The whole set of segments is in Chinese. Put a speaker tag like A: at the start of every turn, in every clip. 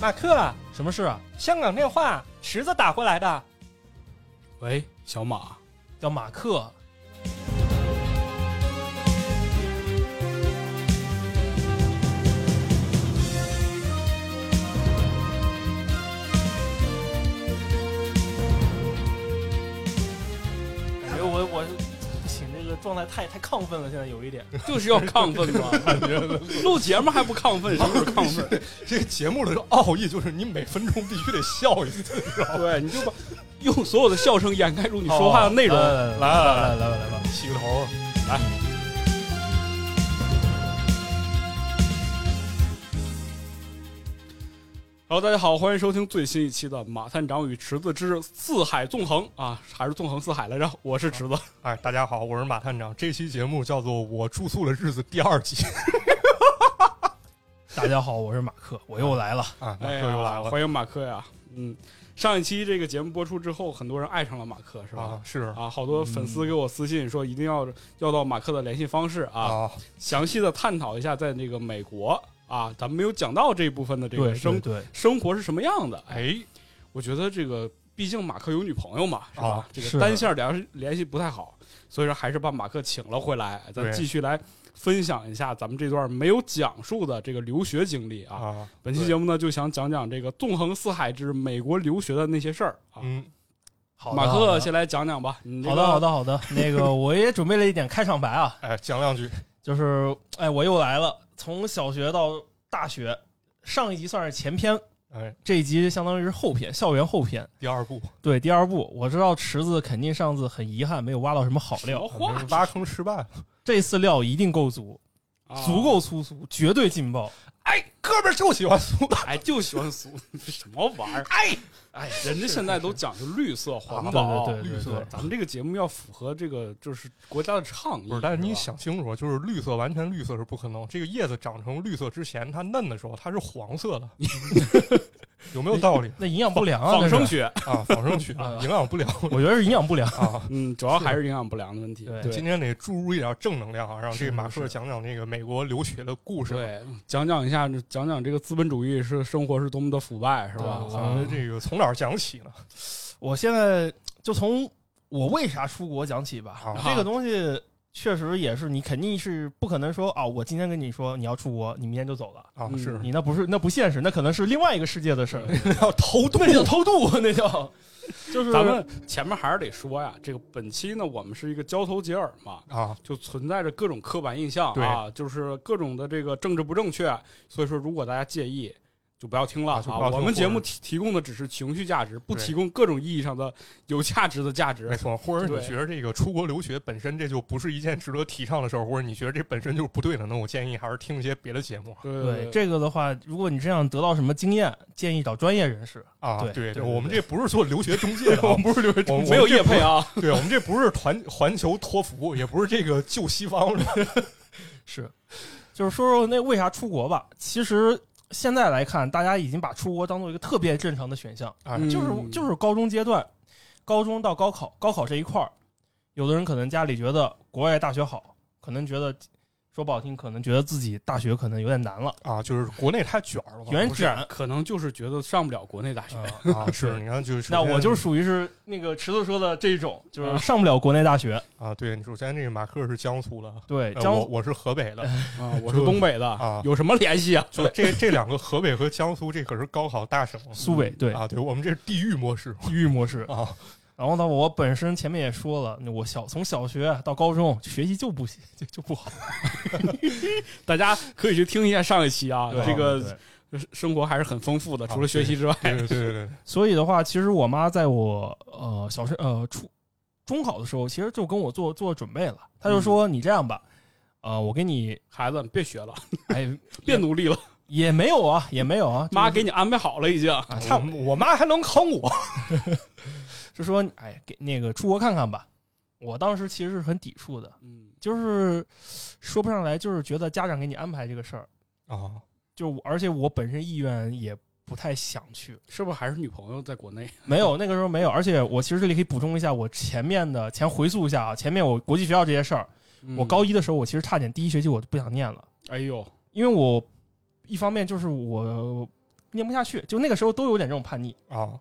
A: 马克，
B: 什么事啊？
A: 香港电话，池子打过来的。
B: 喂，小马，叫马克。
C: 哎
A: 感觉我我不行，这个状态太太亢奋了，现在有一点。
B: 就是要亢 奋嘛，录节目还不亢奋，什 么时候亢奋？
D: 这个节目的奥义就是你每分钟必须得笑一次，知道吗？
B: 对，你就把用所有的笑声掩盖住你说话的内容。
D: 哦来来来来
B: 来来来，
D: 洗个头，
B: Hello，大家好，欢迎收听最新一期的《马探长与池子之四海纵横》啊，还是纵横四海来着？我是池子，
D: 哎，大家好，我是马探长。这期节目叫做《我住宿的日子》第二集
C: 大家好，我是马克，我又来了。
D: 啊，马
B: 哎 呀
D: 克又来了
B: 欢迎马克呀。嗯，上一期这个节目播出之后，很多人爱上了马克，是吧
D: 啊？，是
B: 啊，好多粉丝给我私信说一定要要到马克的联系方式啊，
D: 啊，
B: 详细的探讨一下在那个美国啊，咱们没有讲到这一部分的这
C: 对
B: 个
C: 对
B: 生
C: 对，
B: 生活是什么样的。哎，
D: 哎，
B: 我觉得这个毕竟马克有女朋友嘛，是吧？
D: 啊
B: 这
C: 是
B: 个
C: 的
B: 单线联联系不太好，所以说还是把马克请了回来，咱
D: 对
B: 继续来分享一下咱们这段没有讲述的这个留学经历啊。
D: 啊，
B: 本期
D: 对
B: 节目呢，就想讲讲这个纵横四海之美国留学的那些事儿啊。
D: 嗯，
C: 好的
B: 马
C: 好
B: 克
C: 的
B: 先来讲讲吧，你这
C: 好
B: 个
C: 的好的好的， 那个我也准备了一点开场白啊，
D: 哎，讲两句
C: 就是哎，我又来了，从小学到大学，上一集算是前篇，
D: 哎，
C: 这一集相当于是后篇，校园后篇。
D: 第二部
C: 对，第二部，我知道池子肯定上次很遗憾没有挖到什么好
B: 什
C: 料
B: 么，话
D: 啊挖坑失败，
C: 这次料一定够足，足。
B: 啊
C: 够粗俗，绝对劲爆。
D: 哎，哥们儿就喜欢苏
B: 哎，就喜欢俗， 什么玩意儿？哎哎，人家现在都讲究绿色环
C: 对啊
B: 保，
C: 对对
D: 绿
C: 对
D: 色
C: 对，
B: 咱们这个节目要符合这个就是国家的倡议。
D: 不是，但是你
B: 吧，
D: 想清楚，就是绿色完全绿色是不可能。这个叶子长成绿色之前，它嫩的时候它是黄色的，有没有道理
C: 那营养不良啊，
B: 仿
C: 这是
B: 生， 学，
D: 啊？仿生学
C: 啊
D: 营养不良
C: 我觉得是营养不良。
D: 啊。
B: 嗯，主要还是营养不良的问题。
C: 对
D: 今
B: 对
D: 天得注入一点正能量啊，让这个
C: 是
D: 马
C: 是
D: 克讲讲那个美国留学的故事。，啊
B: 对，讲讲一下，讲讲这个资本主义是生活是多么的腐败，是吧？
D: 咱们这个从哪儿讲起呢？
C: 我现在就从我为啥出国讲起吧。
D: 好
C: 这个东西确实也是，你肯定是不可能说啊，我今天跟你说你要出国，你明天就走了。
D: 啊，
B: 嗯
D: 是
C: 你那不是，那不现实，那可能是另外一个世界的事儿，
D: 要偷渡
C: 那叫偷渡， 那叫就是
B: 咱们前面还是得说呀，这个本期呢，我们是一个交头接耳嘛，
D: 啊，
B: 就存在着各种刻板印象啊，就是各种的这个政治不正确，所以说如果大家介意，就不要听了
D: 啊
B: 啊。
D: 就不要听
B: 我们节目提提供的只是情绪价值，不
D: 对
B: 提供各种意义上的有价值的价值
D: 没。错。或者你
B: 对
D: 觉得这个出国留学本身这就不是一件值得提倡的事儿，或者你觉得这本身就是不对的，那我建议还是听一些别的节目啊
B: 对
C: 对这个的话，如果你真想得到什么经验，建议找专业人士。
D: 啊。
C: 对
D: 对，
C: 对
D: 我们
C: 对
D: 这不是做留学中介的啊，我们不是留学中
B: 没有业配
D: 啊。
B: 啊，
D: 对我们这不是团环球托福，也不是这个救西方的
C: 是，就是说说那为啥出国吧。其实现在来看，大家已经把出国当做一个特别正常的选项。
D: 啊
B: 嗯
C: 就是就是高中阶段，高中到高考，高考这一块儿，有的人可能家里觉得国外大学好，可能觉得说不好听，可能觉得自己大学可能有点难了，
D: 啊，就是国内太卷了吧？
C: 原
B: 不是
C: 卷，。
B: 可能就是觉得上不了国内 大学。
D: 啊，是
C: 对
D: 你看就是嗯
C: 那我就是属于是那个池子说的这种，就是上不了国内大学。
D: 啊，对，你首先这个马克是江苏的，
C: 对，
D: 呃
C: 江
D: 我我是河北的，
B: 啊，我是东北的，
D: 啊
B: 有什么联系啊？
D: 就这这两个河北和江苏，这可是高考大省
C: 苏北对
D: 啊，对我们这是地域模式
C: 地域模式。
D: 啊，
C: 然后呢，我本身前面也说了，我小从小学到高中学习就不行，就就不好。
B: 大家可以去听一下上一期啊
C: 对，
B: 这
C: 对
B: 个生活还是很丰富的，
D: 啊
B: 除了学习之外，
D: 对对对对，
C: 所以的话，其实我妈在我呃小学呃初中考的时候，其实就跟我做做准备了。她就
D: 嗯
C: 说：“你这样吧，呃，我给你，
B: 孩子别学了，
C: 哎，
B: 别努力了，
C: 也没有啊，也没有啊，
B: 妈
C: 就
B: 给你安排好了已经。
C: 啊
D: 差不我妈还能坑我
C: 就说哎，给那个出国看看吧。”我当时其实是很抵触的，
B: 嗯，
C: 就是说不上来，就是觉得家长给你安排这个事儿，
D: 啊，
C: 就我而且我本身意愿也不太想去，
B: 是不是还是女朋友在国内？
C: 没有那个时候没有。而且我其实这里可以补充一下，我前面的前回溯一下啊，前面我国际学校这些事儿，
B: 嗯
C: 我高一的时候，我其实差点第一学期我就不想念了，
B: 哎呦，
C: 因为我一方面就是我念不下去，就那个时候都有点这种叛逆。
D: 啊，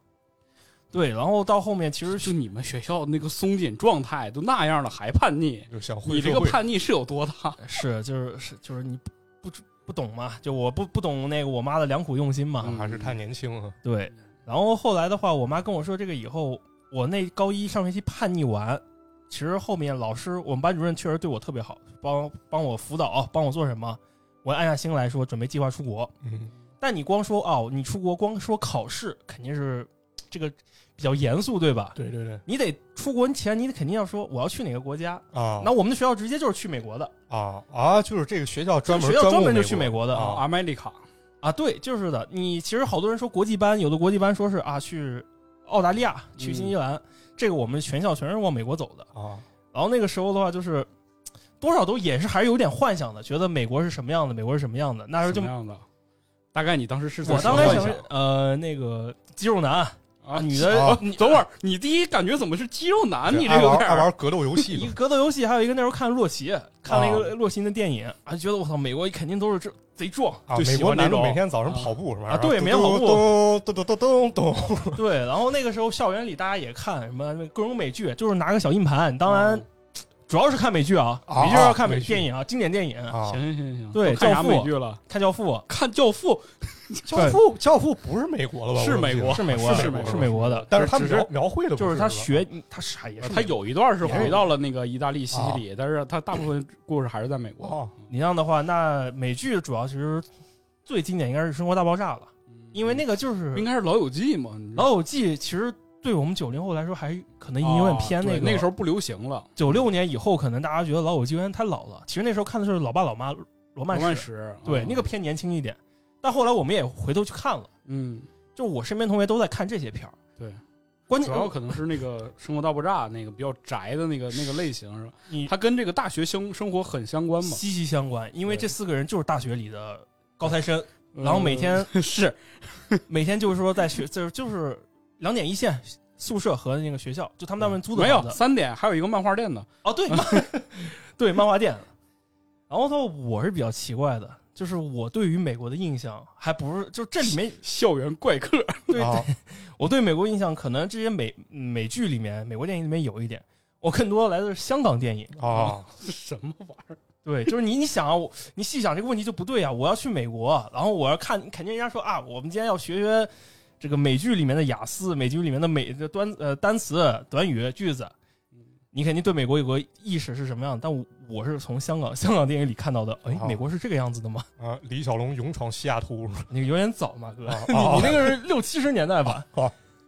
C: 对，然后到后面其实
B: 就你们学校那个松紧状态都那样了，还叛逆？
D: 就想
B: 你
D: 混
B: 这
D: 社
B: 个
D: 会，
B: 叛逆是有多大？
C: 是就是是就是你不不不懂嘛，就我不不懂那个我妈的良苦用心嘛。
B: 嗯
D: 啊还是太年轻了。
C: 对，然后后来的话，我妈跟我说这个以后，我那高一上学期叛逆完，其实后面老师我们班主任确实对我特别好，帮帮我辅导，帮我做什么，我按下心来说准备计划出国。
D: 嗯，
C: 但你光说哦，你出国光说考试肯定是这个比较严肃，对吧？
D: 对对对
C: 你得出国前，你得肯定要说我要去哪个国家。
D: 啊，
C: 那我们的学校直接就是去美国的，
D: 啊啊，就是这个学校专门
C: 这个学校专门
D: 攻
C: 就去美国的哦
D: 啊，
B: 阿麦利卡，
C: 啊，对，就是的。你其实好多人说国际班，有的国际班说是啊去澳大利亚、去
B: 嗯
C: 新西兰，这个我们全校全是往美国走的。
D: 啊
C: 然后那个时候的话，就是多少都也是还是有点幻想的，觉得美国是什么样的，美国是什么样的。那时候
B: 什
C: 就
B: 么样的？大概你当时是在
C: 我当
B: 什
C: 时
B: 么
C: 想
B: 幻
C: 是呃那个肌肉男
B: 啊，
C: 女的
B: 啊
D: 啊
B: 你 等会儿，你第一感觉怎么是肌肉男？啊你这
D: 爱
B: 有
D: 玩
B: 点
D: 爱
B: 儿
D: 玩格斗游
C: 一
D: 戏
C: 个格斗游戏，还有一个那时候看洛奇，看了一个洛奇的电影，啊，觉得我操，美国肯定都是这贼壮，
D: 啊，
B: 就喜
D: 美
B: 欢
D: 国男
B: 这
D: 的
B: 种
D: 每天早上跑步什么
C: 啊对每天跑步
D: 咚咚咚咚咚咚，
C: 对。然后那个时候校园里大家也看什么各种美剧，就是拿个小硬盘，当
B: 嗯
C: 然主要是看美剧啊，
B: 哦
D: 啊
C: 美剧要看
D: 啊
C: 美
D: 美剧
C: 电影啊，经典电影，
D: 啊
B: 行，行行行，
C: 对
B: 都看啥
C: 教父
B: 美剧了？
C: 看《教父啊
B: 看《教父
D: 教父教父不是美国的吧？
B: 是
D: 我记得
B: 美国》，
C: 是美国的，
B: 是
D: 美国
C: 是美国的，
D: 但是他
B: 只
D: 们
B: 是
D: 描描绘的不
C: 就是
D: 是
C: 他
D: 吧
C: 学他傻也
B: 呃
C: 是
B: 他
C: 美国
B: 有一段是啊
C: 也是
B: 回到了那个意大利西西里，但是他大部分故事还是在美国。
D: 哦
C: 你那样的话，那美剧主要其实最经典应该是《生活大爆炸》了，
B: 嗯
C: 因为那个就是
B: 应
C: 《
B: 该是《老友记》嘛，你知道
C: 老友记》，其实对我们九零后来说还可能有点偏
B: 啊对
C: 那
B: 那个时
C: 候
B: 候不流行了。
C: 九六年以后，可能大家觉得《老友记》有点太老了，其实那时候看的是《老爸老妈》《罗曼史》
B: 罗曼史
C: 对
B: 啊
C: 那个偏年轻一点，但后来我们也回头去看了，
B: 嗯，
C: 就我身边同学都在看这些片儿，
B: 对，
D: 嗯
C: 关键
B: 主要可能是那个《生活大爆炸》那个比较宅的那个那个类型，是吧？
C: 你
B: 它跟这个大学生生活很相关嘛。
C: 息息相关，因为
B: 对
C: 这四个人就是大学里的高材生，
B: 嗯
C: 然后每天
B: 是
C: 每天就是说在学就是就是两点一线。宿舍和那个学校，就他们那边租的
B: 嗯没有
C: 房子
B: 三点，还有一个漫画店呢。
C: 哦，对，漫 对漫画店。然后他我是比较奇怪的，就是我对于美国的印象还不是，就这里 面
B: 校园怪客，
C: 对
B: 哦
D: 啊
C: 我对美国印象可能这些美美剧里面、美国电影里面有一点，我更多来自香港电影。
D: 啊
B: 什么玩意儿？
C: 对，就是你你想啊，我你细想这个问题就不对啊！我要去美国，然后我要看，肯定人家说啊，我们今天要学学这个美剧里面的雅思，美剧里面的美的端呃单词、短语、句子，你肯定对美国有个意识是什么样的。但我我是从香港香港电影里看到的，哎
D: 哦，
C: 美国是这个样子的吗？
D: 啊！李小龙勇闯西雅图
C: 那个有点早嘛，哥，
D: 啊，
C: 你你那个是六七十年代吧？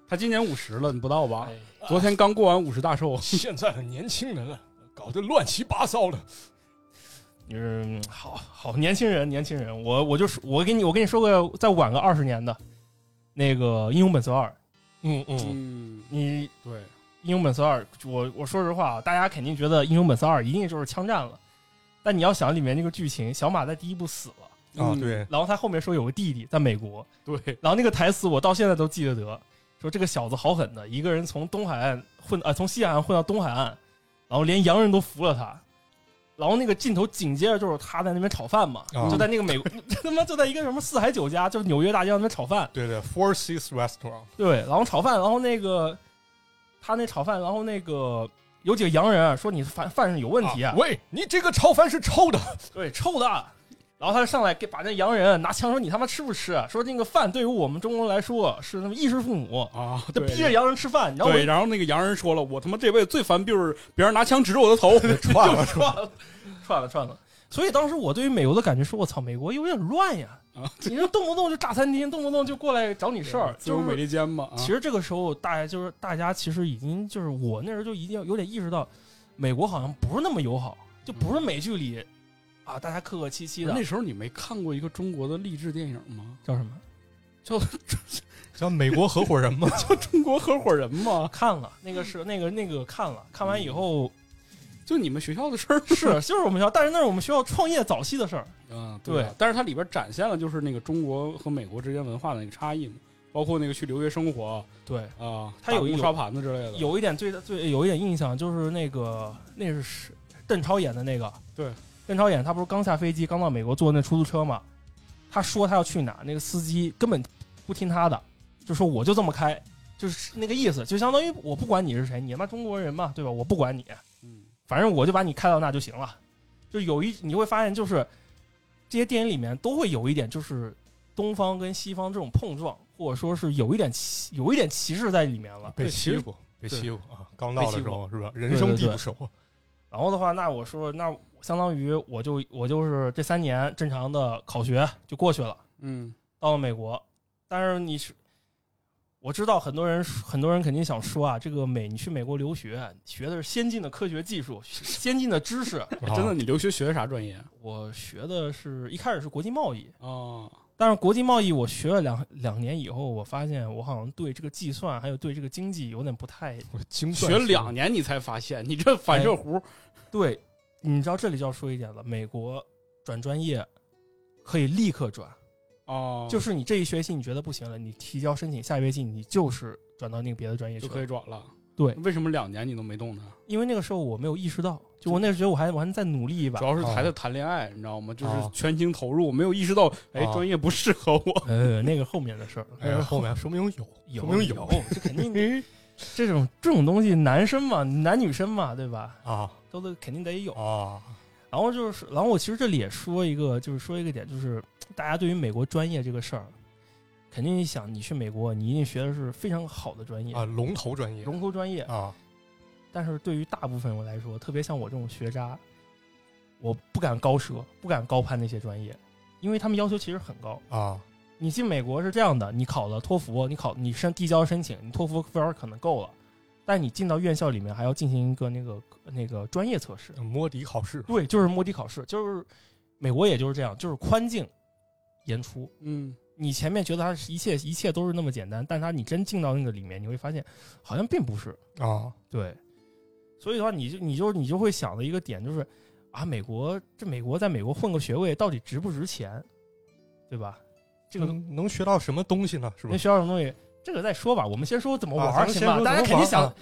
B: 他今年五十了，你不到吧？
C: 哎
B: 昨天刚过完五十大寿
D: 现在的年轻人啊，搞得乱七八糟的
C: 就是嗯好好年轻人，年轻人，我我就说我给你我跟你说个再晚个二十年的，那个《英雄本色二》，
D: 嗯嗯
B: 嗯，
C: 你
B: 对，
C: 《英雄本色二》，我我说实话啊，大家肯定觉得《英雄本色二》一定就是枪战了，但你要想里面那个剧情，小马在第一部死了，
D: 啊，
B: 嗯
D: 对，
C: 然后他后面说有个弟弟在美国，
B: 对，
C: 然后那个台词我到现在都记得得，说这个小子好狠的，一个人从东海岸混啊、从西海岸混到东海岸，然后连洋人都服了他。然后那个镜头紧接着就是他在那边炒饭嘛，
D: 啊
C: 就在那个美国， 他妈就在一个什么四海酒家，就是纽约大街上那边炒饭，
D: 对对，Four Seas Restaurant
C: 对，然后炒饭，然后那个他那炒饭，然后那个有几个洋人啊说你饭饭是有问题
D: 啊喂，你这个炒饭是 臭的
C: 对，臭的。然后他就上来给把那洋人拿枪说你他妈吃不吃？啊说这个饭对于我们中国人来说是他妈衣食父母，
B: 啊，
C: 就
B: 对
C: 逼着洋人吃饭，你知道
B: 对，
C: 吗？
B: 然后那个洋人说了，我他妈这辈子最烦就是别人拿枪指着我的头，
D: 串 了
C: 串了，串了，串了。所以当时我对于美国的感觉说，我操，美国有点乱呀！
B: 啊
C: 你这动不动就炸餐厅，动不动就过来找你事儿，
B: 自
C: 就
B: 由美
C: 是
B: 利坚嘛，啊
C: 其实这个时候，大家就是大家其实已经就是我那时候就已经有点意识到，美国好像不是那么友好，就不是美剧里啊，大家客客气气的
B: 嗯那。时候你没看过一个中国的励志电影吗？
C: 叫什么？
D: 叫美国合伙人 吗？
B: 叫《中国合伙人》吗？
C: 看了那个是那个那个看了，看
B: 嗯
C: 完以后
B: 就你们学校的事儿
C: 是就是我们学校，但是那是我们学校创业早期的事儿。
B: 啊，对啊。但是它里边展现了就是那个中国和美国之间文化的那个差异嘛，包括那个去留学生活
C: 对，
B: 啊，
C: 它有
B: 打工
C: 一种
B: 刷盘子之类的，
C: 有一点最最有一点印象就是那个那是是邓超演的那个，
B: 对，
C: 邓超演他不是刚下飞机刚到美国坐那出租车嘛，他说他要去哪，那个司机根本不听他的，就说我就这么开，就是那个意思，就相当于我不管你是谁，你他妈中国人嘛，对吧？我不管你，
B: 嗯，
C: 反正我就把你开到那就行了。就有一你会发现，就是这些电影里面都会有一点，就是东方跟西方这种碰撞，或者说是有一点歧有一点歧视在里面了。
D: 被
B: 对其
D: 欺
B: 实
D: 负，被
B: 对
D: 欺负啊！刚到
B: 被
D: 的
B: 欺
D: 时
B: 负
D: 候是吧？人生地不熟，
C: 然后的话，那我说，那我相当于我就我就是这三年正常的考学就过去了，
B: 嗯，
C: 到了美国，但是你是。我知道很多人，很多人肯定想说啊，这个美，你去美国留学，学的是先进的科学技术，先进的知识。
D: 啊
B: 哎真的，你留学学的啥专业啊
C: 我学的是一开始是国际贸易，
B: 哦？
C: 但是国际贸易我学了两两年以后，我发现我好像对这个计算还有对这个经济有点不太
D: 我精算
B: 学
D: 术
B: 两年你才发现，你这反射弧，
C: 对。你知道这里就要说一点了，美国转专业可以立刻转，
B: 哦，
C: 哎就是你这一学期你觉得不行了，你提交申请，下学期你就是转到那个别的专业去
B: 就
C: 了
B: 可以转了。
C: 对
B: 为什么两年你都没动呢？
C: 因为那个时候我没有意识到，就我那时候我还我还再努力一把
B: 主。要是
D: 哦
B: 还在谈恋爱，你知道吗？就是
D: 哦
B: 全情投入，没有意识到，哎，
D: 哦
B: 专业不适合 我。
C: 呃，那个后面的事儿了，
D: 哎，后面说明有，
C: 有
D: 说明
C: 有，这肯 定这种这种东西，男生嘛，男女生嘛，对吧？
D: 啊
C: 都得肯定得有。
D: 啊，
C: 然后就是，然后我其实这里也说一个，就是说一个点，就是大家对于美国专业这个事儿，肯定想你去美国，你一定学的是非常好的专业，
D: 啊，龙头专业
C: 龙头专业。
D: 啊，
C: 但是对于大部分人来说，特别像我这种学渣，我不敢高奢，不敢高攀那些专业，因为他们要求其实很高。
D: 啊
C: 你进美国是这样的，你考了托福，你考你申递交申请，你托福分儿可能够了，但你进到院校里面还要进行一个那个那个专业测试。
D: 摸底考试
C: 对，就是摸底考试，就是美国也就是这样，就是宽进严出。
B: 嗯，
C: 你前面觉得它是一切一切都是那么简单，但它你真进到那个里面，你会发现好像并不是。
D: 啊，
C: 对，所以的话，你就你就你就会想的一个点就是啊，美国这美国在美国混个学位到底值不值钱，对吧？这个
D: 这能能学到什么东西呢？是
C: 那
D: 吧？
C: 学校什么东西，这个再说吧。我们先说怎么玩
D: 啊咱
C: 儿，
D: 们
C: 行
D: 先
C: 吧？
D: 说
C: 大家
D: 怎
C: 肯定
D: 么玩儿
C: 想
D: 啊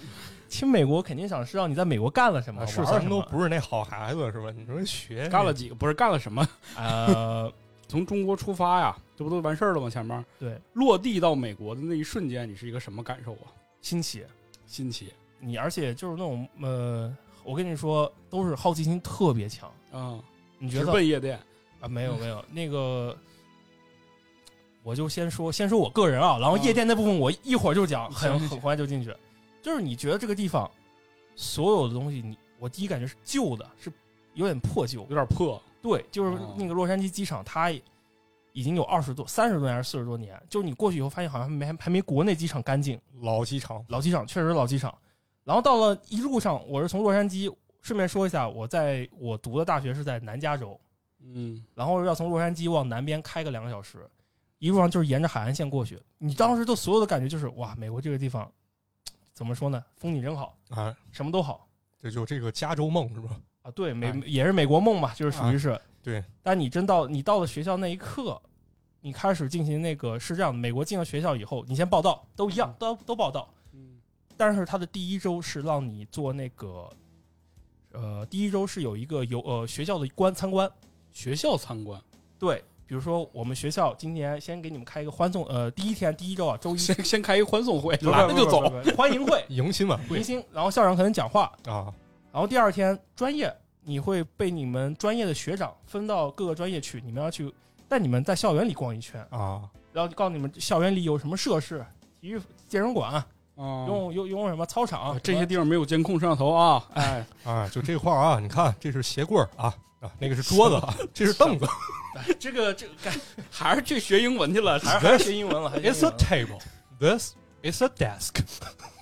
C: 去美国，肯定想知道你在美国干了什么，
D: 啊，是
C: 玩儿
D: 咱
C: 什
D: 们都
C: 么。
D: 不是那好孩子是吧？你说学
B: 干了几个不是干了什么？
C: 呃，
B: 从中国出发呀，这不都完事儿了吗？前面
C: 对，
B: 落地到美国的那一瞬间，你是一个什么感受啊？
C: 新奇。
B: 新奇
C: 你而且就是那种呃，我跟你说，都是好奇心特别强。
B: 啊，
C: 你觉
B: 直
C: 得
B: 奔夜店。
C: 啊？没有没有，那个我就先说先说我个人啊，然后夜店那部分我一会儿就讲，很
B: 行行
C: 很快就进去。就是你觉得这个地方所有的东西你，我第一感觉是旧的，是有点破旧，
B: 有点破，
C: 对，就是
B: 哦
C: 那个洛杉矶机场，它已经有二十多、三十多年还是四十多年，就是你过去以后发现好像没还没国内机场干净，
D: 老机场
C: 老机场确实是老机场。然后到了一路上，我是从洛杉矶，顺便说一下，我在我读的大学是在南加州，
B: 嗯，
C: 然后要从洛杉矶往南边开个两个小时，一路上就是沿着海岸线过去。你当时就所有的感觉就是哇，美国这个地方怎么说呢？风景真好，
D: 啊，
C: 什么都好。
D: 这就这个加州梦是吧？
C: 啊，对，美、
D: 哎啊
C: 也是美国梦嘛，就是属于是、
D: 对。，
C: 但你真到你到了学校那一刻，你开始进行那个是这样的：美国进了学校以后，你先报到，都一样，都都报到。
B: 嗯
C: 但是它的第一周是让你做那个，呃，第一周是有一个游呃学校的观参观，
B: 学校参观，
C: 对。比如说，我们学校今年先给你们开一个欢送，呃，第一天第一周啊，周一
B: 先先开一欢送会，
C: 不是
B: 来了
C: 不
B: 就
C: 是
B: 走。
C: 不是不是欢迎会
D: 迎新晚
C: 迎
D: 会
C: 新，然后校长可能讲话，
D: 啊，
C: 然后第二天专业你会被你们专业的学长分到各个专业去，你们要去带你们在校园里逛一圈，
D: 啊
C: 然后就告诉你们校园里有什么设施，体育健身馆，啊
B: 哦，
C: 用用用什么操场
B: 啊，这
C: 什
B: 些
C: 么
B: 地方没有监控摄像头啊， 哎，
D: 啊，就这块儿啊，你看这是鞋柜儿啊啊，那个是桌子啊，这是凳子
C: 这个这个该
B: 还是去学英文去 了。
C: 还是还是学英文了，还是学英
D: ，It's a
C: 文了
D: table。This is a desk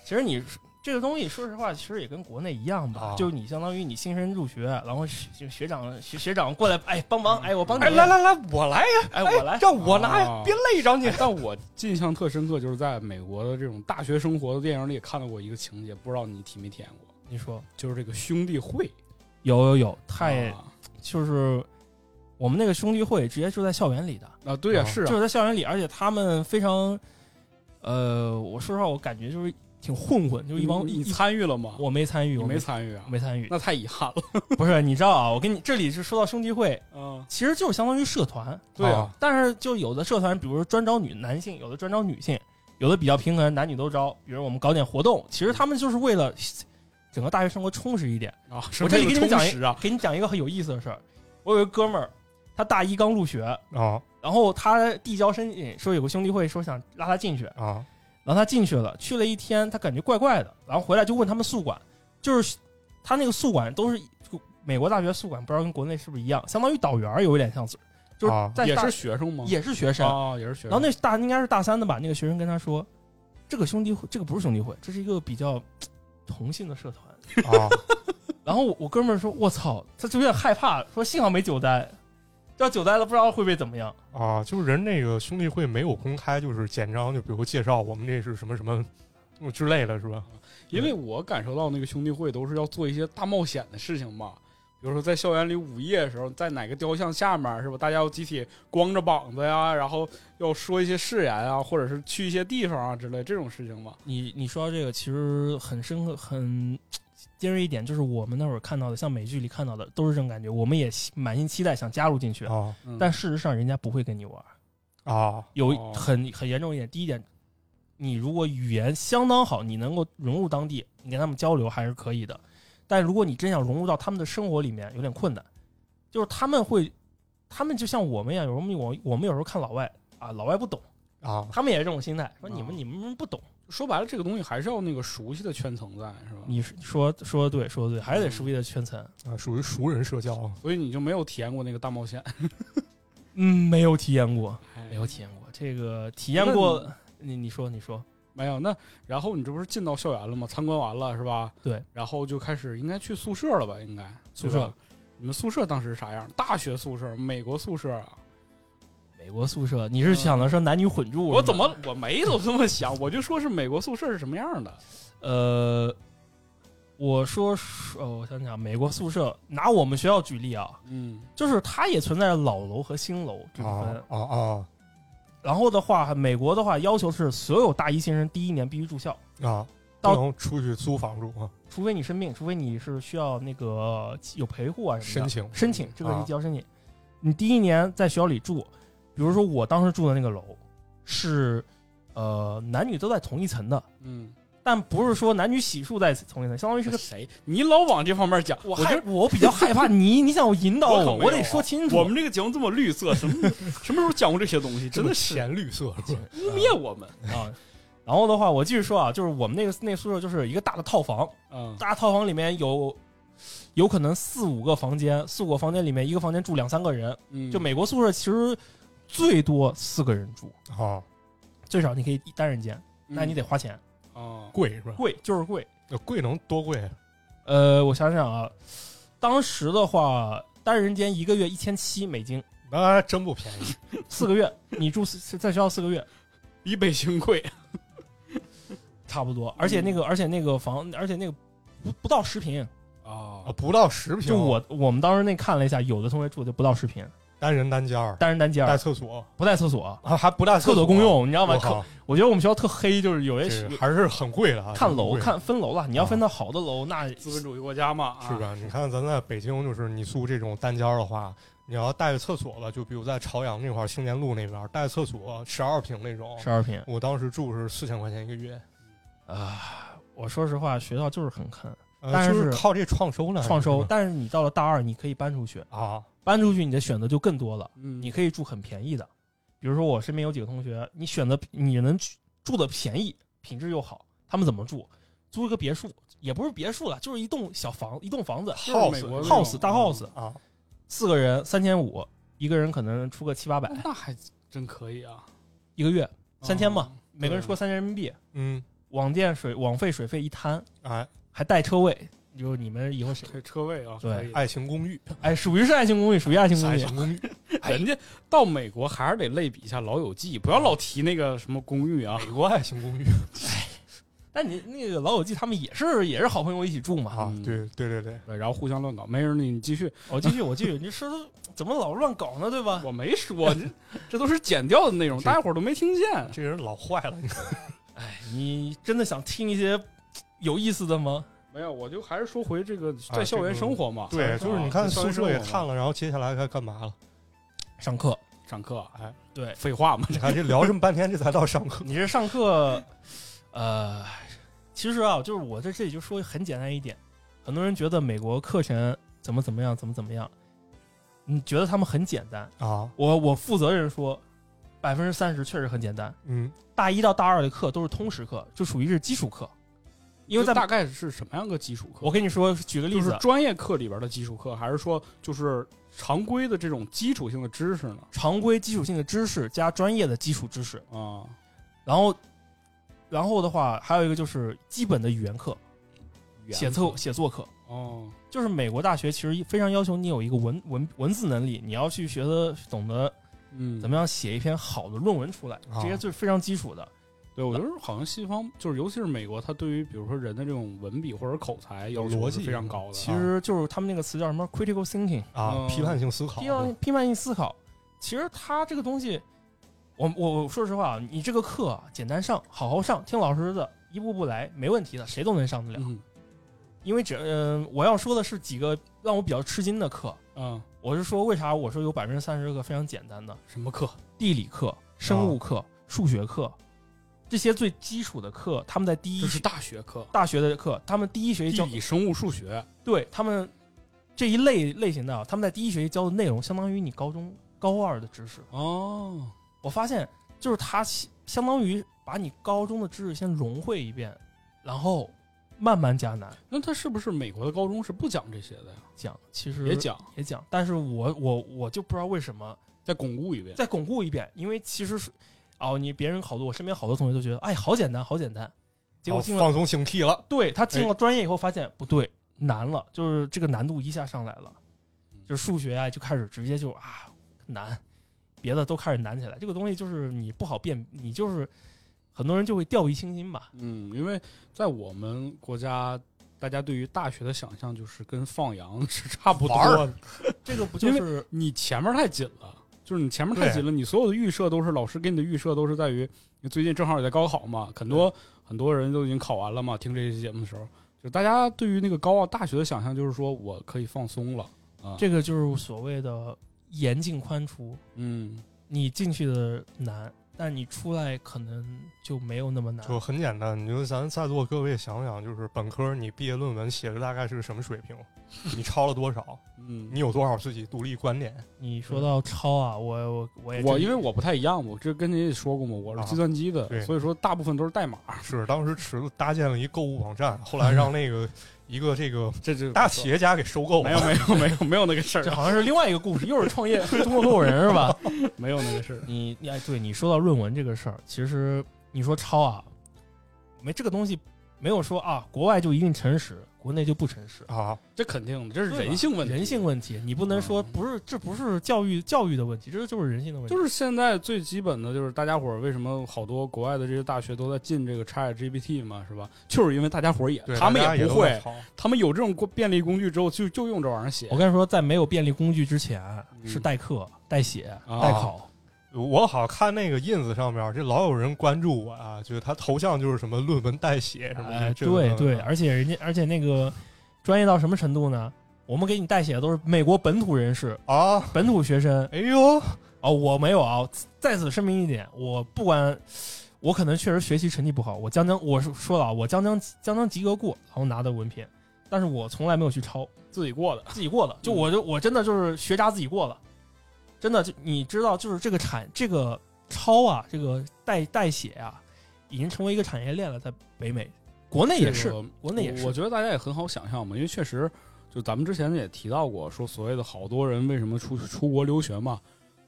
C: 其实你这个东西，说实话，其实也跟国内一样吧，
D: 啊
C: 就是你相当于你新生入学，然后学学学长学学长过来，哎，帮
B: 嗯
C: 忙，哎，我帮你，
D: 哎，来来来，我来呀，
C: 哎，我来，
D: 让我拿
B: 哦
D: 呀，别累着你
B: 哎。但我印象特深刻，就是在美国的这种大学生活的电影里也看到过一个情节，不知道你体没体验过，
C: 你说
B: 就是这个兄弟会，
C: 有有有，太、
B: 啊
C: 就是我们那个兄弟会直接就在校园里的，
B: 啊，对呀，
D: 哦
B: 是
C: 就
B: 啊，
C: 是在校园里，而且他们非常，呃，我说实话，我感觉就是挺混混，就一帮
B: 你
C: 一
B: 你
C: 一
B: 参与了吗？
C: 我没参与，
B: 你
C: 我
B: 没参与啊
C: 我？没参与，
B: 那太遗憾了。
C: 不是你知道啊？我跟你这里是说到兄弟会，
B: 嗯，
C: 其实就是相当于社团，
B: 对啊
D: 啊，
C: 但是就有的社团，比如说专招女男性，有的专招女性，有的比较平衡，男女都招。比如我们搞点活动，其实他们就是为了整个大学生活充实一点。
B: 啊，
C: 我这里给你们讲
B: 一
C: 一
B: 实啊，
C: 给你讲一个很有意思的事儿。我有一个哥们儿，他大一刚入学，
D: 啊
C: 然后他递交申请，说有个兄弟会说想拉他进去，
D: 啊
C: 然后他进去了，去了一天，他感觉怪怪的，然后回来就问他们宿管，就是他那个宿管都是美国大学宿管，不知道跟国内是不是一样，相当于导员儿有一点像是，就是
D: 啊
C: 在
B: 也
C: 大、
B: 是学生吗？
C: 也是学生，
B: 啊，也是学生。
C: 然后那大应该是大三的吧，那个学生跟他说，这个兄弟会，这个不是兄弟会，这是一个比较同性的社团。
D: 啊，
C: 然后我我哥们儿说，我操，他就有点害怕，说幸好没酒呆，要酒呆了不知道会不会怎么样。
D: 啊，就是人那个兄弟会没有公开，就是简章，就比如介绍我们这是什么什么嗯之类的，是吧？
B: 因为我感受到那个兄弟会都是要做一些大冒险的事情嘛，比如说在校园里午夜的时候，在哪个雕像下面是吧？大家要集体光着膀子呀，然后要说一些誓言啊，或者是去一些地方啊之类这种事情嘛。
C: 你你说到这个，其实很深刻、很尖锐一点，就是我们那会儿看到的，像美剧里看到的，都是这种感觉。我们也希满心期待想加入进去，
D: 啊
B: 嗯、
C: 但事实上人家不会跟你玩儿。
D: 啊
C: 有
B: 哦
C: 很很严重一点，第一点，你如果语言相当好，你能够融入当地，你跟他们交流还是可以的。但如果你真想融入到他们的生活里面，有点困难。就是他们会，他们就像我们一样，有时候我我们有时候看老外啊，老外不懂，
D: 啊
C: 他们也是这种心态，说你们、
B: 哦
C: 你们不懂。
B: 说白了，这个东西还是要那个熟悉的圈层在，是吧？
C: 你是说说的对，说的对，还是得熟悉的圈层。
D: 啊，属于熟人社交啊
B: 所以你就没有体验过那个大冒险，
C: 嗯，没有体验过，
B: 哎
C: 没有体验过这个体验
B: 那你
C: 过。你你说你说，
B: 没有。那然后你这不是进到校园了吗？参观完了是吧？
C: 对，
B: 然后就开始应该去宿舍了吧？应该
C: 宿舍。
B: 对吧你们宿舍当时是啥样？大学宿舍，美国宿舍啊？
C: 美国宿舍，你是想的说男女混住？
B: 我怎么我没有这么想？我就说是美国宿舍是什么样的？
C: 呃，我说是，哦，我想想，美国宿舍，拿我们学校举例啊，
B: 嗯，
C: 就是它也存在老楼和新楼之分。
D: 啊啊啊
C: 然后的话，美国的话要求是所有大一新生第一年必须住校，
D: 啊，
C: 到
D: 不能出去租房住啊，
C: 除非你生病，除非你是需要那个有陪护啊什么
D: 申
C: 的。
D: 请
C: 申请这个是
D: 啊
C: 提交申请，你第一年在学校里住，比如说我当时住的那个楼是，呃，男女都在同一层的，
B: 嗯，
C: 但不是说男女洗漱在同一层，相当于是
B: 这
C: 个
B: 个谁？你老往这方面讲，
C: 我
B: 我
C: 害
B: 就
C: 我比较害怕你，你想我引导
B: 我可
C: 我，
B: 没
C: 我得
B: 有
C: 说
B: 啊
C: 清楚。
B: 我们这个节目这么绿 色，什么什么时候讲过这些东西？真的是
D: 咸绿色是吧？
B: 污蔑我们。
C: 啊，然后的话，我继续说啊，就是我们那个那个宿舍就是一个大的套房，
B: 嗯
C: 大套房里面有有可能四五个房间，四五个房间里面一个房间住两三个人，
B: 嗯，
C: 就美国宿舍其实最多四个人住，
D: 啊，
C: 最少你可以一单人间，
B: 嗯，
C: 但你得花钱，
B: 啊，
D: 贵是吧？
C: 贵就是贵。
D: 呃贵能多贵
C: 呃，我想想啊，当时的话，单人间一个月一千七美金，
D: 啊？真不便 宜
C: 四个月，你住四在学校四个月，
B: 比北京贵。
C: 差不多，而且那个，而且那个房，而且那个不不到十平，哦
B: 啊
D: 啊，不到十平，
C: 就我我们当时那看了一下，有的同学住的就不到十平，
D: 单人单间儿，
C: 单人单间
D: 带
C: 儿，
D: 厕所
C: 不带厕所，
D: 啊，还不带
C: 厕所
D: 所
C: 公，用，你知道吗？
D: 我
C: 可
D: 靠，
C: 我觉得我们学校特黑，就是有些
D: 这
C: 学
D: 还是很贵的啊，
C: 看
D: 很
C: 楼
D: 贵
C: 看分楼了，你要分到好的楼，那
B: 资本主义国家嘛，啊
D: 是？吧？你看咱在北京，就是你住这种单间儿的话，你要带个厕所吧，就比如在朝阳那块儿、青年路那边儿带厕所十二平那种，
C: 十二平
D: 我当时住是四千块钱一个月，
C: 啊。我说实话，学校就是很坑，
D: 呃
C: 但是
D: 就是靠这创收呢，
C: 创收
D: 是。吧
C: 但是你到了大二，你可以搬出去，
D: 啊
C: 搬出去你的选择就更多了，
B: 嗯，
C: 你可以住很便宜的，比如说我身边有几个同学，你选择你能住的便宜，品质又好，他们怎么住？租一个别墅，也不是别墅了，就是一栋小房，一栋房子
B: 就是
D: house，
B: 美国那种嗯
C: house 大 house，
D: 啊，
C: 四个人三千五，一个人可能出个七 八百
B: 嗯，那还真可以啊，
C: 一个月三千嘛
B: 嗯，
C: 每个人出个三千人民币，
D: 嗯，
C: 网电水网费水费一摊，
D: 哎，
C: 还带车位，就是你们以后 谁
B: 这车位啊，
C: 对
B: 可以。
D: 爱情 公寓，
C: 哎，属于是爱情公寓，属于爱情公
D: 爱
C: 寓
D: 情 公寓，
B: 人家到美国还是得类比一下《老友记》，不要老提那个什么公寓啊。
D: 美国爱情公寓
C: 但你那个老友记他们也是也是好朋友一起住嘛。
D: 啊
B: 嗯，
D: 对对对 对，
B: 对，然后互相乱搞，没人理你继续。
C: 我哦继续我继续，你说怎么老乱搞呢？对吧？
B: 我没说，这这都是剪掉的内容，
D: 这
B: 大家伙儿都没听见。
D: 这人老坏了，
C: 哎，你真的想听一些有意思的吗？
B: 没有，我就还是说回这个在
D: 啊
B: 校
D: 这
B: 园
D: 个
B: 生活嘛， 啊
D: 对，就是你看
B: 校园生
D: 宿舍也
B: 活嘛
D: 看了，然后接下来该干嘛 了？
C: 上 课，
B: 上课，哎，
C: 对
B: 废话嘛，
D: 你看这聊这么半天，这才到上课。
C: 你这上课，呃，其实啊，就是我在这里就说很简单一点，很多人觉得美国课程怎么怎么样，怎么怎么样，你觉得他们很简单？
D: 啊，
C: 我我负责任说，百分之三十确实很简单。
D: 嗯，
C: 大一到大二的课都是通识课，就属于是基础课，因为在
B: 就大概是什么样个基础课？
C: 我跟你说，举个例
B: 就是
C: 子，啊
B: 专业课里边的基础课，还是说就是常规的这种基础性的知识呢？
C: 常规基础性的知识加专业的基础知识，
B: 啊，
C: 然后，然后的话还有一个就是基本的语言课、
B: 语言
C: 写
B: 课
C: 作写作课，
B: 哦，
C: 就是美国大学其实非常要求你有一个文文文字能力，你要去学的懂得
B: 嗯，
C: 怎么样写一篇好的论文出来，
D: 啊
C: 这些就是非常基础的。
B: 对，我觉
D: 呃
B: 得好像西方就是，尤其是美国，它对于比如说人的这种文笔或者口才要求
D: 逻
B: 是
D: 辑
B: 非常高的。
C: 其实就是他们那个词叫什么 critical thinking，
D: 啊，
B: 嗯
D: 批判性思考哦
C: 批，判批判性思考。其实它这个东西，我我我说实话，你这个课啊简单上，好好上，听老师的，一步步来，没问题的，谁都能上得了。
B: 嗯
C: 因为这，嗯、我要说的是几个让我比较吃惊的课。
B: 嗯，
C: 我是说，为啥我说有百分之三十个非常简单的
B: 什么课？
C: 地理课、
B: 啊
C: 生物课、数学课，这些最基础的课，他们在第一
B: 这是大学课，
C: 大学的课，他们第一学期
B: 地
C: 教，
B: 理、生物、数学。
C: 对他们这一类类型的啊，他们在第一学期教的内容，相当于你高中高二的知识。
B: 哦，
C: 我发现就是他相相当于把你高中的知识先融会一遍，然后慢慢加难
B: 那他是不是美国的高中是不讲这些的呀？
C: 讲。其实
B: 也讲，
C: 也讲，但是我我我就不知道为什么
B: 再巩固一遍。
C: 再巩固一遍，因为其实是哦，你别人好多，我身边好多同学都觉得哎，好简单，好简单，结果
D: 好
C: 进了，
D: 哦放松警惕了。
C: 对他进了专业以后发现不对，难了，就是这个难度一下上来了，就是数学啊就开始直接就啊难，别的都开始难起来，这个东西就是你不好辨，你就是很多人就会掉以轻心吧。
B: 嗯，因为在我们国家，大家对于大学的想象就是跟放羊 是差不多
D: 玩
B: 的
D: 儿。
C: 这个不就是
B: 你前面太紧了，就是你前面太紧了，你所有的预设都是老师给你的预设都是在于你最近正好也在高考嘛，很多很多人都已经考完了嘛。听这期节目的时候，就大家对于那个高傲大学的想象就是说我可以放松了，
C: 这个就是所谓的严进宽出，
B: 嗯，
C: 你进去的难，但你出来可能就没有那么难。
D: 就很简单，你就咱在座各位想想，就是本科你毕业论文写的大概是个什么水平？你抄了多少？
B: 嗯
D: 你有多少自己独立观点？
C: 你说到抄啊，我我我也
B: 我
C: 真
B: 因为我不太一样，我这跟您也说过嘛，我是计算机的，
D: 对
B: 所以说大部分都是代码，
D: 是当时池子搭建了一购物网站，后来让那 个一个这个
B: 这这
D: 大企业家给收购
B: 没
D: 了
B: 有。没有没有没有那个事
C: 这
B: 儿，
C: 好像是另外一个故事，又是创业通过合伙人是吧？
B: 没有那个事儿，
C: 你你哎，对你说到论文这个事儿，其实你说抄啊，没这个东西没有说啊，国外就一定诚实，国内就不诚实。
D: 啊，
B: 这肯定的，这是人性问题，
C: 人性问题，你不能说
B: 嗯
C: 不是，这不是教育教育的问题，这就是人性的问题。
B: 就是现在最基本的就是大家伙儿为什么好多国外的这些大学都在进这个 Chat GPT 嘛，是吧？就是因为大家伙儿也
D: 对，
B: 他们
D: 大家也
B: 不
D: 都在
B: 会，
D: 抄
B: 他们有这种过便利工具之后就就用这玩意儿写
C: 我。跟你说，在没有便利工具之前，
B: 嗯
C: 是代课、代写、
B: 啊
C: 代考。
D: 我好像看那个 ins 上面，这老有人关注我啊，就是他头像就是什么论文代写什么
C: 哎，
D: 的。这
C: 对
D: 个
B: 嗯
C: 对，而且人家，而且那个专业到什么程度呢？我们给你代写的都是美国本土人士、
D: 啊，
C: 本土学生。
D: 哎呦，
C: 哦，我没有啊，在此声明一点，我不管，我可能确实学习成绩不好，我将将我是说了啊，我将将将将及格过，然后拿的文凭，但是我从来没有去抄，
B: 自己过的，
C: 自己过的，就
B: 嗯
C: 我就我真的就是学渣自己过了，真的就你知道，就是这个产这个抄啊，这个代代写啊，已经成为一个产业链了，在北美，国内也是，
B: 这个
C: 国内也是
B: 我觉得大家也很好想象嘛，因为确实，就咱们之前也提到过，说所谓的好多人为什么出出国留学嘛，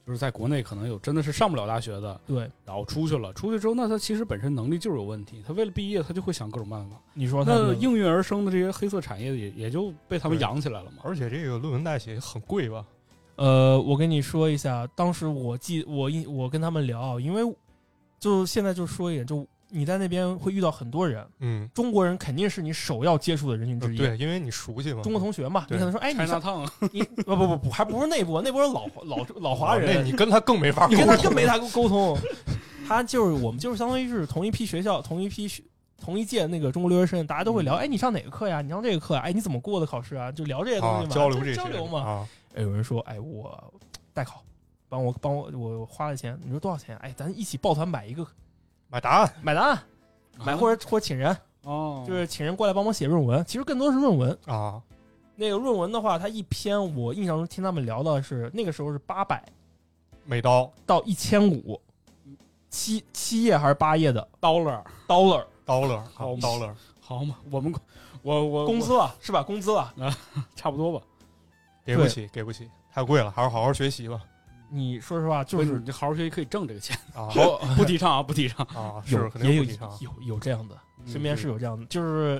B: 就是在国内可能有真的是上不了大学的，
C: 对，
B: 然后出去了，出去之后，那他其实本身能力就是有问题，他为了毕业，他就会想各种办法。
C: 你说他
B: 那应运而生的这些黑色产业也也就被他们养起来了嘛。
D: 而且这个论文代写很贵吧？
C: 呃，我跟你说一下，当时我记我印我跟他们聊，因为就现在就说一点，就你在那边会遇到很多人，
D: 嗯，
C: 中国人肯定是你首要接触的人群
D: 呃
C: 之一。
D: 对，因为你熟悉嘛。
C: 中国同学嘛，你
D: 对
C: 可能说，哎，你
B: ，China
C: 上
B: Town，
C: 你不不不不，还不是那波，那波是老老老老华
D: 啊哦那
C: 人，
D: 你跟他更没法
C: 你跟他
D: 沟通
C: 更没他沟通。他就是我们就是相当于是同一批学校、同一批学、同一届那个中国留学生，大家都会
D: 嗯
C: 聊，哎，你上哪个课呀？你上这个课呀？哎，你怎么过的考试啊？就聊这些东
D: 啊
C: 西，嘛，
D: 交流
C: 就
D: 这
C: 是
D: 些
C: 交流嘛。
D: 啊，
C: 哎，有人说，哎，我代考，帮我帮我我花了钱，你说多少钱？哎，咱一起抱团买一个，
D: 买答案
C: 买答案， 买或者或者请人，
B: 哦，
C: 就是请人过来帮忙写论文。其实更多是论文。
D: 啊，
C: 那个论文的话，它一篇我印象中听他们聊的是那个时候是八百
D: 美刀
C: 到一千五，七七页还是八页的
B: dollar，
C: dollar
D: dollar 啊
B: 好嘛
D: dollar
B: 好嘛，我们我我
C: 工资了是吧？工资了，
B: 我差不多吧。
D: 给不起，给不起，太贵了，还是好好学习吧
C: 你说实话就
B: 不
C: 是
B: 你这好好学习可以挣这个钱，
D: 啊
C: 好
B: 不提倡啊，不 提倡。
D: 啊，是
C: 有
D: 肯
C: 也
D: 定
C: 有
D: 不提倡
C: 有有这样的，身边是有这样的，就是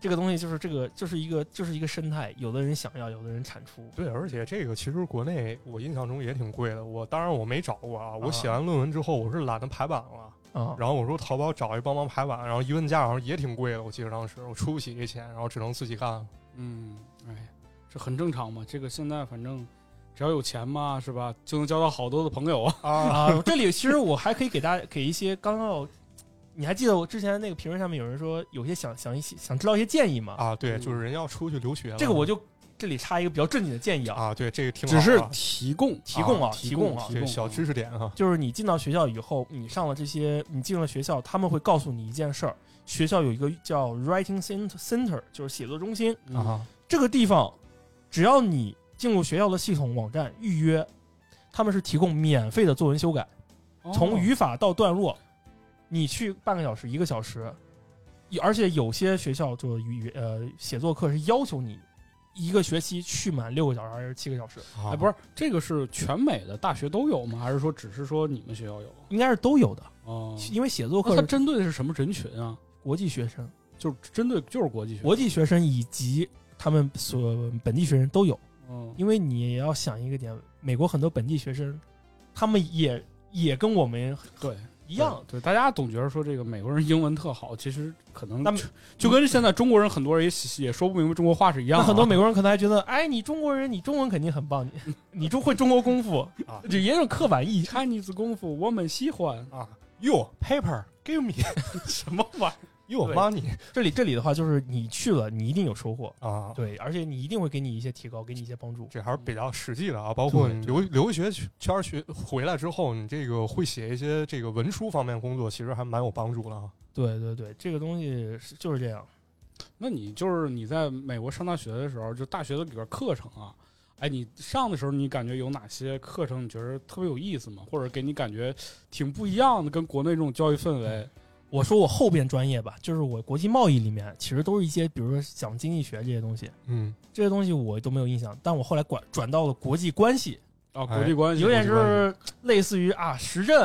C: 这个东西就是这个就是一个就是一个生态，有的人想要，有的人产出。
D: 对，而且这个其实国内我印象中也挺贵的。我当然我没找过啊，
C: 啊
D: 我写完论文之后我是懒得排版了，
C: 啊，
D: 然后我说淘宝找一帮忙排版，然后一问价好像也挺贵的，我记得当时我出不起这钱，然后只能自己干了。
B: 嗯，哎呀，这很正常嘛。这个现在反正只要有钱嘛，是吧，就能交到好多的朋友啊。
D: 啊
C: 啊，这里其实我还可以给大家给一些刚要，你还记得我之前那个评论下面有人说有些想想一些想知道一些建议吗？
D: 啊，对，就是人要出去留学了，
C: 这个我就这里插一个比较正经的建议啊，
D: 啊，对，这个挺好
B: 只
D: 啊
B: 是提供
C: 提供啊，
B: 提
C: 提
B: 供
C: 供啊，
D: 这个小知识点啊，
C: 就是你进到学校以后，你上了这些，你进了学校，他们会告诉你一件事儿，学校有一个叫 Writing Cent- Center，就是写作中心，
B: 嗯
D: 啊
C: 这个地方，只要你进入学校的系统网站预约，他们是提供免费的作文修改。
B: 哦
C: 从语法到段落，你去半个小时、一个小时，有而且有些学校就语呃写作课是要求你一个学期去满六个小时还是七个小时，
D: 啊，
B: 哎，不是这个是全美的大学都有吗？还是说只是说你们学校有？
C: 应该是都有的，
B: 哦，
C: 因为写作
B: 那
C: 课
B: 它
C: 是
B: 针对的是什么人群啊？
C: 国际学生、
B: 就是针对就是国际学生。
C: 国际学生以及他们所本地学生都有，
B: 嗯，
C: 因为你也要想一个点，美国很多本地学生，他们也也跟我们
B: 对，啊
C: 一样。
B: 对，对大家总觉得说这个美国人英文特好，其实可能
C: 那
B: 就就跟现在中国人很多人也也说不明白中国话是一样
C: 那
B: 的啊。
C: 很多美国人可能还觉得，哎，你中国人，你中文肯定很棒，你你中会中国功夫
D: 啊，
C: 这也有刻板印象。
B: Chinese 功夫我们喜欢。
D: 啊，you paper give me 什么玩意儿？you
C: 对
D: money
C: 这里这里的话就是你去了，你一定有收获，
D: 啊，
C: 对，而且你一定会给你一些提高，给你一些帮助。
D: 这还是比较实际的啊。包括
B: 对
D: 你留留学圈儿学回来之后，你这个会写一些这个文书方面的工作，其实还蛮有帮助的啊。
C: 对对对，这个东西是就是这样。
B: 那你就是你在美国上大学的时候，就大学的里边课程啊，哎，你上的时候你感觉有哪些课程你觉得特别有意思吗？或者给你感觉挺不一样的，跟国内这种教育氛围？
C: 我说我后边专业吧，就是我国际贸易里面，其实都是一些比如说讲经济学这些东西，
D: 嗯，
C: 这些东西我都没有印象。但我后来管转到了国际关系，
B: 啊，
D: 哎
B: 国际关系
C: 有点就是类似于啊时政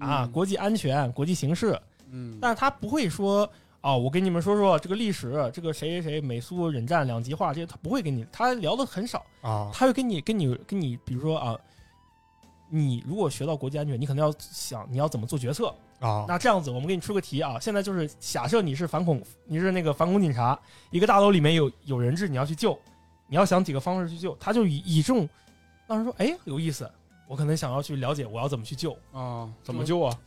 C: 啊、
B: 嗯
C: 国际安全、国际形势，
B: 嗯，
C: 但是他不会说啊、我跟你们说说这个历史，这个谁谁谁美苏冷战两极化这些，他不会跟你，他聊的很少。
D: 啊，
C: 他会跟你跟你跟你，比如说啊，你如果学到国际安全，你可能要想你要怎么做决策。
D: 啊，
C: 那这样子，我们给你出个题啊，现在就是假设你是反恐，你是那个反恐警察，一个大楼里面有有人质，你要去救，你要想几个方式去救，他就以以这种，当时说，哎，有意思，我可能想要去了解我要怎么去救。
B: 啊，怎么救啊？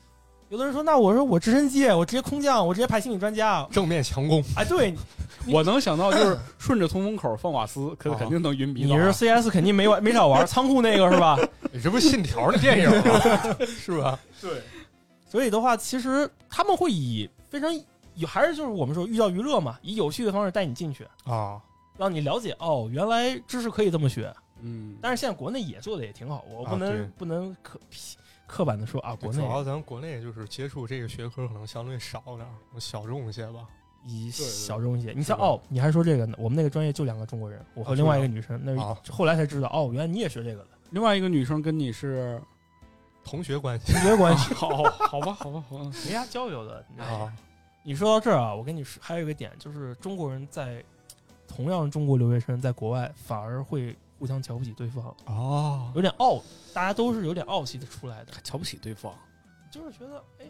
C: 有的人说，那我说我直升机，我直接空降，我直接派心理专家，啊
D: 正面强攻
C: 哎，对，你
B: 我能想到就是顺着通风口放瓦斯，可
D: 啊
B: 肯定能晕鼻
C: 你
B: 子啊。
C: 是 CS 肯定没玩没少玩，仓库那个是吧？
D: 这不是《信条》的电影吗？ 是吧？
B: 对，
C: 所以的话，其实他们会以非常有，还是就是我们说寓教于乐嘛，以有趣的方式带你进去，
D: 啊，
C: 让你了解哦，原来知识可以这么学。
B: 嗯，
C: 但是现在国内也做的也挺好，我
D: 啊
C: 不
D: 对
C: 能、不能刻刻板的说啊，国
D: 主
C: 内
D: 要咱国内就是接触这个学科可能相对少点儿，小众一些吧。
C: 以
B: 对对
C: 小众一些。你像
D: 是吧
C: 哦，你还说这个呢，我们那个专业就两个中国人，我和
D: 啊
C: 另外一个女生，那
D: 啊
C: 是后来才知道哦，原来你也学这个的，
B: 另外一个女生跟你是，
D: 同学关系
C: 同学关系
B: 好，好吧，好吧，好吧，
C: 没啥交流的。哎
D: 啊，
C: 你说到这儿啊，我跟你说，还有一个点就是，中国人在同样中国留学生在国外反而会互相瞧不起对方，
D: 哦，
C: 有点傲，大家都是有点傲气的出来的，
B: 还瞧不起对方。
C: 就是觉得哎，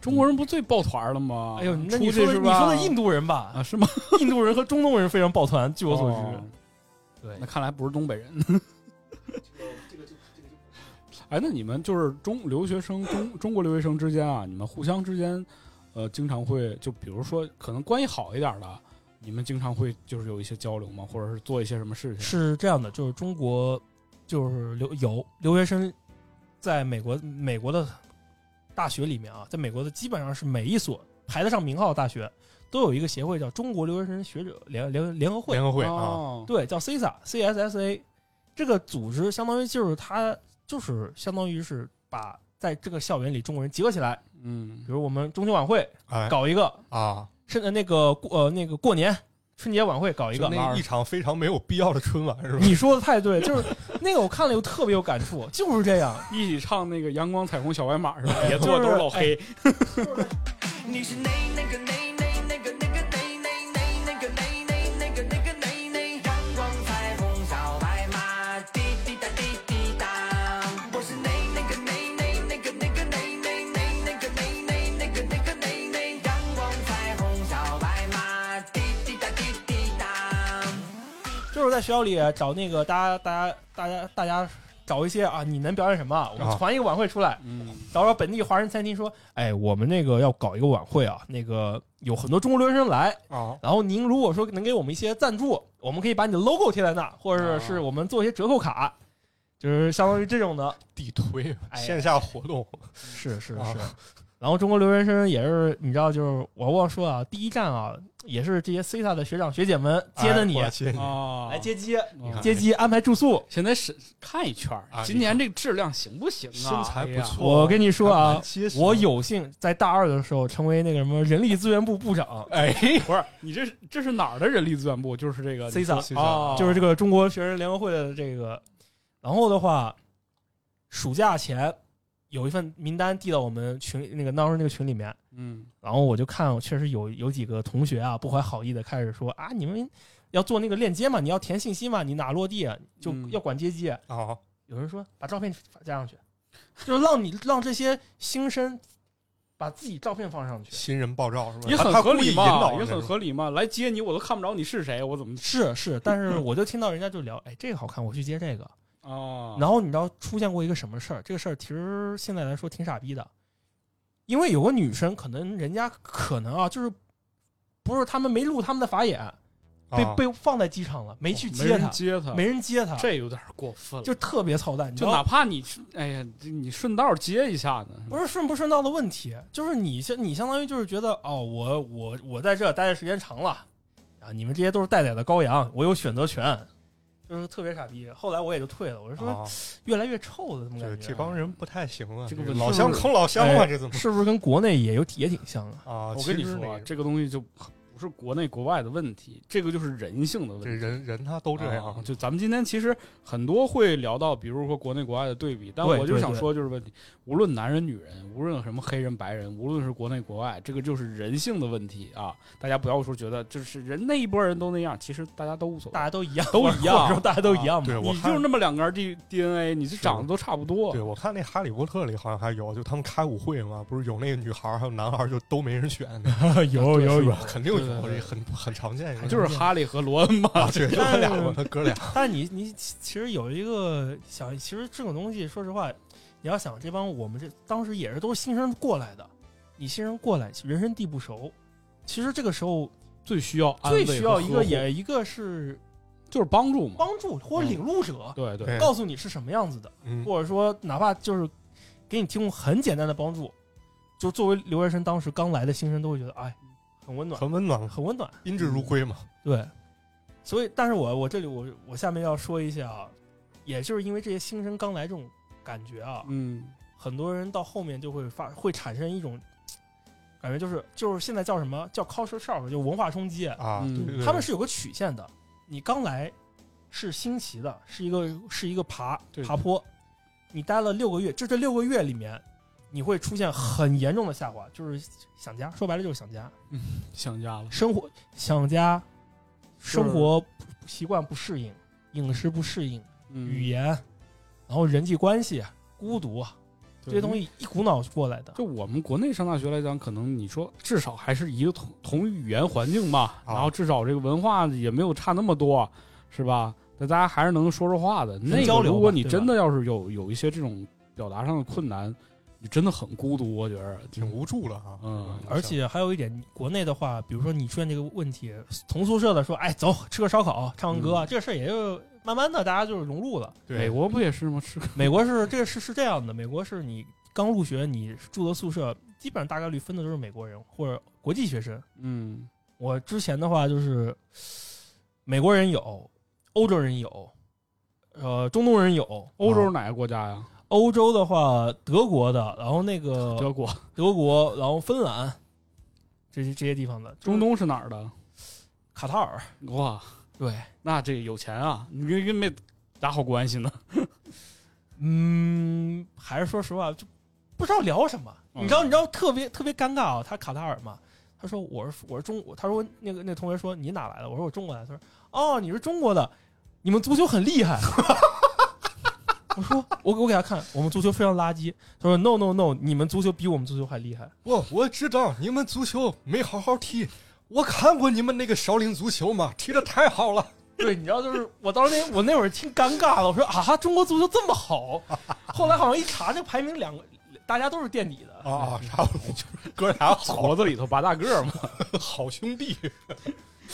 B: 中国人不最抱团了吗？
C: 哎呦，那
B: 出
C: 你
B: 去
C: 说的
B: 是
C: 你
B: 吧
C: 说的印度人吧，
B: 啊是吗？
C: 印度人和中东人非常抱团，据我所知，
B: 哦
C: 对
B: 那看来不是东北人。 哎，那你们就是中留学生中中国留学生之间啊，你们互相之间，呃，经常会就比如说可能关系好一点的，你们经常会就是有一些交流吗？或者是做一些什么事情？
C: 是这样的，就是中国就是留有留学生在美国美国的大学里面啊，在美国的基本上是每一所排得上名号的大学都有一个协会叫中国留学生学者联联联合会
D: 联，合会啊，
B: 哦，
C: 对，叫 CSA，CSSA 这个组织相当于就是它就是相当于是把在这个校园里中国人集合起来，
B: 嗯
C: 比，如我们中秋晚会
D: 哎
C: 搞一个，
D: 啊，
C: 甚至那个过呃那个过年春节晚会搞一
D: 就
C: 个，
D: 那一场非常没有必要的春晚是吧？
C: 你说的太对，就是那个我看了又特别有感触，就是这样。
B: 一起唱那个《阳光彩虹小白马》是吧？
C: 别
B: 别
C: 做
B: 做
C: 都
B: 都
C: 是
B: 是
C: 老
B: 老
C: 黑
B: 黑。
E: 你是哪那个哪哪那个那个哪哪哪那个哪哪那个那个哪哪？阳光彩虹小白马，滴滴答滴滴答。我是哪那个哪哪那个那个哪哪哪那个哪哪那个那个哪哪？阳光彩虹小白马，滴滴答滴滴答。
C: 就是在学校里找那个大家大家大家大家找一些啊，你能表演什么？我们
D: 啊
C: 传一个晚会出来，
B: 嗯，
C: 找找本地华人餐厅说，哎，我们那个要搞一个晚会啊，那个有很多中国留学生来，
D: 啊，
C: 然后您如果说能给我们一些赞助，我们可以把你的 logo 贴在那，或者是
B: 啊
C: 我们做一些折扣卡，就是相当于这种的。
D: 地推
C: 哎呀
D: 线下活动
C: 是是
D: 啊
C: 是。 然后中国留学生也是，你知道，就是我忘说啊，第一站啊，也是这些 CISA 的学长学姐们接着
D: 哎
C: 你、
D: 过来接你，
B: 啊，
C: 来接机，
B: 哦
D: 看
C: 接机安排住 宿。
B: 现在是看一圈儿
D: 啊，
B: 今年这个质量行不行啊？
D: 身
C: 哎
D: 材不错。
C: 我跟你说
D: 还
C: 啊
D: 蛮，结实的，
C: 我有幸在大二的时候成为那个什么人力资源部部 长，
B: 哎呀。 哎，不是，你这是这是哪儿的人力资源部？就是这个
C: CISA
D: 谢谢
B: 啊，
C: 就是这个中国学生联合会的这个。然后的话，暑假前有一份名单递到我们群那个当时那个群里面，
B: 嗯，
C: 然后我就看，确实有有几个同学啊，不怀好意的开始说啊，你们要做那个链接嘛，你要填信息嘛，你哪落地啊就
B: 嗯
C: 要管接机。
D: 啊，
C: 有人说把照片加上去，就是让你让这些新生把自己照片放上去。
D: 新人爆照是吧？
B: 也很
D: 他
B: 合理
D: 他
B: 嘛，
D: 故意
B: 也
D: 引导
B: 很合理嘛。来接你，我都看不着你是谁，我怎么
C: 是是，但是我就听到人家就聊，哎，这个好看，我去接这个。
B: 啊？
C: 然后你知道出现过一个什么事儿？这个事儿其实现在来说挺傻逼的，因为有个女生，可能人家可能啊，就是不是他们没录他们的法眼，
D: 那
C: 被被
D: 种啊
C: 放在机场了，没去
B: 没
C: 接他
B: 人，接他，
C: 没人接他，
B: 这有点过分了。
C: 就特别操蛋。你知
B: 就
C: 道
B: 哪怕你去，哎呀，这你顺道接一下呢，
C: 不是顺不顺道的问题，就是你相你相当于就是觉得哦，我我我在这待的时间长了啊，你们这些都是待宰的羔羊，我有选择权，就是特别傻逼。后来我也就退了，我就说
D: 啊，
C: 越来越臭了，怎么
D: 这
C: 感
D: 这
C: 觉？啊
D: 帮人不太行啊，
B: 这个
D: 个
B: 问题
D: 老乡
B: 是
D: 坑老乡啊，
C: 哎
D: 这怎么
C: 是不是跟国内也有也挺像啊？
D: 啊？
B: 我跟你
D: 其实
B: 说啊
D: 那，个
B: 这个东西就不是国内国外的问题，这个就是人性的问
D: 这
B: 题。
D: 人人他都这
B: 啊
D: 样，
B: 就咱们今天其实很多会聊到，比如说国内国外的对比，但
C: 对
B: 我就
C: 对
B: 想
C: 对
B: 说，就是问题，无论男人女人，无论什么黑人白人，无论是国内国外，这个就是人性的问题啊！大家不要说觉得就是人那一波人都那样，其实大家都无所谓
C: 大，家都一样，
B: 都一样
C: 或者说大家都一样嘛。
D: 对我
B: 你
D: 看
B: 就是那么两根 D D N A，你这长得都差不多
D: 对，我看那《哈利波特》里好像还有，就他们开舞会嘛，不是有那个女孩儿还有男孩儿，就都没人选，
C: 有有
D: 是
C: 有
D: 吧，肯定
B: 对对
D: 有，
B: 对
D: 这很很常见。
B: 就是哈利和罗恩嘛。
D: 啊，对，就他俩嘛，
C: 但
D: 他哥 俩
C: 但你你其其实有一个想，其实这种东西，说实话，你要想这帮我们这当时也是都是新生过来的，你新生过来，人生地不熟，其实这个时候
B: 最需要安
C: 最
B: 慰
C: 需要
B: 和
C: 一
B: 呵
C: 个
B: 护
C: 也一个是
B: 就是帮助嘛，
C: 帮助或者领路者，
B: 对嗯对
D: 对
C: 告诉你是什么样子的，
D: 嗯
C: 或者说哪怕就是给你提供很简单的帮助，就作为留学生当时刚来的新生都会觉得，哎，很温暖，
D: 很温
B: 嗯
D: 暖，
C: 很温暖。
D: 宾至如归嘛。
C: 对，所以，但是我我这里我我下面要说一下啊，也就是因为这些新生刚来这种感觉啊，
B: 嗯，
C: 很多人到后面就会发会产生一种感觉，就是就是现在叫什么叫 culture shock，就文化冲击。
D: 啊，
B: 嗯
D: 对对对
C: 他们是有个曲线的，你刚来是新奇的，是一个是一个爬
B: 对
C: 爬坡，你待了六个月，就这六个月里面。你会出现很严重的下滑，就是想家，说白了就是想家，
B: 想家了，
C: 生活想家，生
B: 是
C: 活不习惯不适应，饮食不适应，
B: 嗯
C: 语言，然后人际关系、啊孤独这
B: 对
C: 些东西一股脑过来的。
B: 就我们国内上大学来讲，可能你说至少还是一个同同语言环境吧，
D: 啊
B: 然后至少这个文化也没有差那么多，是吧？那大家还是能说说话的。那个
C: 交流嘛
B: 如果你
C: 对吧
B: 真的要是有有一些这种表达上的困难，你真的很孤独。我觉得
C: 嗯
D: 挺无助的啊哈。
B: 嗯
C: 而且还有一点，你国内的话，比如说你出现这个问题，同宿舍的说，哎，走吃个烧烤，唱个歌，
B: 嗯
C: 这个事儿也就慢慢的大家就是融入了。
B: 美
D: 对，
B: 国不也是吗？ 吃
C: 美国是这个是是这样的，美国是你刚入学，你住的宿舍基本上大概率分的都是美国人或者国际学生。
B: 嗯
C: 我之前的话就是美国人有，欧洲人有，呃，中东人有。
B: 欧洲是哪个国家呀？
C: 欧洲的话，德国的，然后那个
B: 德国。
C: 德国，然后芬兰，这些这些地方的
B: 中东是哪儿的？
C: 卡塔尔，
B: 哇，
C: 对，
B: 那这有钱啊！你跟跟没打好关 系呢。
C: 嗯，还是说实话，就不知道聊什么。
B: 嗯
C: 你知道，你知道特别特别尴尬啊。他卡塔尔嘛，他说我是我是中，他说那个那同学说你哪来的？我说我中国来的。他说哦，你是中国的，你们足球很厉 害。我说我我给他看，我们足球非常垃圾。他说 no no no，你们足球比我们足球还厉害。
D: 我我知道你们足球没好好踢，我看过你们那个少林足球嘛，踢的太好了。
C: 对，你知道，就是我当时那我那会儿挺尴尬的，我说啊，中国足球这么好。后来好像一查，这排名两个大家都是垫底的。
D: 啊，差不多就是哥俩好
B: 矬子里头拔大个儿嘛，
D: 好兄弟，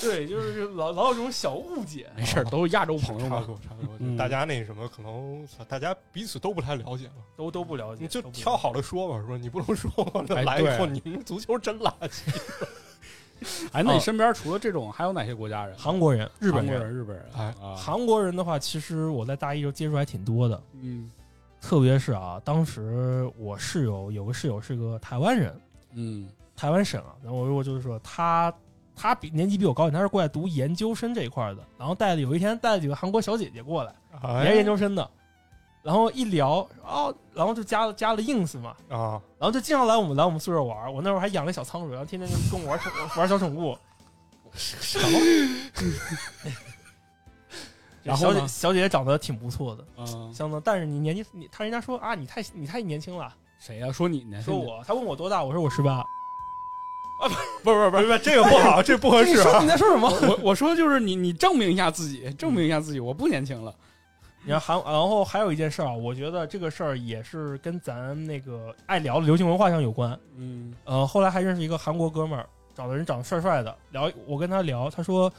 C: 对，就是老老有这种小误解。
B: 没事儿，都是亚洲朋友
D: 差不
B: 嘛。
D: 多差不多，
B: 嗯
D: 就大家那什么，可能大家彼此都不太了解嘛，
C: 都都不了解，
D: 你就
C: 都不了解
D: 挑。好嗯了说吧，说你不能说我
B: 哎
D: 来以
B: 对
D: 后你们足球真垃圾。
B: 哎，那你身边除了这种，还有哪些国家人？
C: 韩国人、日本
B: 韩国
C: 人、
B: 人、日本人。
D: 哎
B: 啊，
C: 韩国人的话，其实我在大一时候接触还挺多的，
B: 嗯
C: 特别是啊，当时我室友有个室友是个台湾人，
B: 嗯
C: 台湾省啊，然后我我就是说他。他比年级比我高一点，他是过来读研究生这一块的。然后带了有一天带了几个韩国小姐姐过来，
D: 哎
C: 也是研究生的。然后一聊，哦，然后就加了加了 ins 嘛，
D: 啊，
C: 然后就经常来我们来我们宿舍玩儿。我那会儿还养了小仓鼠，然后天天就跟我玩宠玩小宠 物。
B: 然后
C: 小姐
B: 呢
C: 小姐姐长得挺不错的，
B: 嗯，
C: 相当。但是你年纪，你他人家说啊，你太你太年轻了，
B: 谁呀？说你呢？
C: 说我，他问我多大，我说我十八。
D: 不是不是不是，这个不好，这不合
C: 你
D: 适啊
C: 说你。在说什么？
B: 我我说就是你，你证明一下自己，证明一下自己，我不年轻了。
C: 你看韩，然后还有一件事啊，我觉得这个事儿也是跟咱那个爱聊的流行文化上有关。
B: 嗯
C: 呃，后来还认识一个韩国哥们儿，找的人长得帅帅的，聊我跟他聊，他说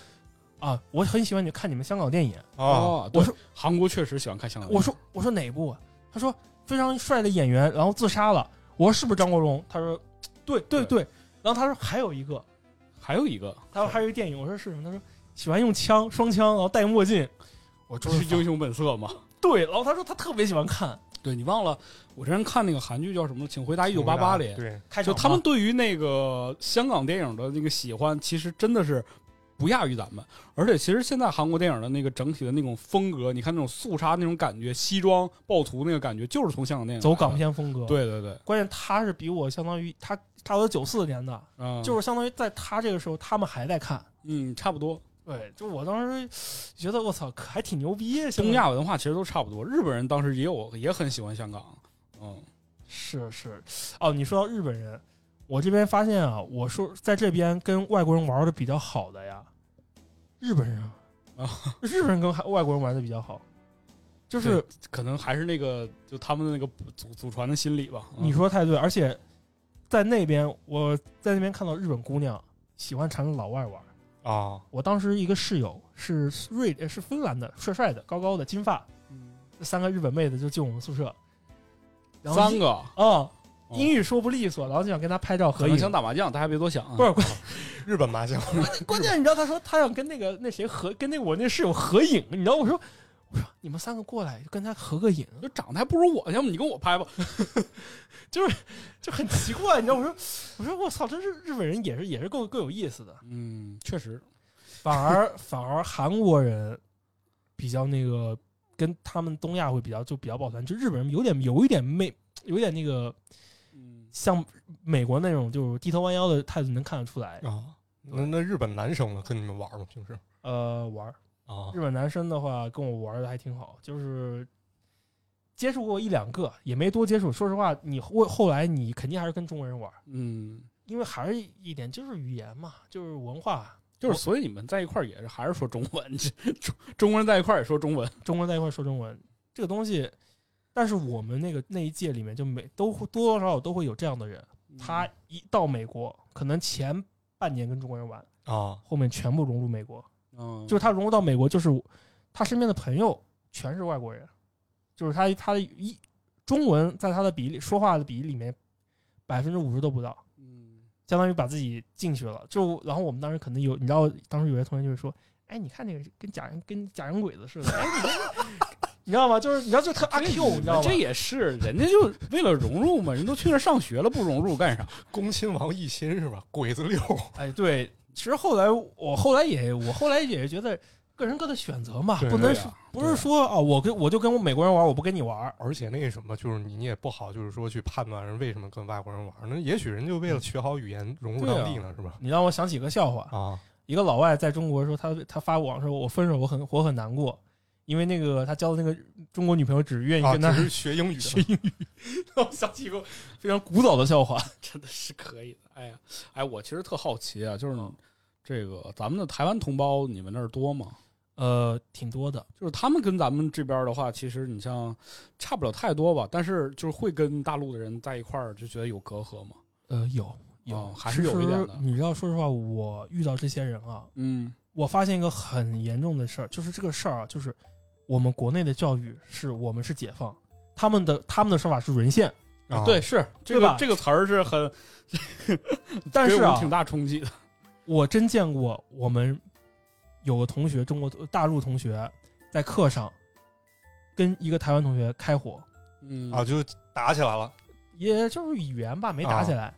C: 啊，我很喜欢你看你们香港电影。
D: 啊，，
B: 哦对
C: 我说
B: 韩国确实喜欢看香港电影。
C: 我说我说哪一部啊？他说非常帅的演员，然后自杀了。我说是不是张国荣？他说对对对。然后他说还有一个，
B: 还有一个
C: 他说还有一个电影，我说是什么？他说喜欢用枪双枪，然后戴墨镜。我
B: 就
C: 说
B: 是《英雄本色》嘛。
C: 对，然后他说他特别喜欢看
B: 对你忘了，我之前看那个韩剧叫什么《请回答一九八八》里，
D: 对，
C: 开
B: 就
C: 场嘛啊
B: 他们对于那个香港电影的那个喜欢，其实真的是不亚于咱们。而且其实现在韩国电影的那个整体的那种风格，你看那种肃杀那种感觉，西装暴徒那个感觉，就是从香港电影
C: 走
B: 来的
C: 港。片风格。，
B: 对对对，
C: 关键他是比我相当于他他都九四年的，
B: 嗯，
C: 就是相当于在他这个时候他们还在看。
B: 嗯，差不多。
C: 对，就我当时觉得我操，可还挺牛逼。现在
B: 东亚文化其实都差不多。日本人当时也有，也很喜欢香港。嗯
C: 是是，哦，你说到日本人，我这边发现啊，我说在这边跟外国人玩的比较好的呀，日本人啊，
B: 哦
C: 日本人跟外国人玩的比较好，就是
B: 对可能还是那个，就他们的那个祖祖传的心理吧。嗯
C: 你说得太对，而且在那边我在那边看到日本姑娘喜欢缠着老外玩。
D: 啊，
C: 我当时一个室友是瑞呃是芬兰的，帅帅的，高高的，金发，
B: 嗯
C: 三个日本妹子就进我们宿舍，然后
B: 三个哦
C: 啊、英语说不利索，然后就想跟他拍照合
B: 可
C: 影
B: 能，想打麻将，大家别多想啊。
C: 不是
D: 日本麻将
C: 关键你知道，他说他想跟那个那谁合，跟那我那室友合影。你知道，我说我说你们三个过来就跟他合个影，
B: 就长得还不如我，要么你跟我拍吧。
C: 就很奇怪。你知道，我说我说我操，这日日本人也是也是够够有意思的。
B: 嗯，确实，
C: 反而反而韩国人比较那个，跟他们东亚会比较就比较抱团，就日本人有点有一点媚，有点那个
B: 嗯，
C: 像美国那种就是低头弯腰的态度能看得出来。
D: 啊，那那日本男生呢，跟你们玩吗？平时
C: 呃，玩儿
D: 啊
C: 日本男生的话，跟我玩的还挺好，就是接触过一两个，也没多接触。说实话，你后后来你肯定还是跟中国人玩，
B: 嗯，
C: 因为还是一点就是语言嘛，就是文化。
B: 就是所以你们在一块儿也是还是 说中文，中中国人在一块儿也说中文。
C: 中国人在一块儿说中文，这个东西但是我们那个那一届里面，就每都会多多少少都会有这样的人，他一到美国，可能前半年跟中国人玩，
D: 啊，
C: 后面全部融入美国，
B: 嗯，
C: 就是他融入到美国，就是他身边的朋友全是外国人，就是他他的一中文在他的比例说话的比例里面百分之五十都不到，
B: 嗯
C: 相当于把自己进去了。就然后我们当时可能有，你知道，当时有些同学就会说：“哎，你看那个跟假人跟假人鬼子似的。”哎，你这 你知道吗？就是你知道，就是特阿 Q，你知道吗？
B: 这也是人家就为了融入嘛，人 都去那儿上学了，不融入干啥？
D: 恭亲王奕欣是吧？鬼子六，
C: 哎，对，其实后来我后来也我后来也是觉得个人各的选择嘛，
D: 对
C: 不能
B: 对啊
C: 说不是说啊，我跟我就跟我美国人玩，我不跟你玩。
D: 而且那什么，就是你你也不好，就是说去判断人为什么跟外国人玩，那也许人就为了学好语言融入
B: 对啊
D: 当地呢，是吧？
C: 你让我想起个笑话，
D: 啊，
C: 一个老外在中国说他他发网说，我分手我很我很难过，因为那个他交的那个中国女朋友只愿意
D: 啊，
C: 跟他、
D: 只是学英语的，
C: 学英语。让 我想起一个非常古早的笑话，
B: 真的是可以的。哎呀，哎，我其实特好奇啊，就是这个咱们的台湾同胞，你们那儿多吗？
C: 呃，挺多的。
B: 就是他们跟咱们这边的话，其实你像差不了太多吧，但是就是会跟大陆的人在一块儿，就觉得有隔阂嘛。
C: 呃，有有、
B: 哦还是有一
C: 其实
B: 点的
C: 你知道，说实话，我遇到这些人啊，
B: 嗯
C: 我发现一个很严重的事儿，就是这个事儿啊，就是我们国内的教育是我们是解放，他们的他们的说法是沦陷，
D: 啊
B: 对，是这
C: 对
B: 个
C: 吧
B: 这个词儿是很，
C: 但
B: 给
C: 是
B: 我们
C: 啊，
B: 挺大冲击的。
C: 我真见过我们有个同学，中国呃大陆同学在课上跟一个台湾同学开火，
B: 嗯
D: 啊，就打起来了，
C: 也就是语言吧，没
D: 啊
C: 打起来。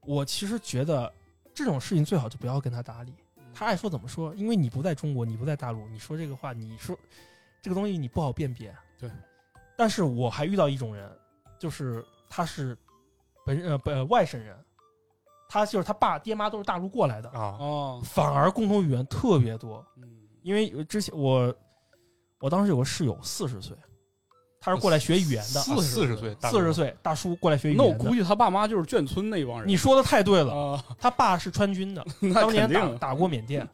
C: 我其实觉得这种事情最好就不要跟他搭理，他爱说怎么说，因为你不在中国，你不在大陆，你说这个话，你说这个东西你不好辨别。啊
B: 对，
C: 但是我还遇到一种人，就是他是本呃本外省人，他就是他爸爹妈都是大陆过来的，
D: 啊
B: 哦，
C: 反而共同语言特别多。
B: 嗯
C: 因为呃之前我我当时有个室友四十岁，他是过来学语言的，啊
D: 四
B: 40
D: 十岁，大
C: 四
D: 哥
C: 十，岁大叔过来学语
B: 那我
C: 言的
B: 估。计他爸妈就是眷村那帮人。
C: 你说的太对了，
D: 嗯
B: 啊，
C: 他爸是川军 的，
B: 那
C: 当年
B: 肯定
D: 啊
C: 打打过缅甸，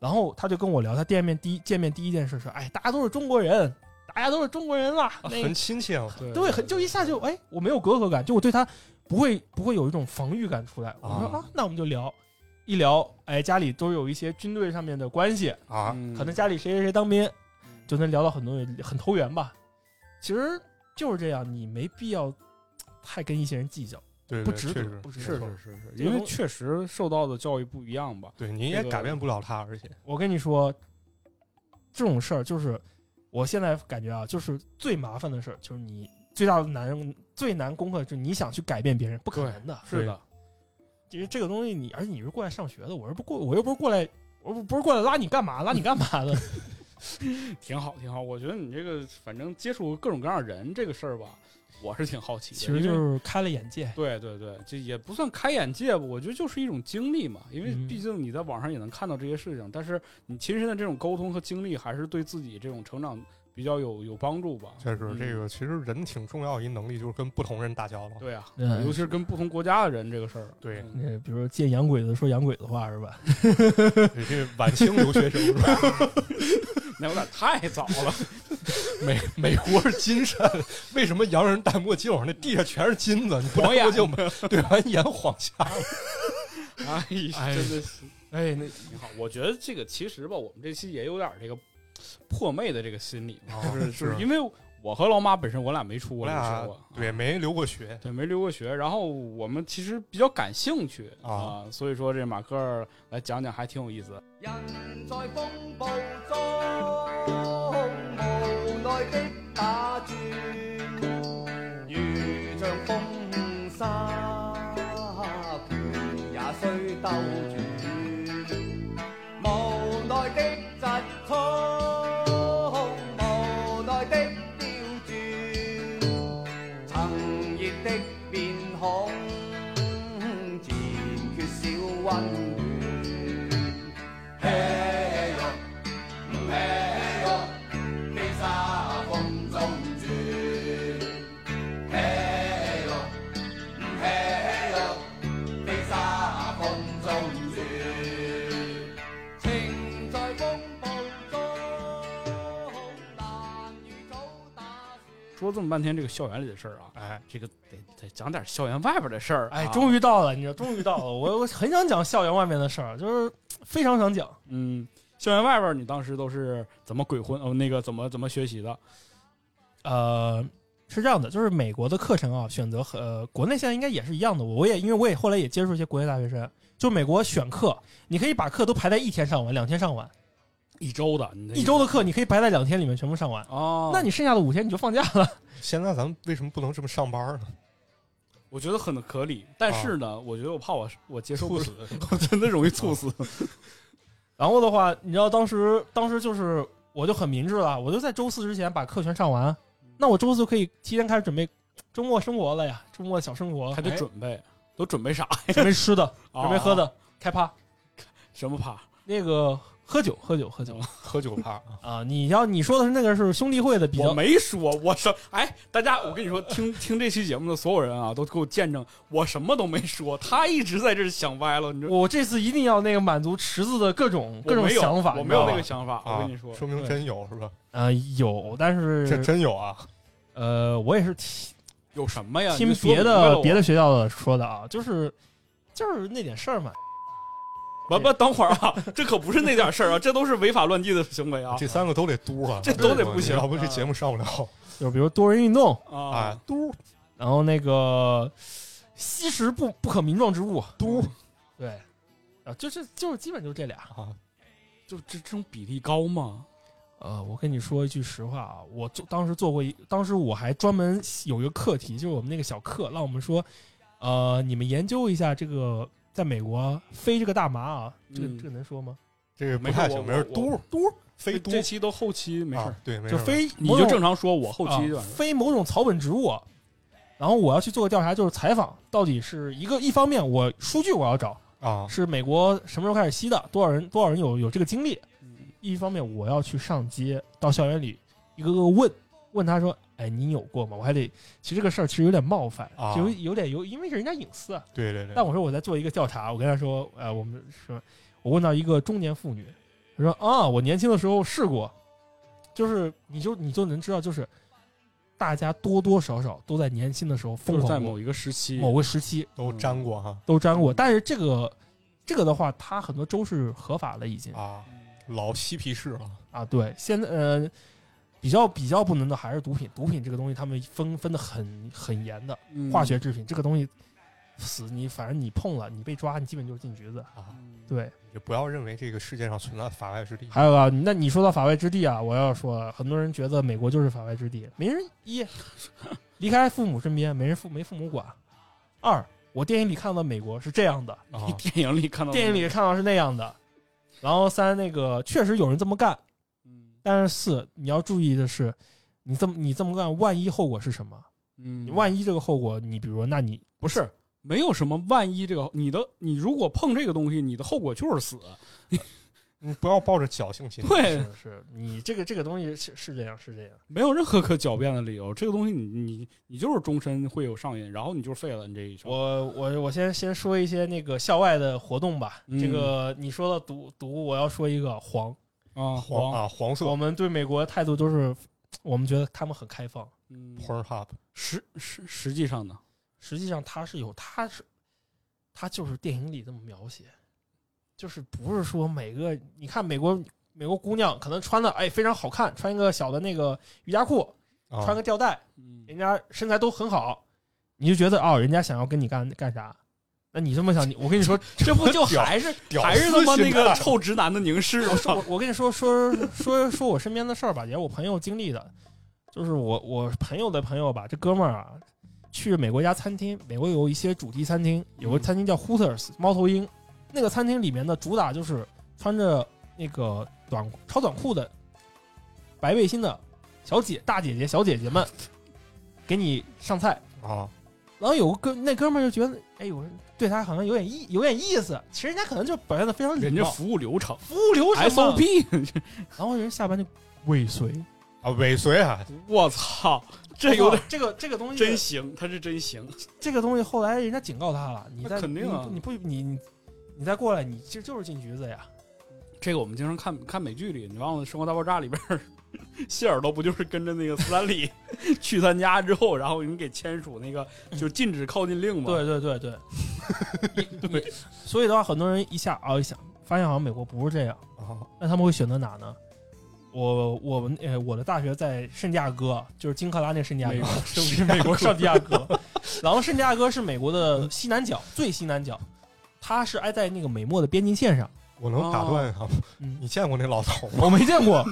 C: 然后他就跟我聊，他见面第一见面第一件事是，哎，大家都是中国人，大家都是中国人啦，
D: 啊
C: 那
D: 很呃亲切啊，
B: 对
C: 对，很就一下就哎，我没有隔阂感，就我对他不会不会有一种防御感出来。我说
D: 啊
C: 啊，那我们就聊一聊，哎，家里都有一些军队上面的关系，
D: 啊，
B: 嗯
C: 可能家里谁谁谁当兵，
D: 嗯
C: 就能聊到很多很投缘吧。其实就是这样，你没必要太跟一些人计较，
D: 对，
C: 不
D: 对
C: 值
D: 确
C: 得
D: 实，
C: 不值得
B: 是是是是，因为确实受到的教育不一样吧。
D: 对，你也改变不了他，而且
C: 我跟你说，这种事儿就是我现在感觉啊，就是最麻烦的事儿，就是你最大的难最难攻克，就是你想去改变别人，不可能的。
B: 是的，
C: 其实这个东西你，而且你是过来上学的，我是不过，我又不是过来，我不不是过来拉你干嘛，拉你干嘛的？
B: 挺好挺好。我觉得你这个反正接触各种各样的人这个事儿吧，我是挺好奇的。
C: 其实
B: 因
C: 就
B: 为
C: 是开了眼界。
B: 对对对，这也不算开眼界吧，我觉得就是一种经历嘛。因为
C: 嗯
B: 毕竟你在网上也能看到这些事情，但是你亲身的这种沟通和经历，还是对自己这种成长比较有有帮助吧。
D: 确实
B: 嗯
D: 这个其实人挺重要一能力，就是跟不同人打交道。
B: 对啊，
C: 嗯
B: 尤其是跟不同国家的人这个事儿。
D: 对
B: 嗯
C: 那比如说见洋鬼子说洋鬼子话是吧？
D: 对，这晚清留学生是吧？
B: 那有点太早了。
D: 美美国是金山，为什么洋人戴墨镜？那地下全是金子，你不戴墨镜吗？对， 完颜晃瞎了。
B: 哎呀，
C: 哎
B: 真的是。
C: 哎，那
B: 挺好。我觉得这个其实吧，我们这期也有点儿这个破妹的这个心理，
D: 啊
B: 就是哦就是
D: 是
B: 因为我和老马本身我俩没出过
D: 我
B: 留学
D: 俩
B: 过，
D: 对没留过学，
B: 对没留过学，然后我们其实比较感兴趣啊、
D: 啊
B: 所以说这马克儿来讲讲还挺有意思的。
E: 人在風暴中，無奈的打轉，如像風沙卷，也需兜轉。無奈的疾衝，無奈的調轉，曾熱的面孔，漸缺少温暖。嘿喲，嘿喲，飛沙風中轉。嘿喲，嘿喲，飛沙風中轉。情在風暴中，難如早打算。
C: 说
B: 这么半天这个校园里的事儿啊，
D: 哎，
B: 这个得得讲点校园外边的事儿、啊
C: 哎，
B: 于，
C: 终于到了，你知道，终于到了。我我很想讲校园外面的事儿，就是非常想讲。
B: 嗯，校园外边你当时都是怎么鬼混？哦，那个怎么怎么学习的？
C: 呃，是这样的，就是美国的课程啊，选择和呃国内现在应该也是一样的。我我也因为我也后来也接触一些国内大学生，就美国选课，你可以把课都排在一天上完，两天上完，
B: 一周的，你的
C: 一周的课你可以排在两天里面全部上完。
B: 哦，
C: 那你剩下的五天你就放假了。
D: 现在咱们为什么不能这么上班呢？
B: 我觉得很合理，但是
C: 哦
B: 呢，我觉得我怕我我接受 不了，
D: 死！
B: 我真的容易猝死。
C: 然后的话，你知道当时当时就是我就很明智了，我就在周四之前把课全上完，
B: 嗯
C: 那我周四就可以提前开始准备周末生活了呀，周末小生活
B: 还得准备，都准备啥呀？
C: 哎准备吃的，哎准备喝
B: 啊
C: 的，开趴
B: 什么趴？
C: 那个喝酒喝酒喝酒
D: 喝酒 趴，
C: 啊！你要你说的是那个是兄弟会的比
B: 我
C: 较，
B: 没说，我什哎，大家，我跟你说，听听这期节目的所有人啊，都给我见证，我什么都没说，他一直在这儿想歪了，你知道。
C: 我这次一定要那个满足池子的各种
B: 我
C: 各种
B: 没有
C: 想法，
B: 我
C: 你
B: 没
C: 知
B: 有
C: 道
B: 那
C: 吧
B: 个想法。我
D: 啊
B: 跟你说，
D: 说明真有是吧？
C: 呃有，但
D: 这
C: 是
D: 真有啊！
C: 呃我也是听
B: 有什么哎呀？
C: 听
B: 你说
C: 别
B: 明白了
C: 的
B: 我
C: 别的学校的说的啊，就是就是那点事儿嘛，
B: 不不，等会儿啊，这可不是那点事儿啊，这都是违法乱纪的行为啊
D: 这三个都得嘟啊，
B: 这都得不行
D: 要不这节目上不了。
C: 就是比如多人运动，
B: 啊
D: 哎！，嘟
C: 然后那个吸食不不可名状之物，
D: 嘟
C: 对，啊，就是就是基本就这俩。
D: 啊，
B: 就这这种比例高吗？
C: 呃，我跟你说一句实话啊，我做当时做过一，当时我还专门有一个课题，就是我们那个小课，让我们说，呃，你们研究一下这个在美国飞这个大麻啊，这个、
B: 嗯
C: 这个能说吗？
D: 这个
B: 没
D: 不
B: 事
D: 太
B: 我
D: 行，没事，
B: 我
D: 嘟嘟飞
B: 这
D: 嘟
B: 这期都后期没事儿
D: 啊，，对，没事
C: 就
D: 儿。
C: 飞
B: 你
C: 某
B: 就
C: 种
B: 正常说，我后期
C: 啊
B: 就完事儿
C: 非某种草本植物，然后我要去做个调查，就是采访到底是一个一方面，我数据我要找，
D: 啊，
C: 是美国什么时候开始吸的，多少人多少人有有这个经历。
B: 嗯
C: 一方面我要去上街到校园里一个个问，问他说：“哎，你有过吗？”我还得，其实这个事儿其实有点冒犯，
D: 啊
C: 有有点有，因为是人家隐私啊。
D: 对对对
C: 但。我说我在做一个调查，我跟他说：“呃，我们说，我问到一个中年妇女，她说啊，我年轻的时候试过，就是你就你就能知道，就是大家多多少少都在年轻的时候
B: 就
C: 疯
B: 是在
C: 狂
B: 某
C: 过
B: 一个时期，
C: 某个时期，
D: 都沾过哈
C: 都沾过。但是这个这个的话，它很多州是合法的已
B: 嗯
C: 经啊啊
D: 啊，老嬉皮士了
C: 对，现在呃比较比较不能的还是毒品，毒品这个东西他们分分的很很严的，
B: 嗯
C: 化学制品这个东西死你，反正你碰了，你被抓，你基本就是进局子。
D: 啊！
B: 嗯
C: 对，
D: 也不要认为这个世界上存在法外之地，
C: 还有啊，那你说到法外之地啊，我要说了，很多人觉得美国就是法外之地，没人一离开父母身边，没人父没父母管；二，我电影里看到美国是这样的，
D: 啊
B: 你电影里看到
C: 电影里看到是那样的。然后三，那个确实有人这么干，
B: 嗯
C: 但是四，你要注意的是，你这么你这么干，万一后果是什么？
B: 嗯
C: 你万一这个后果，你比如说，那你
B: 不是没有什么万一这个你的你如果碰这个东西，你的后果就是死。
D: 你不要抱着侥 幸心理。
B: 对，
C: 是是，你这个这个东西是是这样是这样。
B: 没有任何可狡辩的理由。这个东西你你你就是终身会有上瘾，然后你就是废了你这一生。
C: 我我我先先说一些那个校外的活动吧。
B: 嗯
C: 这个你说到毒毒，我要说一个黄。
B: 啊
D: 黄
B: 黄
D: 啊，黄色
C: 我们对美国态度都是，我们觉得他们很开放，
B: 嗯
D: Pornhub
B: 实实实际上呢，
C: 实际上他是有，他是他就是电影里这么描写，就是不是说每个你看美国美国姑娘可能穿的哎非常好看，穿一个小的那个瑜伽裤，
D: 啊，
C: 穿个吊带，
B: 嗯
C: 人家身材都很好，你就觉得哦，人家想要跟你干干啥？那你这么想，你我跟你说，
B: 这不就还是
D: 屌
B: 还是他妈那个
D: 屌丝心态
B: 臭直男的凝视啊吗
C: 我？哦说我我跟你说说说说我身边的事儿吧，也我朋友经历的，就是我我朋友的朋友吧，这哥们儿啊，去美国一家餐厅，美国有一些主题餐厅，有
B: 嗯
C: 个餐厅叫 Hooters 猫头鹰，那个餐厅里面的主打就是穿着那个短超短裤的白背心的小姐大姐姐小姐姐们，给你上菜，
D: 啊，
C: 然后有个哥那哥们儿就觉得，哎，我对他好像有点意有点意思，其实人家可能就表现的非常礼
B: 人家
C: 貌，
B: 服务流程
C: 服务流程嘛
B: SOP，
C: 然后人下班就尾随，
D: 啊，尾随啊，
B: 我操，这有点
C: 这个这个东西
B: 真行，他是真行。
C: 这个东西后来人家警告他了，你
B: 那
C: 再
B: 肯定啊
C: 你不你不你你你再过来，你这就是进局子呀。
B: 这个我们经常看看美剧里，你忘了《生活大爆炸》里边儿谢耳朵不就是跟着那个斯 坦李去他家之后，然后你给签署那个就是禁止靠近令嘛？
C: 对对对对，对所以的话，很多人一下啊一想，发现好像美国不是这样，
D: 啊，
C: 那他们会选择哪呢？我我们呃，我的大学在圣地亚哥，就是金克拉那圣地亚
B: 美
C: 哥
B: 国，
C: 是美国圣地亚哥。然后圣地亚哥是美国的西南角，最西南角，它是挨在那个美墨的边境线上。
D: 我能打断一下吗？
C: 嗯
D: 你见过那老头吗？
C: 我没见过，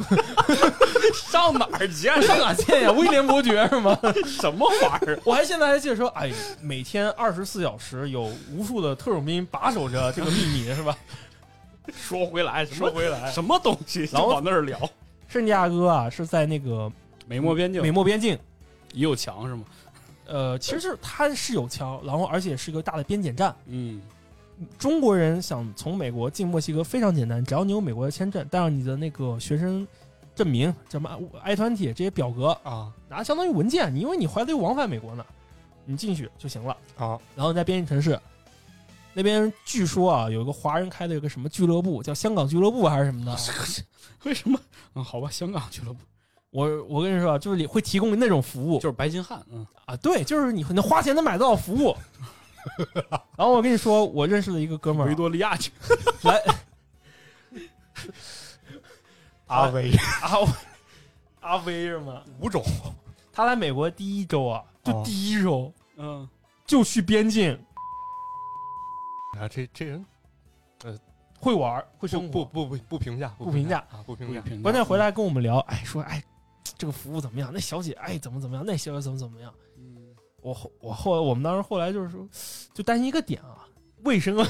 B: 上哪儿见
C: 上哪 见呀？威廉伯爵是吗？
B: 什么玩 意儿？
C: 我还现在还记得说，哎，每天二十四小时有无数的特种兵把守着这个秘密， 是吧？
B: 说回来，什
C: 说
B: 么
C: 回来，
B: 什么东西？就
C: 然后
B: 往那儿聊。
C: 圣地亚哥啊是在那个
B: 美墨边境
C: 美墨边境，
B: 也有墙是吗？
C: 呃，其实是它是有枪，然后而且是一个大的边检站。
B: 嗯，
C: 中国人想从美国进墨西哥非常简单，只要你有美国的签证，带上你的那个学生证明、什么 I 团体这些表格，
D: 啊
C: 拿相当于文件，你因为你怀着有往返美国呢，你进去就行了。
D: 啊，
C: 然后在边境城市那边，据说啊，有一个华人开的一个什么俱乐部，叫香港俱乐部还是什么的。
B: 为什么？嗯，好吧，香港俱乐部
C: 我我跟你说啊，就是你会提供那种服务
B: 就是白金汉，嗯，
C: 啊，对，就是你能花钱能买到的服务。然后我跟你说，我认识了一个哥们儿
B: 维
C: 啊，
B: 多利亚去。
C: 来
D: 阿威
C: 阿威啊阿威是吗？
D: 五种
C: 他来美国第一周啊，就
D: 哦
C: 第一周、
B: 嗯，
C: 就去边境，
D: 啊，这这人
C: 会玩儿会
D: 不
C: 生活，
D: 不不不不评价，
C: 不评价
D: 啊，不评价。
C: 关键回来跟我们聊，哎，说哎，这个服务怎么样？那小姐哎怎么怎么样？那小姐怎么怎么样？
B: 嗯，
C: 我后我后来我们当时后来就是说，就担心一个点啊，卫生啊，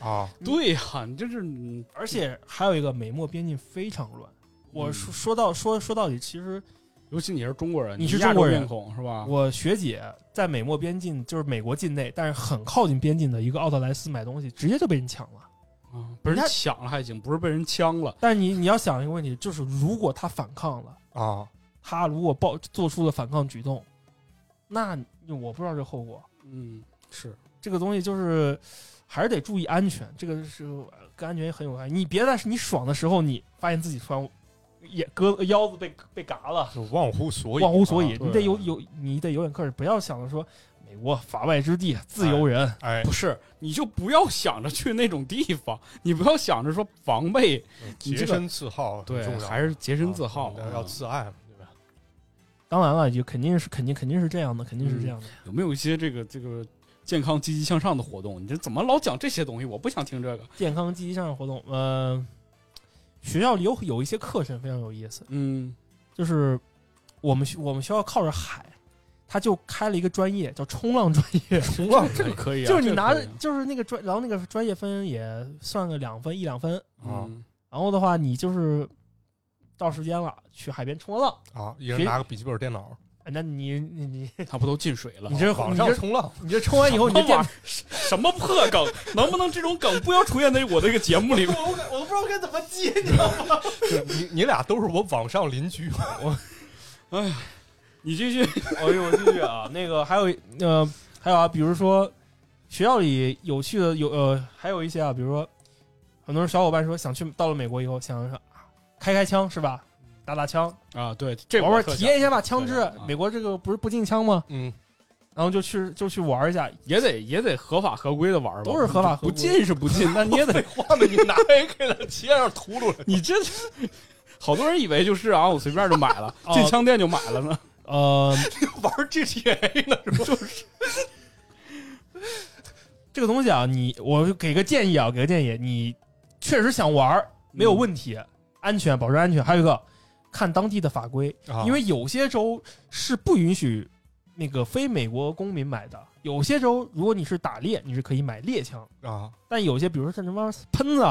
D: 啊，
B: 对呀，你这是嗯
C: 而且还有一个美墨边境非常乱。我
B: 嗯
C: 说说到说说到底，其实
B: 尤其你是中国人，
C: 你是
B: 亚
C: 中国
B: 洲
C: 人
B: 面孔是吧？
C: 我学姐在美墨边境，就是美国境内，但是很靠近边境的一个奥特莱斯买东西，直接就被人抢了。
B: 啊，被人
C: 你看
B: 抢了还行，不是被人枪了。
C: 但是你你要想一个问题，就是如果他反抗了，
D: 啊，
C: 他如果报做出了反抗举动，那我不知道这后果。
B: 嗯，是
C: 这个东西就是还是得注意安全，这个是呃跟安全很有关系。你别在你爽的时候，你发现自己突然也胳膊腰子被被嘎了，
D: 就忘乎所以，
C: 忘乎所以。
D: 啊
C: 你得
B: 对
C: 有有你得有点克制，不要想着说美国法外之地自由人，
D: 哎
B: 不，是？你就不要想着去那种地方，你不要想着说防备，你
D: 洁
B: 这个
D: 身自好很
B: 对
D: 重，要，
B: 还是洁身自
D: 啊
B: 好。
D: 要要自爱嘛，对吧？
C: 当然了，就肯定是肯定肯定是这样的，肯定是
D: 嗯
C: 这样的。
B: 有没有一些这个这个健康积极向上的活动？你这怎么老讲这些东西？我不想听这个。
C: 健康积极向上活动，呃，学校里有有一些课程非常有意思，
B: 嗯，
C: 就是我们学我们学校靠着海，他就开了一个专业叫冲浪专业，
B: 冲浪这个可以啊，
C: 就是你拿
B: 这个可以啊
C: 就是那个专，然后那个专业分也算个两分一两分，
B: 嗯
C: 然后的话你就是到时间了去海边冲个浪，
D: 啊，一人拿个笔记本电脑，
C: 哎那你你你
B: 他啊不都进水了？
C: 你这
D: 网
C: 你
D: 上
C: 这
D: 冲浪，
C: 你这冲完以后你
B: 什
C: 这
B: 么
C: 电
B: 玩意什么破梗？能不能这种梗不要出现在我这个节目 里？
C: 我都不知道该怎么接，
D: 对你你俩都是我网上邻居，
B: 你继续。
C: 哎呦我继续啊，那个还有呃还有啊，比如说学校里有趣的有呃还有一些啊，比如说很多小伙伴说想去到了美国以后想说啊开开枪是吧，打打枪，
B: 啊，对，嗯这
C: 玩玩
B: 特
C: 体
B: 想
C: 验一下吧枪
B: 特
C: 支
B: 想啊，
C: 美国这个不是不禁枪吗？
D: 嗯，
C: 然后就去就去玩一下，
B: 也得也得合法合规的玩吧，
C: 都是合法合规
B: 不进是不进，但你也 得，，
D: 画面你拿一个给他切上秃噜了
B: 你这好多人以为就是啊，我随便就买了，
C: 哦
B: 进枪店就买了呢。
C: 呃，
D: 玩 GTA 呢是吧？
C: 这个东西啊，你我给个建议啊，给个建议，你确实想玩儿 没
B: 嗯
C: 有问题，安全保证安全。还有一个，看当地的法规，
D: 啊
C: 因为有些州是不允许那个非美国公民买的，有些州如果你是打猎，你是可以买猎枪，
D: 啊，
C: 但有些比如说像什么喷子，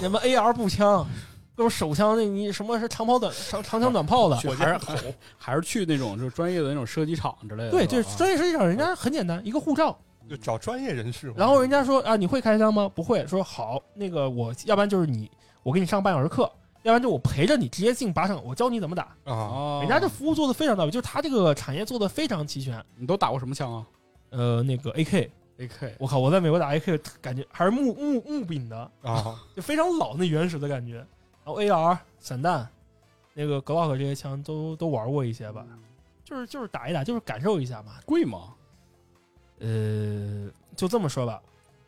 C: 什么 AR 步枪。各种手枪，那你什么是长跑短长长枪短炮的？
B: 去还是 还哎还是去那种就是专业的那种射击场之类的。
C: 对，
B: 是吧
C: 就是专业设计上人家很简单，一个护照，
D: 就找专业人士嘛，
C: 然后人家说啊，你会开枪吗？不会。说好，那个我要不然就是你，我给你上半小时课，要不然就我陪着你直接进靶场，我教你怎么打。
D: 啊，
B: 哦，
C: 人家这服务做的非常到位，就是他这个产业做的非常齐全。
B: 你都打过什么枪啊
C: 呃，那个 AK，
B: ？AK
C: 我靠，我在美国打 AK 感觉还是木木木柄的，
D: 啊
C: 就非常老那原始的感觉。然后 AR 散弹，那个格洛克这些枪都都玩过一些吧，就是就是打一打，就是感受一下嘛。
B: 贵吗？
C: 呃，就这么说吧，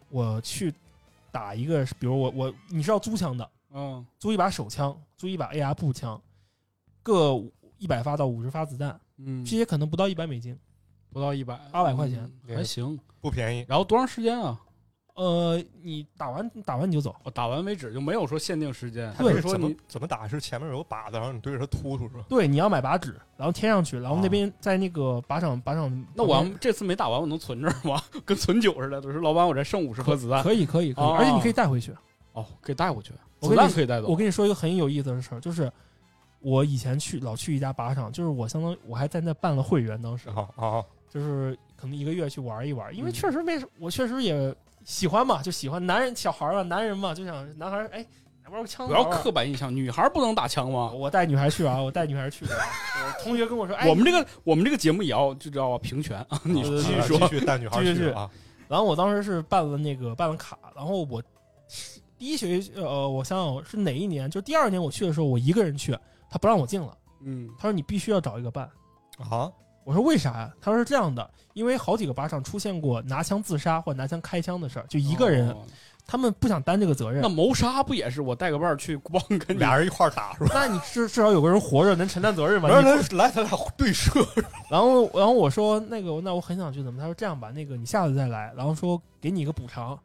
C: 我去打一个，比如我我你是要租枪的，
B: 嗯，
C: 租一把手枪，租一把 AR 步枪，各一百发到五十发子弹，
B: 嗯
C: 这，些可能不到一百美金。
B: 不到一百，
C: 800块钱
B: 嗯还行。
D: 不便宜。
B: 然后多长时间啊？
C: 呃，你打完打完你就走，
B: 我打完为止，就没有说限定时间，
C: 对
B: 还是说
D: 怎么
B: 你
D: 怎么打是前面有个靶子，然后你对着它突突是吧？
C: 对，你要买靶纸，然后贴上去，然后
D: 啊
C: 那边在那个靶场靶场，
B: 哦那我要这次没打完，我能存着吗？ 跟存酒似的，就是老板，我这剩五十颗子弹，
C: 可以可以可以，
B: 哦
C: 而且你可以带回去。
B: 哦，可以带回去，
C: 我跟你
B: 子弹可以带走
C: 我。跟你说一个很有意思的事儿，就是我以前去老去一家靶场，就是我相当于我还在那办了会员，当时
D: 啊啊，
C: 就是可能一个月去玩一玩，因为
B: 哦嗯
C: 确实没什，我确实也喜欢嘛，就喜欢男人小孩儿嘛，男人嘛就想男孩儿哎玩个枪
B: 不要
C: 玩玩
B: 刻板印象，女孩不能打枪吗？
C: 我带女孩去玩，我带女孩去玩。啊 我同学跟我说，哎，
B: 我们这个我们这个节目也要就知道啊，平权啊，你
C: 对对
B: 继
C: 对
B: 续
D: 继
B: 说。
D: 续带女孩
C: 继续
D: 去啊，
C: 然后我当时是办了那个办了卡，然后我第一学期，呃，我想想是哪一年，就第二年我去的时候，我一个人去，他不让我进了，
B: 嗯
C: 他说你必须要找一个伴。
D: 啊，
C: 我说为啥呀？他说是这样的，因为好几个靶场出现过拿枪自杀或拿枪开枪的事儿，就一个人，
B: 哦
C: 他们不想担这个责任
B: 那。谋杀不也是我带个伴儿去帮跟你
D: 俩人一块儿打是吧？
C: 那你至至少有个人活着能承担责任吧？
D: 然
C: 你
D: 后他来，咱俩对射，
C: 然后，然后我说那个，那我很想去，怎么？他说这样吧，那个你下次再来，然后说给你一个补偿，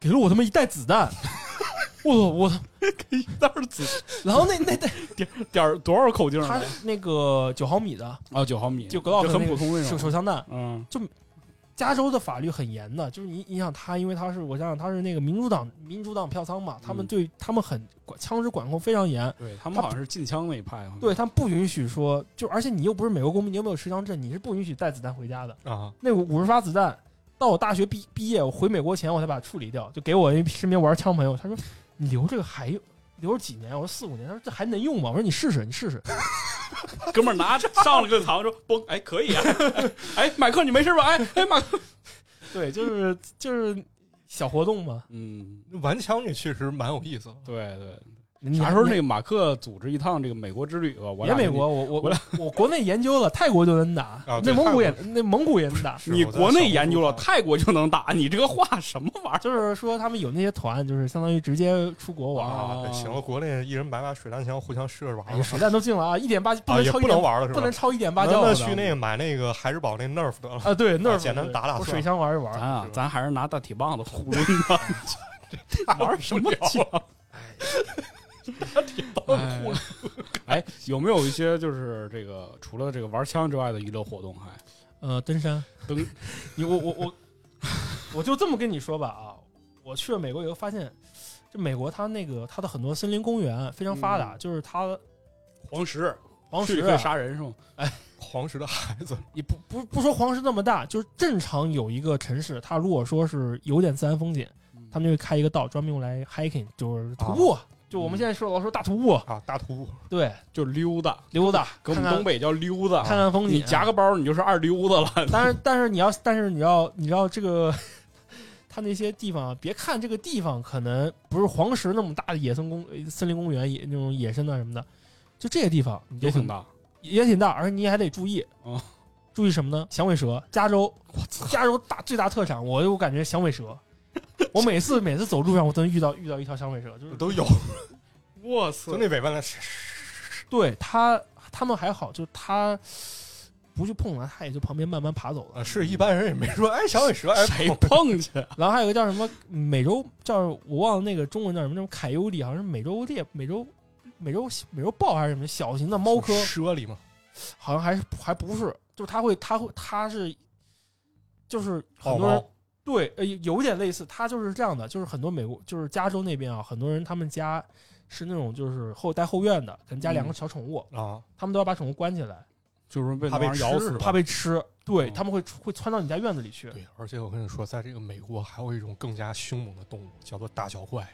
C: 给了我他妈一袋子弹， 我操我操！
B: 袋儿子
C: 然后那那袋
B: 点儿多少口径
C: 他
B: 啊？
C: 是那个九毫米的，
B: 啊，九毫米，
C: 就格老
B: 很普通那
C: 手
B: 种。
C: 手枪弹。
B: 嗯，
C: 加州的法律很严的，就是你你想他，因为他是我想想他是那个民主党民主党票仓嘛，他们
B: 嗯
C: 对他们很管枪支管控非常严，
B: 对他们好像是禁枪那一派。啊
C: 对，他们不允许说，就而且你又不是美国公民，你又没有持枪证，你是不允许带子弹回家的。
D: 啊，
C: 那五十发子弹，到我大学毕毕业，我回美国前我才把它处理掉，就给我一身边玩枪朋友，他说你留这个还有留着几年？我说四五年，他说这还能用吗？我说你试试，你试试。
B: 哥们儿拿着上了个膛说嘣，哎，可以啊。 哎，马克，你没事吧？哎哎，马克。
C: 对，就是就是小活动嘛。
B: 嗯，
D: 玩枪这确实蛮有意思的。
B: 对对。
C: 你
B: 啥时候
C: 你
B: 那个马克组织一趟这个美国之旅吧？我
C: 别
B: 俩
C: 美国，我我
B: 我
C: 我我国内研究了，泰国就能打，
D: 啊
C: 内
D: 对
C: 蒙古也
D: 泰
C: 内蒙古也能打。
B: 你国内研究了，
D: 是我在小红书上
B: 泰国就能打，你这个话什么玩意儿？
C: 就是说他们有那些团，就是相当于直接出国玩。
B: 啊
D: 啊，对行了，国内一人买把水弹枪互相射着玩
C: 哎
D: 儿
C: 呀，
D: 吧
C: 水弹都进了啊，一点八不
D: 啊，
C: 能
D: 也
C: 超一
D: 不能
C: 点，
D: 玩了是
C: 不能
D: 吧？
C: 超一点八
D: 那
C: 焦
D: 那
C: 的。
D: 去那个买那个孩之宝那 Nerf 得了，
C: 啊，对，那儿
D: 简单打打
C: 我
D: 算
C: 水枪玩一玩。
B: 咱啊
D: 是，吧
B: 咱还是拿大铁棒子呼噜你吧 玩什么啊枪？ 哎
C: 呼噜
B: 哎，有没有一些就是这个除了这个玩枪之外的娱乐活动？还
C: 呃，登山，
B: 登
C: 你我我我，我就这么跟你说吧啊，我去了美国以后发现，这美国它那个它的很多森林公园非常发达，就是它
B: 黄石，啊
C: 黄
B: 嗯去
C: 石啊
B: 了可以杀人是吗？
D: 黄石的孩子
C: 也不不不说黄石那么大，就是正常有一个城市，它如果说是有点自然风景，
B: 嗯
C: 他们就会开一个道专门用来 hiking，就是徒
B: 啊
C: 步，啊就我
B: 嗯
C: 们现在说老说大徒步，
D: 啊，大徒步
C: 对，
B: 就溜达，
C: 溜达，
B: 给我
C: 看
B: 们东
C: 看
B: 北叫溜达。啊
C: 看看风景，啊
B: 你夹个包，你就是二溜子了。
C: 但是但是你要但是你要你知道这个， 它那些地方，啊别看这个地方可能不是黄石那么大的野生公呃森林公园野那种野生的什么的，就这些地方你就
B: 也挺
C: 很
B: 大，
C: 也挺大，而且你还得注意
B: 哦
C: 注意什么呢？响尾蛇，加州，加州大最大特产，我我感觉响尾 蛇。我每次每次走路上，我都能遇到遇到一条响尾蛇，就是
D: 都有，
B: 嗯哇塞
D: 就那尾巴
C: 嗯
D: 那
C: 对它它们还好，就是它不去碰它，它也就旁边慢慢爬走了。
D: 啊，是一般人也没说，哎，小尾蛇，哎，
B: 谁碰去？啊
C: 然后还有一个叫什么美洲叫我忘了那个中文叫什么，那种凯优里好像是美洲猎美洲美洲美洲豹还是什么小型的猫科，
D: 猞猁嘛，
C: 好像还是还不是，就是它会它会它是就是很
D: 豹
C: 多人
D: 猫
C: 对呃有有点类似，它就是这样的，就是很多美国就是加州那边啊，很多人他们家是那种就是后带后院的，可能家两个小宠物，
D: 啊，
C: 他们都要把宠物关起来，
B: 就是被
D: 怕被
B: 狼咬
D: 吃
B: 死
D: 是
B: 吧，
C: 怕被吃，对、
B: 哦
C: 他们会会窜到你家院子里去。
D: 对，而且我跟你说，在这个美国还有一种更加凶猛的动物，叫做大脚怪，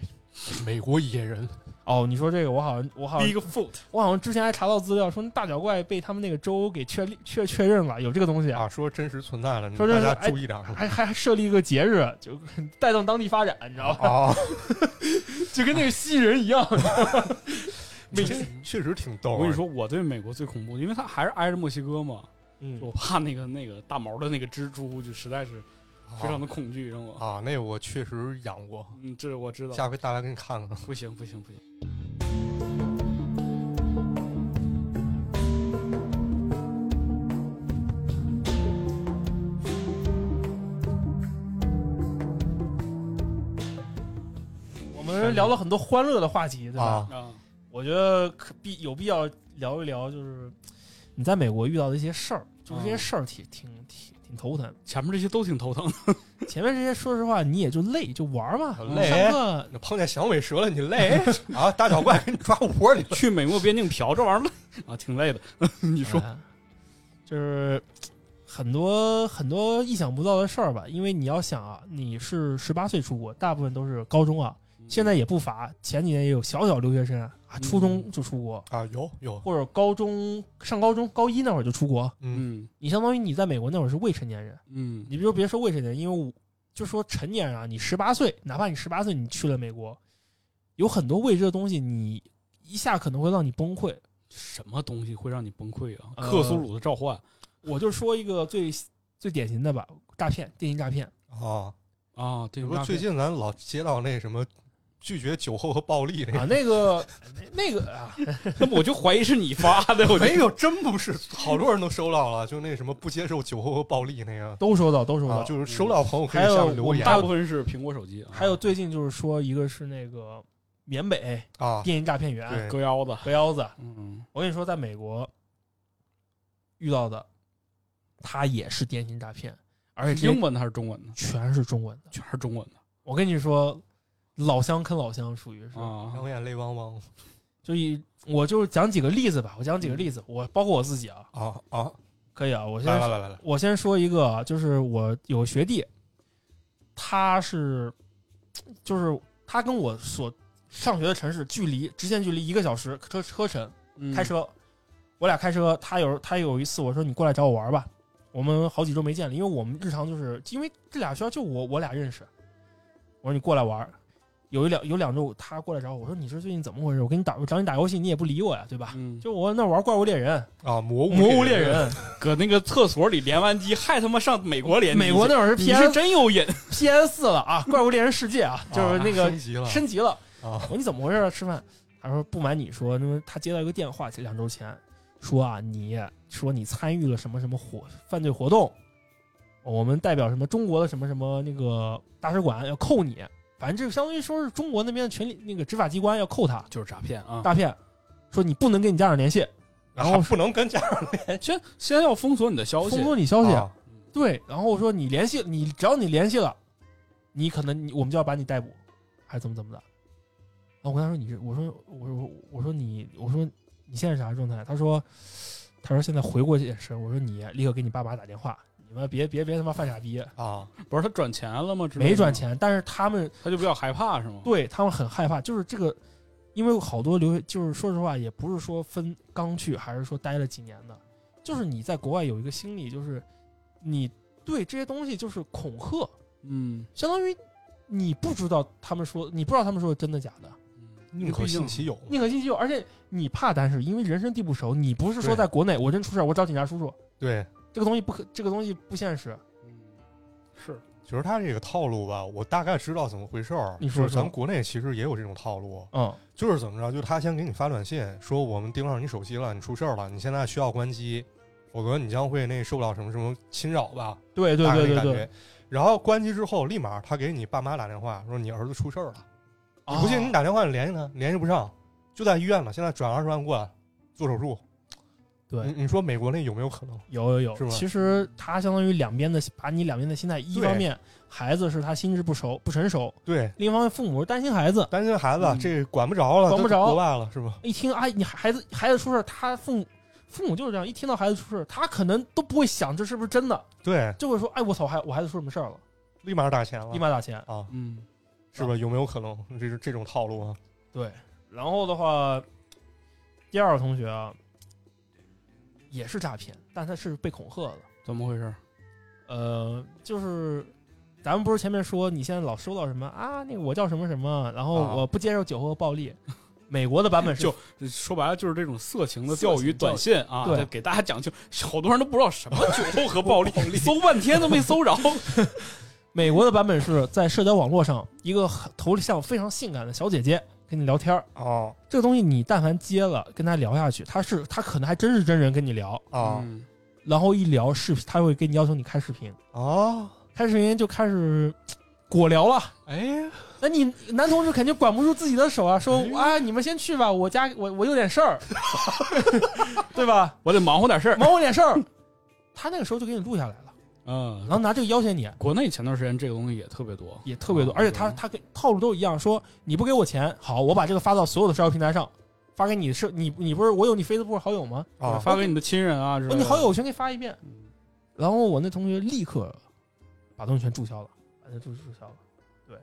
D: 美国野人，
C: 哦，你说这个我好像我好像
B: Big Foot。
C: 我好像之前还查到资料说，那大脚怪被他们那个州给确立确确认了有这个东西，
D: 啊，说真实存在了，你
C: 说
D: 大
C: 真是
D: 家注意点儿
C: 还还还设立一个节日，就带 动当地发展，你知道吧？
D: 啊，
C: 就跟那个蜥蜴人一样，
D: 美金确实挺逗。
B: 我跟你，说，我对美国最恐怖，因为它还是挨着墨西哥嘛，
C: 嗯
B: 我怕那个那个大毛的那个蜘蛛，就实在是非常的恐惧，让我。
D: 啊，那个我确实养过，
B: 嗯，这我知道，
D: 下回带来给你看看。
B: 不行不行不行。
C: 我们聊了很多欢乐的话题，对吧？
D: 啊
B: 啊，
C: 我觉得可必有必要聊一聊，就是你在美国遇到的一些事儿，就是
D: 嗯
C: 这些事儿挺挺挺挺头疼。
B: 前面这些都挺头疼的，
C: 前面这些说实话你也就累，就玩儿嘛，
B: 啊
D: 累
C: 上课
D: 那碰见响尾蛇了，你累啊？大脚怪给你抓窝里了。
B: 去美墨边境嫖这玩意儿累啊，挺累的。你说，
C: 哎就是很多很多意想不到的事儿吧。因为你要想啊，你是十八岁出国，大部分都是高中啊，现在也不乏，前几年也有小小留学生啊，啊初中就出国，
D: 啊，有有，
C: 或者高中上高中高一那会儿就出国。
D: 嗯
B: 嗯
C: 你相当于你在美国那会儿是未成年人，
B: 嗯
C: 你就别说未成年人，因为我就说成年人啊，你十八岁，哪怕你十八岁你去了美国，有很多未知的东西，你一下可能会让你崩溃。
B: 什么东西会让你崩溃啊？
C: 呃
B: 克苏鲁的召唤
C: 我就说一个最最典型的吧，诈骗，电信诈骗。
D: 啊，
B: 啊，对
D: 你，说
B: 那
D: 最近咱老接到那什么拒绝酒后和暴力那
C: 啊，
D: 个，
C: 那个，那个啊，
B: 那我就怀疑是你发的，我就
D: 没有，哎真不是，好多人都收到了，就那什么不接受酒后和暴力那个
C: 都收到，都收到。
D: 啊，就是收到朋友可以
C: 还有
D: 下面留
C: 我们
D: 言
B: 大部分是苹果手机啊，
C: 还有最近就是说，一个是那个缅北
D: 啊，
C: 电信诈骗员
D: 对
B: 割腰子，
C: 和腰子，
B: 嗯，
C: 我跟你说，在美国遇到的，他也是电信诈骗，而且这
B: 英文的还是中文的？
C: 全是中文的。
B: 全是中文的
C: 我跟你说，老乡坑老乡，属于是，
B: 啊
D: 两眼泪汪汪
C: 就以我就是讲几个例子吧，我讲几个
D: 嗯
C: 例子，我包括我自己啊，
D: 啊啊！
C: 可以啊，我先
D: 来来来来来，
C: 我先说一个啊，就是我有学弟，他是，就是他跟我所上学的城市距离直线距离一个小时车车程，
B: 嗯
C: 开车，我俩开车，他有他有一次我说你过来找我玩吧，我们好几周没见了，因为我们日常就是因为这俩学校就我我俩认识，我说你过来玩，有一两有两周他过来找我，我说你这最近怎么回事？我给你打我找你打游戏你也不理我呀，对吧？
B: 嗯，
C: 就
B: 就
C: 我那玩怪物猎人、
D: 啊，魔物
C: 魔物猎人，
B: 搁那个厕所里连完机，还他妈上美国连机去
C: 美国那会儿是
B: 你
C: PS
B: 是真有瘾
C: PS 四了啊，《怪物猎人世界》啊，就是那个
D: 啊升级了
C: 升级了。
D: 啊
C: 我说你怎么回事啊？吃饭？他说不瞒你说，那么他接到一个电话，两周前说啊，你说你参与了什么什么活犯罪活动，我们代表什么中国的什么什么那个大使馆要扣你，反正这相当于说是中国那边的权力那个执法机关要扣他
B: 就是诈骗啊！
C: 诈骗，说你不能跟你家长联系，然后
D: 啊不能跟家
B: 先先要封锁你的消息
C: 封，锁你消息。
D: 啊
C: 对，然后说你联系你，只要你联系了，你可能你我们就要把你逮捕，还是怎么怎么的。然后我跟他说你是，我说我说我说你，我说你现在啥状态？他说他说现在回过眼神，我说你立刻给你爸妈打电话，你们别别别他妈犯傻逼，
D: 啊
B: 不是他转钱了吗？之类的
C: 没赚，钱，但是他们
B: 他就比较害怕是吗？
C: 对他们很害怕，就是这个。因为好多留学，就是说实话，也不是说分刚去还是说待了几年的，就是你在国外有一个心理，就是你对这些东西就是恐吓，
B: 嗯，
C: 相当于你不知道他们说，你不知道他们说的真的假的，
B: 嗯
D: 宁可信其有
C: 宁可信其有。而且你怕担是因为人生地不熟，你不是说
D: 对
C: 在国内我真出事儿我找警察叔叔，
D: 对。
C: 这个东西不可，这个东西不现实。
B: 嗯是
D: 其实他这个套路吧，我大概知道怎么回事儿。
C: 你说
D: 就是
C: 说
D: 咱们国内其实也有这种套路，
C: 嗯
D: 就是怎么着，就他先给你发短信说我们盯上你手机了，你出事儿了，你现在需要关机，否则你将会那受到什么什么侵扰吧，
C: 对对
D: 大概
C: 对
D: 那
C: 对
D: 感
C: 对
D: 觉。。然后关机之后，立马他给你爸妈打电话说你儿子出事儿了，
C: 啊
D: 你不
B: 哦
D: 信你打电话联系他，联系不上，就在医院了，现在转二十万过来做手术。
C: 对
D: 你你说美国那有没有可能？
C: 有有
D: 嗯是
C: 有，
D: 吧
C: 其实他相当于两边的，把你两边的心态，一
D: 对
C: 方面孩子是他心智不熟不成熟，
D: 对，
C: 另一方面父母担心孩子，
D: 担心孩子、啊
B: 嗯
D: 这管不着了，
C: 管不着
D: 都国外了是吧？
C: 一听啊你孩子孩子出事儿，他父母父母就是这样，一听到孩子出事儿，他可能都不会想这是不是真的，
D: 对，
C: 就会说哎我操，还我孩子出什么事儿了，
D: 立马打钱了，
C: 立马打钱。
D: 啊，
B: 嗯，
D: 是吧？有没有可能这是这种套路啊？
C: 对，然后的话，第二个同学啊，也是诈骗，但他是被恐吓的。
B: 怎么回事？
C: 呃，就是咱们不是前面说你现在老收到什么啊？那个我叫什么什么，然后
D: 啊
C: 我不接受酒后暴力。美国的版本是
B: 就说白了就是这种色情的
A: 色情
B: 钓鱼
A: 钓
B: 短
A: 鱼
B: 信啊，
C: 对
B: 得给大家讲清，好多人都不知道什么酒后和暴力， 搜半天都没搜 着。
D: 啊
C: 美国的版本是在社交网络上，一个很头像非常性感的小姐姐跟你聊天儿，
D: 哦
C: 这个东西你但凡接了跟她聊下去，她是她可能还真是真人跟你聊，
D: 哦
B: 嗯
C: 然后一聊视频，她会跟你要求你开视频，
D: 哦，
C: 开视频就开始果聊了。
D: 哎呀，
C: 那你男同志肯定管不住自己的手啊，说啊，你们先去吧，我家我我有点事儿，对吧？
B: 我得忙活点事儿。
C: 忙我点事儿。他那个时候就给你录下来了，
B: 嗯
C: 然，后拿这个要挟你，
B: 国内前段时间这个东西也特别多，
C: 也特别多，
B: 啊
C: 而且他他跟套路都一样，说你不给我钱，好，我把这个发到所有的社交平台上，发给你是，你你不是我有你 Facebook 好友吗？
D: 啊
B: 发给你的亲人啊之类
C: 我
B: 的。
C: 你好友全给发一遍
B: 嗯，
C: 然后我那同学立刻把东西全注销了，把它注注销了。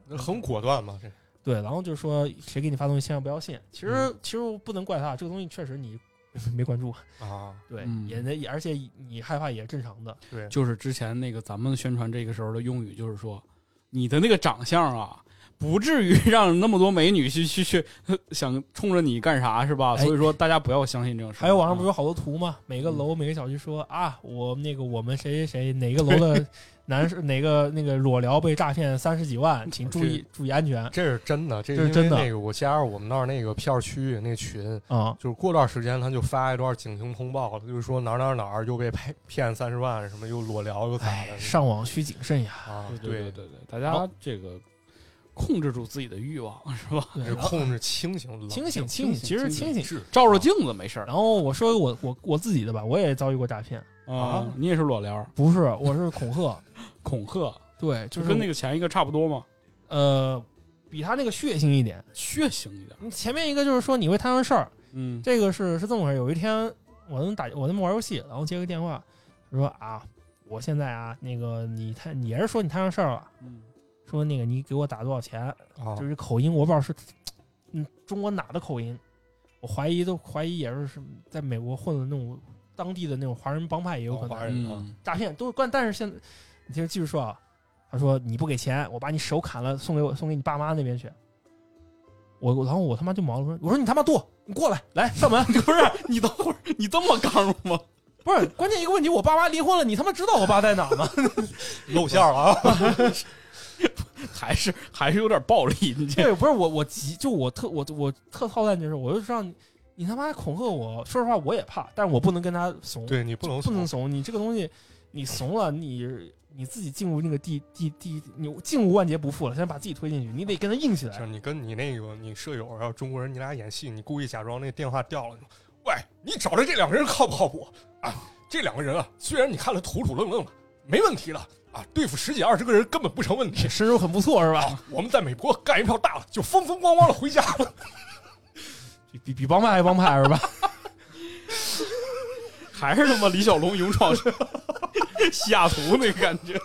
D: 那很果断嘛， 这
C: 对，然后就说谁给你发东西千万不要信。其实、其实我不能怪他，这个东西确实你 没关注，
D: 啊，
C: 对，
B: 嗯
C: 也那也而且你害怕也是正常的。
D: 对，
B: 就是之前那个咱们宣传这个时候的用语，就是说你的那个长相啊，不至于让那么多美女去去去呵想冲着你干啥是吧？
C: 哎
B: 所以说大家不要相信这种事。
C: 还有网上不是嗯
B: 啊
C: 有好多图吗？每个楼每个小区说啊，我那个我们谁谁谁哪个楼 的男士哪个那个裸聊被诈骗三十几万，请注意注意安全
D: 这是真的，这
C: 这是
D: 因为
C: 真的
D: 那个我加入我们那儿那个片儿区那个群，
C: 啊。
D: 就是过段时间他就发一段警情通报了，就是说哪儿哪儿哪儿又被骗骗三十万，什么又裸聊又咋
C: 哎，
D: 的
C: 上网需谨慎呀。
D: 啊？
B: 对对对，
D: 对
B: 对对，大家这个控制住自己的欲望是吧？
C: 对
D: 这
C: 然后
D: 控制清醒，冷
C: 清醒
B: 清
C: 哎清醒，其
B: 醒
C: 实
B: 清
C: 清醒。啊
B: 照照镜子没事儿
C: 然后我说我我我自己的吧，我也遭遇过诈骗，
B: 啊、你也是裸聊
C: 不是，我是恐吓，
B: 恐吓，
C: 对，就
B: 就是跟那
C: 个
B: 个前一个差不多嘛，
C: 呃，比他那个血腥一点。
B: 血腥一点。
C: 你前面一个就是说你会摊上事儿，
B: 嗯，
C: 这个是是这么回事。有一天我那么打我那么玩游戏，然后接个电话，他说啊，我现在啊那个你摊你也是说你摊上事儿了，
B: 嗯
C: 说那个你给我打多少钱，
D: 啊
C: 就是口音我不知道是嗯中国哪的口音，我怀疑都怀疑也是什么在美国混的那种当地的那种华人帮派也有可
D: 哦华
C: 能
D: 人
B: 嗯，
C: 诈骗都是关，但是现在你听继续说啊，他说你不给钱，我把你手砍了送给我送给你爸妈那边去。我我然后我他妈就毛了，我说我说你他妈剁，你过来来上门，
B: 不是你等会儿你这么刚吗？
C: 不是关键一个问题，我爸妈离婚了，你他妈知道我爸在哪 吗？
D: 露馅了 啊！
B: 还是还是有点暴力，你这
C: 对，不是我我急，就我特我我特操蛋就是，我就让你你他妈恐吓我，说实话我也怕，但是我不能跟他怂，
D: 对你不能
C: 不能
D: 怂
C: 怂，你这个东西你怂了，你你自己进入那个地地地，你进无万劫不复了，现在把自己推进去，你得跟他硬起来
D: 就是。你跟你那个你舍友还有中国人，你俩演戏，你故意假装那电话掉了，你说喂，你找的这两个人靠不靠谱啊？这两个人啊，虽然你看了土土愣愣的，没问题的啊，对付十几二十个人根本不成问题
C: 身手很不错是吧？
D: 啊。我们在美国干一票大了，就风风光光的回家了。
C: 比比帮派还帮派是吧？
B: 还是他妈李小龙勇闯 西雅图那个感觉。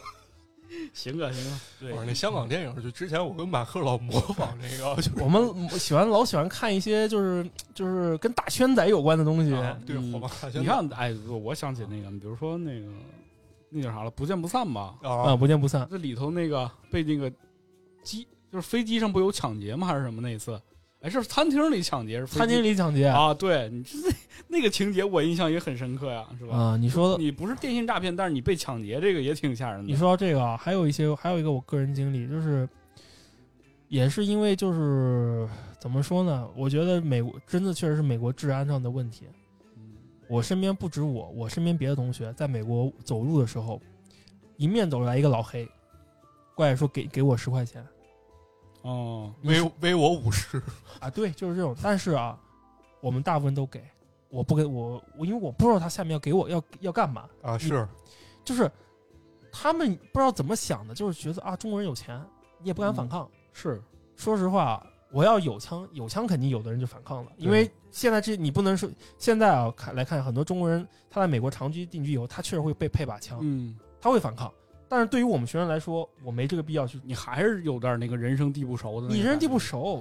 B: 行啊行啊，
D: 我
B: 对
C: 哦
D: 说那香港电影，就之前我跟马克老模仿那个，就是
C: 我们喜欢老喜欢看一些就是就是跟大圈仔有关的东西，
D: 啊 对
B: 嗯
D: 火把，
B: 你看，哎，我我想起那个，比如说那个那叫啥了，不见不散吧。
C: 啊，
D: 啊，
C: 不见不散。
B: 这里头那个被那个机，就是飞机上不有抢劫吗？还是什么那一次？哎，是餐厅里抢劫，是飞
C: 餐厅
B: 机
C: 里抢劫啊
B: 啊？对，你这 那个情节我印象也很深刻呀，是吧？
C: 啊你说的
B: 你不是电信诈骗，但是你被抢劫，这个也挺吓人的。
C: 嗯你说到这个啊，还有一些还有一个我个人经历，就是也是因为就是怎么说呢？我觉得美国真的确实是美国治安上的问题。
B: 嗯
C: 我身边不止我，我身边别的同学在美国走路的时候，迎面走来一个老黑，过来说给给我十块钱。
B: 哦，
D: 威威我五十
C: 啊，对，就是这种。但是啊，我们大部分都给，我不给我我，因为我不知道他下面要给我要要干嘛，
D: 啊，是
C: 就是他们不知道怎么想的，就是觉得啊，中国人有钱，你也不敢反
B: 嗯
C: 抗。
B: 是
C: 说实话啊，我要有枪，有枪肯定有的人就反抗了，因为现在这你不能说现在啊看来看很多中国人他在美国长居定居以后，他确实会被配把枪，
B: 嗯，
C: 他会反抗。但是对于我们学生来说，我没这个必要去，
B: 嗯你还是有点那个人生地不熟的那个感觉。
C: 你人生地不熟，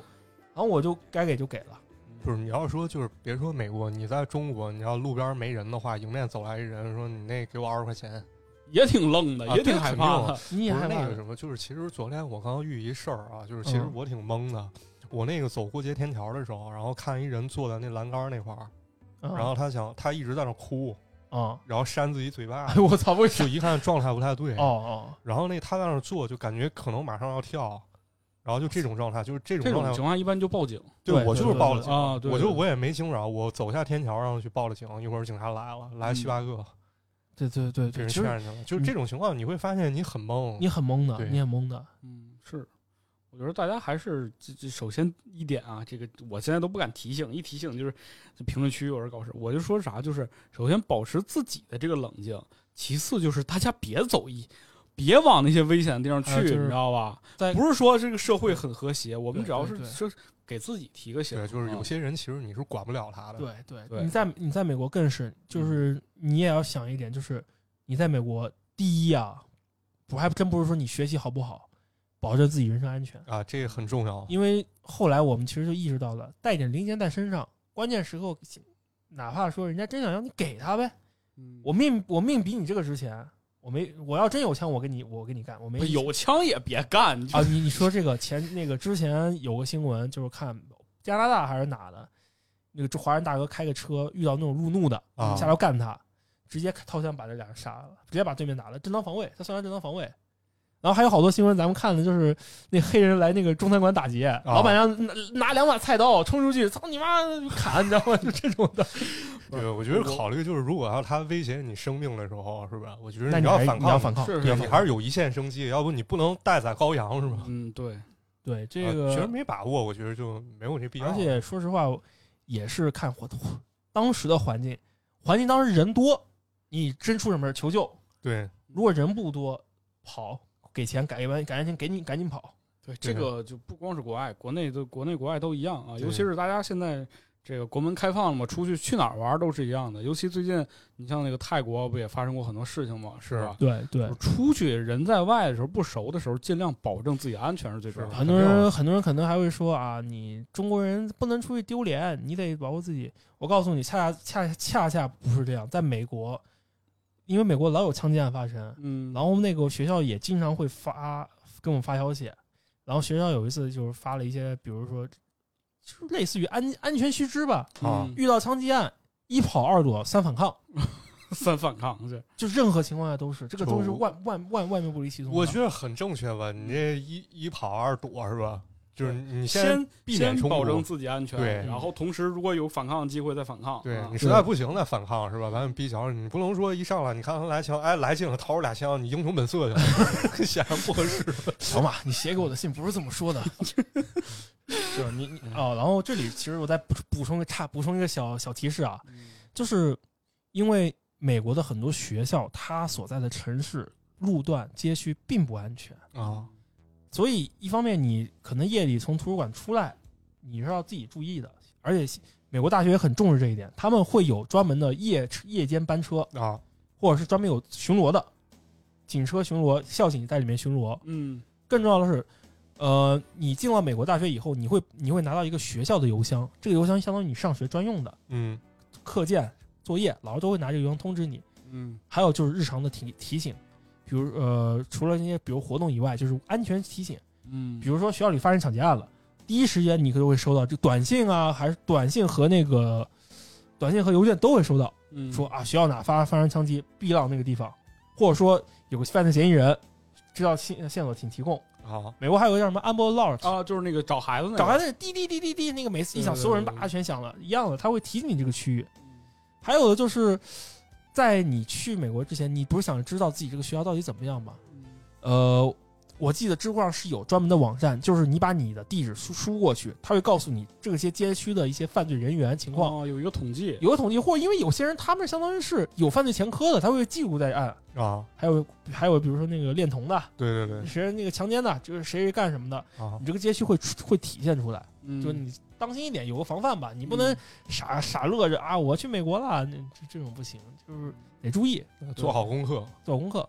C: 然后我就该给就给了。
D: 就是你要说就是别说美国，你在中国，你要路边没人的话，迎面走来一人说你那给我二十块钱，
B: 也挺愣的，
D: 啊
B: 也挺害怕
D: 对肯定
B: 的。
C: 你也
D: 不
C: 害
D: 是
C: 怕
D: 那
C: 了
D: 个什么，就是其实昨天我刚刚遇一事儿啊，就是其实
C: 嗯
D: 我挺懵的。我那个走过街天桥的时候，然后看一人坐在那栏杆那块儿，
C: 嗯
D: 然后他想他一直在那哭，
C: 啊，
D: 然后扇自己嘴巴
C: 哎， 呦我操，为啥
D: 就？一看状态不太对
C: 哦。哦，
D: 然后那他在那儿坐，就感觉可能马上要跳，然后就这种状态，就是这种
B: 这
D: 状
B: 种
D: 态
B: 情。况一般就报警
D: 对
C: 对
D: 我就是
C: 对
D: 报了
C: 对
D: 警，
B: 啊，对
D: 我就
B: 对
D: 我也没惊扰，我走下天桥然后去报了警，一会儿警察来了，来
B: 嗯
D: 七八个，
C: 对对对
D: 给
C: 对，
D: 人
C: 其实
D: 劝去了。就是
C: 你
D: 这种情况，你会发现你很懵。
C: 你很懵的，
D: 对
C: 你很懵的，
B: 嗯，是，我觉得大家还是这这首先一点啊，这个我现在都不敢提醒，一提醒就是这评论区有人搞事，我就说啥就是首先保持自己的这个冷静，其次就是大家别走一。别往那些危险的地方去，
C: 啊就是
B: 你知道吧？
C: 在
B: 不是说这个社会很和谐，我们
C: 对
B: 只要
C: 对
B: 是
C: 对
B: 说给自己提个醒，
D: 对，就是有
B: 啊
D: 些人其实你是管不了他的。
C: 嗯对对
B: 对嗯
C: 你在你在美国更是，就是你也要想一点，就是你在美国，第一啊，不还真不是说你学习好不好，保证自己人身安全，
D: 啊，这个很重要。
C: 因为后来我们其实就意识到了，带点零钱在身上，关键时刻，哪怕说人家真想要你给他呗，
B: 嗯
C: 我命我命比你这个值钱，我没我要真有枪，我跟你我跟你干，我没意见
B: 有枪也别干，你 就
C: 啊，你你说这个前那个之前有个新闻，就是看加拿大还是哪的，那个这华人大哥开个车遇到那种路怒的，
D: 啊
C: 下来要干他，直接掏枪把这俩人杀了，直接把对面打了，正当防卫，他算他正当防卫。然后还有好多新闻，咱们看的就是那黑人来那个中餐馆打
D: 啊
C: 劫，老板娘拿拿两把菜刀冲出去，操你妈砍，你知道吗？ 就这种的。
D: 对，我觉得考虑就是，如果要他威胁你生命的时候，是吧？我觉得
C: 那你
D: 要
C: 还是
D: 反
C: 你要
D: 抗，
C: 反抗，
B: 是
D: 对
B: 是
D: 你还是有一线生机，要不你不能待宰羔羊，是吧？
B: 嗯，对，
C: 对这
D: 啊
C: 个
D: 其实没把握，我觉得就没有这必要。
C: 而且说实话，也是看活动当时的环境，环境当时人多，你真出什么事儿求救；
D: 对，
C: 如果人不多，跑给钱，改完改完钱给你赶紧跑。
B: 对，这
D: 对啊
B: 个就不光是国外，国内的国内国外都一样啊。
D: 对
B: 尤其是大家现在这个国门开放了嘛，出去去哪儿玩都是一样的。尤其最近，你像那个泰国不也发生过很多事情嘛，是吧？
C: 对对
B: 就，出去人在外的时候，不熟的时候，尽量保证自己安全是最重要
D: 是
B: 的。
C: 很多
D: 啊
C: 人很多人可能还会说啊，你中国人不能出去丢脸，你得保护自己。我告诉你，恰恰恰恰恰不是这样，在美国，因为美国老有枪击案发生，
B: 嗯，
C: 然后那个学校也经常会发跟我们发消息，然后学校有一次就是发了一些，比如说就是类似于安安全须知吧，
D: 啊
B: 嗯
C: 遇到枪击案一跑二躲三反抗，
B: 三反抗是
C: 就任何情况下都是这个都是
D: 就
C: 万万万万变不离其宗的。
D: 我觉得很正确吧？你
C: 嗯
D: 这一一跑二躲是吧？就是你
B: 先
D: 避免
B: 先
D: 冲突
B: 保证自己安全，
D: 对
B: 然后同时如果有反抗的机会再反抗。
D: 对
B: 啊
D: 你实在不行再反抗是吧？把你逼小，你不能说一上来你看他来枪，哎来劲了，掏出俩枪，你英雄本色 去，显然不合适。
C: 小马，你写给我的信不是这么说的。 是你你哦，然后这里其实我再补补充个差，补充一个小小提示啊，
B: 嗯
C: 就是因为美国的很多学校，它所在的城市路段街区并不安全。
D: 啊，
C: 所以一方面你可能夜里从图书馆出来，你是要自己注意的，而且美国大学也很重视这一点，他们会有专门的夜夜间班车，
D: 啊，
C: 或者是专门有巡逻的警车巡逻，校警在里面巡逻。
B: 嗯
C: 更重要的是，呃，你进到美国大学以后，你会你会拿到一个学校的邮箱，这个邮箱相当于你上学专用的
D: 嗯，
C: 课件、作业，老师都会拿这个邮箱通知你。
B: 嗯
C: 还有就是日常的提提醒，比如呃，除了那些比如活动以外，就是安全提醒。
B: 嗯，
C: 比如说学校里发生抢劫案了，第一时间你可就会收到这短信啊，还是短信和那个短信和邮件都会收到，
B: 嗯
C: 说啊学校哪发发生枪击，避让那个地方，或者说有个犯罪嫌疑人，知道线线索请提供。
D: 啊，
C: 美国还有个叫什么 Amber Alert，、
B: 啊，就是那个找孩子那个，
C: 找完那滴滴滴滴滴那个每次一响，
B: 对对对
C: 所有人把全响了，一样的，他会提醒你这个区域。
B: 嗯
C: 还有的就是，在你去美国之前，你不是想知道自己这个学校到底怎么样吗？
B: 嗯
C: 呃，我记得知乎上是有专门的网站，就是你把你的地址输输过去，它会告诉你这些街区的一些犯罪人员情况。
B: 哦，有一个统计，
C: 有个统计，或者因为有些人他们相当于是有犯罪前科的，他会记录在案。
D: 啊，
C: 还有还有，比如说那个恋童的，
D: 对对
B: 嗯
D: 对，
C: 谁那个强奸的，就是谁是干什么的，
D: 啊
C: 你，这个街区会出会体现出来。
B: 嗯
C: 就你当心一点，有个防范吧，你不能傻傻乐着啊，我去美国了，那这这种不行，就
B: 嗯
C: 是得注意
D: 做好功课，
C: 做功课。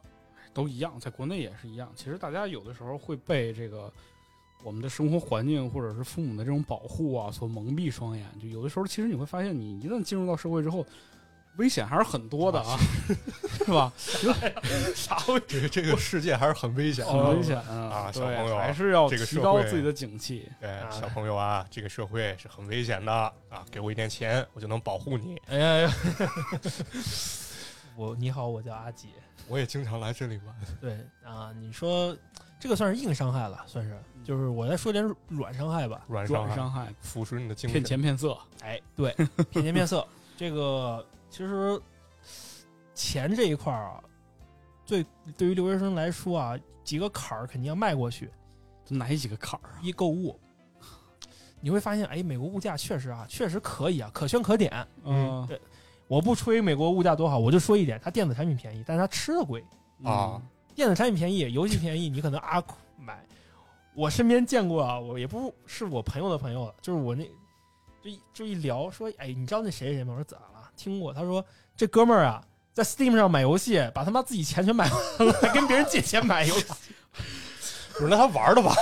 B: 都一样，在国内也是一样。其实大家有的时候会被这个我们的生活环境或者是父母的这种保护啊所蒙蔽双眼。就有的时候，其实你会发现，你一旦进入到社会之后，危险还是很多的啊， 是吧？
D: 啥问题？这个世界还是很危险的。
B: 呃很危险嗯
D: 啊小
B: 对
D: 朋友啊
B: 还是要
D: 这个
B: 提
D: 社
B: 高
D: 会
B: 自己的警气。
D: 哎，小朋友啊，这个社会是很危险的啊！给我一点钱，我就能保护你。
C: 哎呀，哎呀 我你好，我叫阿杰。
D: 我也经常来这里玩。
C: 对啊，你说这个算是硬伤害了，算是就是我再说点软伤害吧。
D: 软伤
B: 软
D: 害，
B: 伤害、
D: 腐蚀你的精
B: 骗
D: 神。
B: 钱骗色，
C: 哎，对，骗钱骗色这个其实钱这一块儿啊，最对于留学生来说啊，几个坎儿肯定要迈过去。
B: 哪几个坎儿？
C: 一购物，你会发现，哎，美国物价确实啊，确实可以啊，可圈可点。
B: 嗯
C: 对我不吹美国物价多好，我就说一点，它电子产品便宜，但是它吃的贵。
B: 嗯
D: 啊，
C: 电子产品便宜，游戏便宜，你可能啊买。我身边见过啊，我也不是我朋友的朋友了，就是我那就一就一聊说，哎，你知道那谁谁谁吗？我说咋了？听过？他说这哥们儿啊，在 Steam 上买游戏，把他妈自己钱全买完了，还跟别人借钱买游戏，
D: 不 是，那他玩 的吧？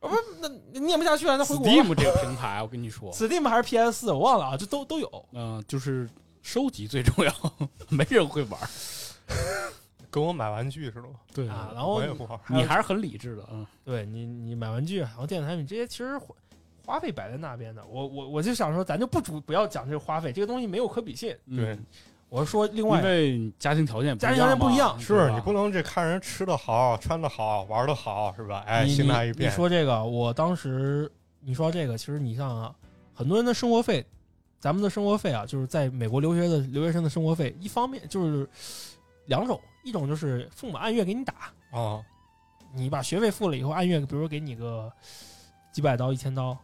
C: 那那念不下去了，啊那回国吧
B: Steam 这个平台，我跟你说，
C: Steam 还是 PS 四，我忘了啊，这都都有。
B: 嗯、就是收集最重要， 没人会玩儿。
D: 跟我买玩具似的吗？
B: 对
C: 啊然后
D: 我也不玩。
B: 你还是很理智的，嗯，
C: 对你，你买玩具，然后电子产品这些，其实花花费摆在那边的。我我我就想说，咱就不主不要讲这个花费，这个东西没有可比性。
D: 对
B: 嗯
C: 我说另外
B: 因为家庭条件
C: 家庭条件不一样
B: 嘛
D: 是你不能这看人吃的好、穿的好、玩的好，是吧？哎，
C: 你
D: 心态一
C: 你
D: 变
C: 你，说这个，我当时你说这个，其实你像啊，很多人的生活费，咱们的生活费啊，就是在美国留学的留学生的生活费，一方面就是两种，一种就是父母按月给你打，
D: 啊，
C: 你把学费付了以后，按月比如说给你个几百刀、一千刀，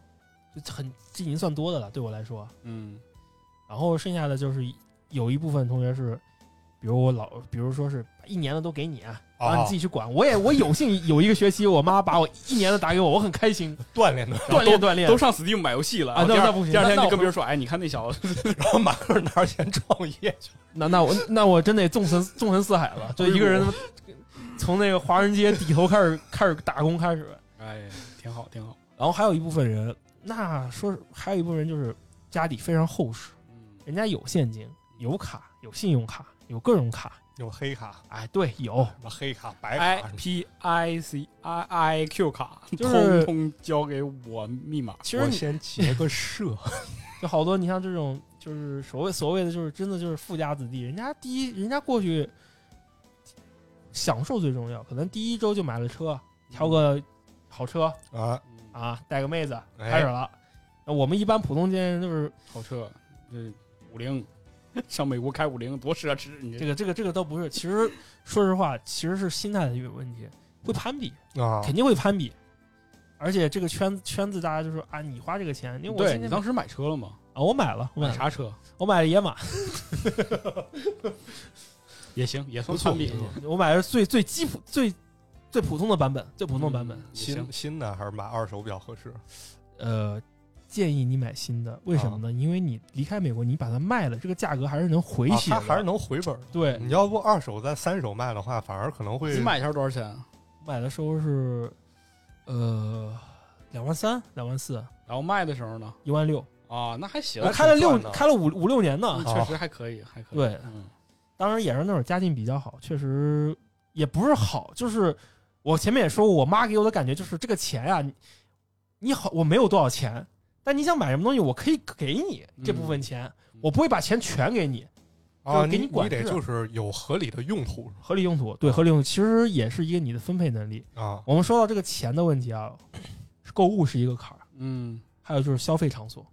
C: 就很这已经算多的了，对我来说。
B: 嗯
C: 然后剩下的就是有一部分同学是，比如我老，比如说是一年的都给你啊，
D: 哦
C: 然后你自己去管。我也我有幸有一个学期，我妈把我一年的打给我，我很开 心，
D: 锻炼的。
C: 锻炼锻炼
B: 都。上 Steam 买游戏了
C: 啊那
B: 然后第二
C: 那不行
B: 第二天
C: 那
B: 就
C: 那
B: 跟
C: 我
B: 别人说，哎，你看那 小子，
D: 然后马克拿着钱创业去了。
C: 那那我那我真得纵横纵横四海了，就一个人从那个华人街底头开始开始打工开始。
B: 哎，挺好，挺好，
C: 然后还有一部分人，那说还有一部分人就是家里非常厚实，
B: 嗯
C: 人家有现金、有卡、有信用卡、有各种卡。
D: 有黑卡，
C: 哎，对，有
D: 什么黑卡、
C: 哎
D: 白
B: ，I
D: 卡什么。
B: 哎 P I C I I Q 卡，
C: 就是
B: 通通交给我密码，
C: 其实
D: 我
C: 你
D: 先结 个社，
C: 就好多你像这种就是所谓所谓的就是真的就是富家子弟，人家第一人家过去享受最重要，可能第一周就买了车，挑个好车
B: 嗯
D: 啊，
C: 啊，带个妹子
D: 哎
C: 开始了。那我们一般普通间人就是
B: 好车，这五菱，上美国开五菱多奢侈，啊你
C: 这个这个这个倒不是，其实说实话，其实是心态的一个问题，会攀比，
D: 啊
C: 肯定会攀比。而且这个圈子圈子大家就说啊，你花这个钱，因为我
B: 对
C: 今
B: 你
C: 天
B: 当时买车了吗？
C: 啊，我买了，我买
B: 买
C: 了，
B: 啥车？
C: 我买了野马，
B: 也行，也算
D: 不错
B: 攀比
D: 不错
C: 我买的是最最基础最最普通的版本，最普通的版本。
B: 嗯也行
D: 新新的还是买二手比较合适？
C: 呃，建议你买新的，为什么呢？因为你离开美国，你把它卖了，这个价格还是能回
D: 啊
C: 血的、
D: 它还是能回本的。
C: 对。
D: 你要不二手在三手卖的话，反而可能会
B: 你买一下多少钱？
C: 买的时候是呃两万三、两万四、
B: 然后卖的时候呢？
C: 一万六，
B: 啊，那还行嗯
C: 我，开了六
D: 赚的
C: 开了五五六年呢。
B: 确实还可以，还可以。
C: 对
B: 嗯，
C: 当然也是那会儿家境比较好，确实也不是好，就是我前面也说过，我妈给我的感觉就是这个钱呀、你你好，我没有多少钱，但你想买什么东西，我可以给你这部分钱，我不会把钱全给你，
D: 啊，
C: 就给
D: 你
C: 你管
D: 得
C: 制
D: 就是有合理的用途
C: 合理用途，对合理用途，其实也是一个你的分配能力。
D: 啊。
C: 我们说到这个钱的问题啊，购物是一个坎儿，
B: 嗯，。
C: 还有就是消费场所，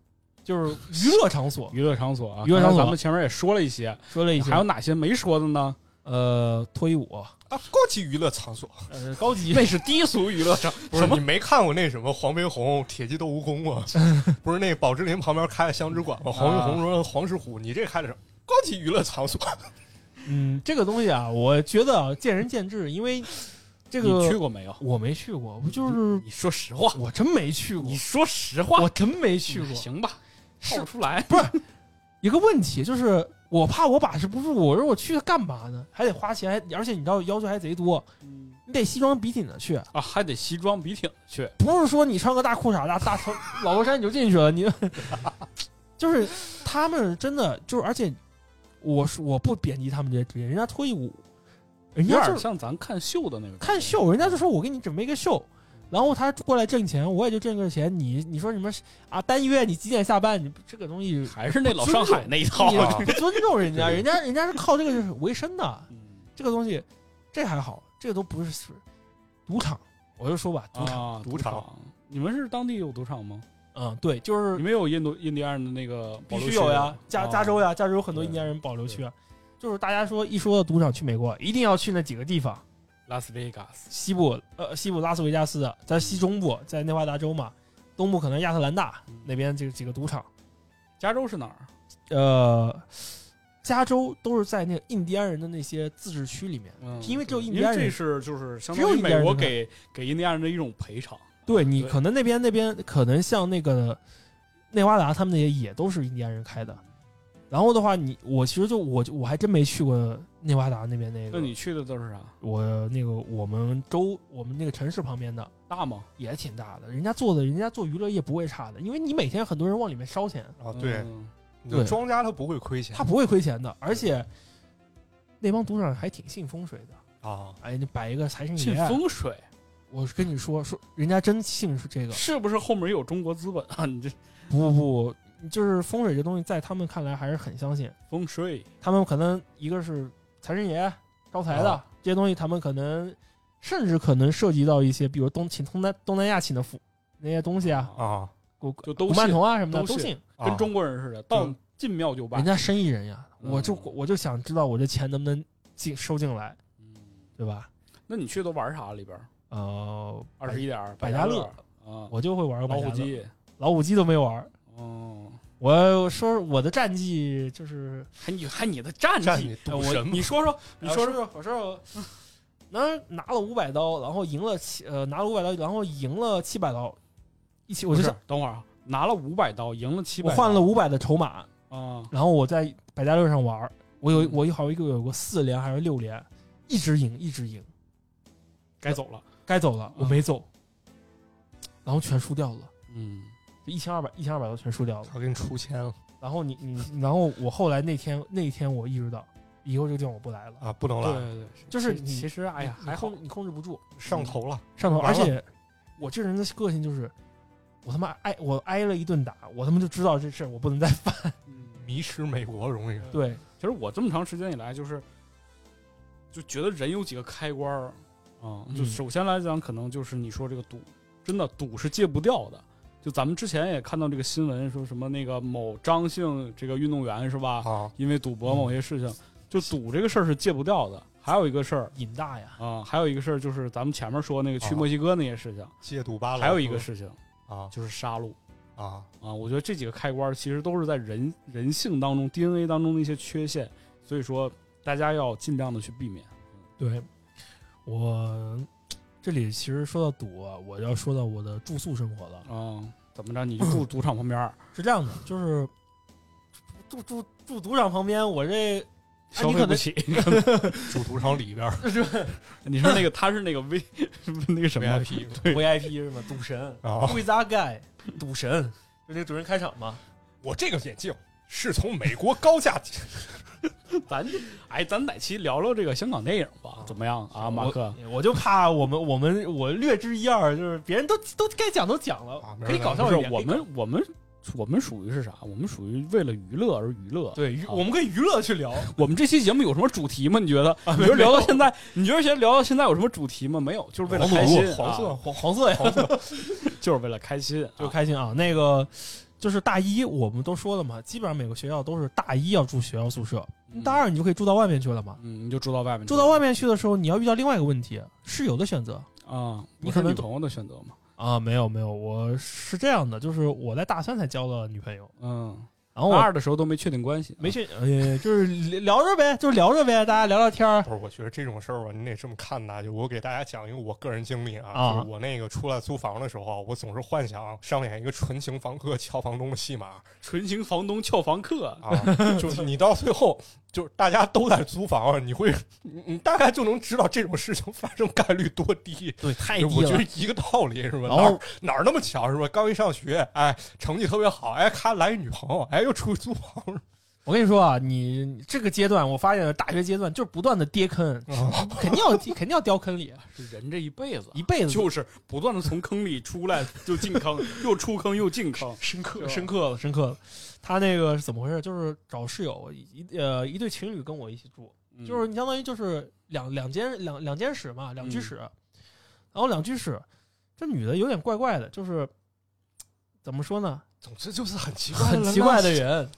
C: 就是娱乐场所
B: 娱乐场所啊，
C: 娱乐场所
B: 刚才咱们前面也说了一些，
C: 说了一些，
B: 还有哪些没说的呢？
C: 呃脱衣舞，
D: 啊，高级娱乐场所，
C: 呃高级
B: 那是低俗娱乐场，
D: 不是你没看过那什么黄飞鸿铁骑斗蜈蚣吗？不是那宝芝林旁边开的香之馆吗？黄飞鸿说黄石虎，你这开的是高级娱乐场所，
C: 嗯这个东西啊，我觉得啊见仁见智，因为这
B: 你去
C: 个
B: 过没有？
C: 我没去过，我就是
B: 你说实话，
C: 我真没去过
B: 你，说实话，
C: 我真没去过。
B: 行吧？
C: 是
B: 说不出来，
C: 一个问题就是，我怕我把持不住，我说我去干嘛呢？还得花钱，还而且你知道要求还贼多，你得西装笔挺的去。
B: 嗯啊，还得西装笔挺去。
C: 不是说你穿个大裤衩、大大长 老头衫你就进去了，你就是他们真的就是，而且我说我不贬低他们这些职业，人家脱衣舞，人
B: 有
C: 家
B: 点
C: 就是
B: 像咱看秀的那个感觉
C: 看秀，人家就说我给你准备一个秀，然后他过来挣钱，我也就挣个钱。你你说什么啊？单约你几点下班？你这个东西
B: 还是那老上海那一 套
C: 你
B: 啊。
C: 不尊重人家，
D: 对
C: 人家人家是靠这个就是为生的，
B: 嗯
C: 这个东西这还好，这个都不是赌场。我就说吧，赌场，
B: 啊，
D: 赌场
B: 场，你们是当地有赌场吗？
C: 嗯，对，就
B: 你
C: 是
B: 们有印度印第安人的那个
C: 必
B: 保留
C: 须
B: 区
C: 有
B: 吗
C: 呀，加加州
B: 啊
C: 呀，加州有很多印第安人保留区啊。就是大家说一说到赌场去美国，一定要去那几个地方，
B: 拉斯维加斯，
C: 西部呃西部拉斯维加斯，在西中部在内华达州嘛，东部可能亚特兰大那边这几个赌场，
B: 加州是哪儿？
C: 呃，加州都是在那个印第安人的那些自治区里面，
B: 嗯
C: 因为只有印第
B: 因为
C: 安
B: 这
C: 人。
B: 是就是相
C: 只有
B: 当于
C: 印第安
B: 美
C: 人
B: 国
C: 的
B: 给给印第安人的一种赔偿。
C: 对你
B: 对
C: 可能那边那边可能像那个内华达他们那些也都是印第安人开的。然后的话，你我其实就我就我还真没去过内华达那边那
B: 那
C: 个，
B: 你去的都是啥？
C: 我那个我们州我们那个城市旁边的
B: 大吗？
C: 也挺大的，人家做的人家做娱乐业不会差的，因为你每天很多人往里面烧钱，
D: 啊，对，
B: 嗯
D: 你的
C: 对
D: 庄家他不会亏钱
C: 他不会亏钱的，而且那帮赌场还挺信风水的。
D: 啊，
C: 哎，你摆一个财神爷，
B: 信风水
C: 我跟你说说，人家真信是这个，
B: 是不是后面有中国资本啊？你这
C: 不不不，就是风水这东西，在他们看来还是很相信。
B: 风水
C: 他们可能一个是财神爷招财的、
D: 啊
C: 这些东西，他们可能甚至可能涉及到一些，比如东请东南东南亚请的福那些东西啊，
D: 啊，
C: 古
B: 就都
C: 古曼
B: 信
C: 童啊什么的
B: 都
C: 都
B: 信
C: 信。
D: 啊
B: 跟中国人似的，到
D: 嗯
B: 进庙就拜
C: 人。家生意人呀，
B: 嗯
C: 我就我就想知道我这钱能不能进收进来，
B: 嗯
C: 对吧？
B: 那你去都玩啥里边儿？
C: 呃，
B: 二十一点儿
C: 百家
B: 家乐
C: 乐
B: 啊，
C: 我就会玩个百
B: 老
C: 家
B: 虎
C: 乐，
B: 机，
C: 老虎机都没玩儿。
B: 哦，
C: 我说我的战绩就是
B: 还你还你的战
D: 战
B: 绩
D: 绩，
B: 呃
D: 赌
B: 我
D: 神
B: 你说说，你说说，
C: 说，哎我说我能拿了五百刀，然后赢了七呃拿了五百刀，然后赢了七百刀，一起我就
B: 不
C: 想
B: 是等会儿啊，拿了五百刀，赢了七
C: 我
B: 百，
C: 换了五百的筹码，
B: 啊，
C: 然后我在百家乐上玩儿，我有
B: 嗯
C: 我一好一个有个四连还是六连，一直赢一直赢，
B: 该走了，
C: 该走了我没走，然后全输掉了，
B: 嗯，
C: 就一千二百一千二百刀全输掉了。
D: 他给你出千了
C: 然后你你然后我后来那天那一天我意识到，以后这个地方我不来了，
D: 啊，不能
B: 对
D: 了，
B: 对对，
C: 就是
B: 其
C: 你
B: 其实哎呀
C: 你
B: 还好
C: 控，你控制不住。
D: 上头了，
C: 上头，
D: 完
C: 而
D: 了
C: 且我这人的个性就是，我他妈挨我挨了一顿打，我他妈就知道这事儿我不能 再犯。
B: 嗯
D: 迷失美国容易。
C: 对，
B: 其实我这么长时间以来，就是就觉得人有几个开关儿啊、就
C: 嗯
B: 首先来讲，可能就是你说这个赌，真的赌是戒不掉的。就咱们之前也看到这个新闻，说什么那个某张姓这个运动员是吧，
D: 啊，
B: 因为赌博某些
C: 嗯
B: 事情，就赌这个事儿是戒不掉的。还有一个事儿
C: 瘾大呀，
B: 啊、还有一个事儿就是咱们前面说那个去
D: 啊
B: 墨西哥那些事情，
D: 戒赌吧，
B: 还有一个事情
D: 啊
B: 就是杀戮。
D: 啊，
B: 啊，我觉得这几个开关儿其实都是在人人性当中、DNA 当中的一些缺陷，所以说大家要尽量的去避免。
C: 对我这里其实说到赌啊，我要说到我的住宿生活了。
B: 啊，怎么着？你就 住赌场旁边儿，
C: 是这样的，就是住住住赌场旁边，我这啊
B: 消
C: 你可
B: 费不
C: 能
B: 起。
D: 住赌场里边儿
B: 你说那个他是那个 V 那个什么
D: VIP
B: 对哦
C: VIP 是吗？赌神，
D: 啊，
C: 贵扎盖，赌神，就那个主人开场嘛。
D: 我这个眼镜是从美国高价
B: 咱就哎，咱哪期聊聊这个香港电影吧？怎么样啊，马克？
C: 我，我就怕我们我们我略知一二，就是别人都都该讲都讲了，
D: 啊
C: 可以搞
B: 不
C: 笑
B: 是
C: 一点。
B: 我
C: 可以搞
B: 们我们我们属于是啥？我们属于为了娱乐而娱乐。
C: 对，娱
B: 啊
C: 我们可以娱乐去聊，
B: 我们这期节目有什么主题吗？你觉得？
C: 啊
B: 你觉得聊到现在，你觉得现在聊到现在有什么主题吗？没有， 就是为了
D: 黄
B: 开心
D: 色，黄
B: 啊
D: 色，
C: 黄黄色呀，
B: 就是为了开心啊，
C: 就开心啊。那个就是大一，我们都说了嘛，基本上每个学校都是大一要住学校宿舍，
B: 嗯
C: 大二你就可以住到外面去了嘛。
B: 嗯，你就住到外面去，
C: 住到外面去的时候，你要遇到另外一个问题，室友的选择
B: 啊，
C: 你
B: 不是
C: 可能
B: 女朋友的选择嘛，
C: 啊，没有没有，我是这样的，就是我在大三才交了女朋友，
B: 嗯，
C: 然后
B: 大
C: 我
B: 二的时候都没确定关系，啊
C: 没去，呃，就是聊着呗，就是聊着呗，大家聊聊天儿
D: 不是，我觉得这种事儿吧，你得这么看待。就我给大家讲一个我个人经历啊，
C: 啊
D: 就是我那个出来租房的时候，啊我总是幻想上演一个纯情房客撬房东的戏码
B: 纯情房东撬房客，
D: 啊，就是你到最后，就是大家都在租房，啊你会，你你大概就能知道这种事情发生概率多低。
C: 对，太
D: 我觉得一个道理是吧？
C: 然
D: 哪儿
C: 后
D: 哪儿那么 巧是吧？刚一上学，哎，成绩特别好，哎，咔来一女朋友，哎，又出去租房，
C: 我跟你说啊，你这个阶段，我发现大学阶段就是不断的跌坑，
B: 嗯
C: 肯定要肯定要掉坑里，
B: 人这一辈子
C: 一辈子
B: 就是不断的从坑里出来，就进坑，又出坑又进坑。
C: 深
B: 是
C: 刻
B: 吧
C: 深刻了，深刻了。他那个是怎么回事？就是找室友，一呃一对情侣跟我一起住，
B: 嗯
C: 就是你相当于就是两两间两两间室嘛，两居
B: 嗯
C: 室。然后两居室，这女的有点怪怪的，就是怎么说呢，
D: 总之就是很奇怪，
C: 很奇怪的人，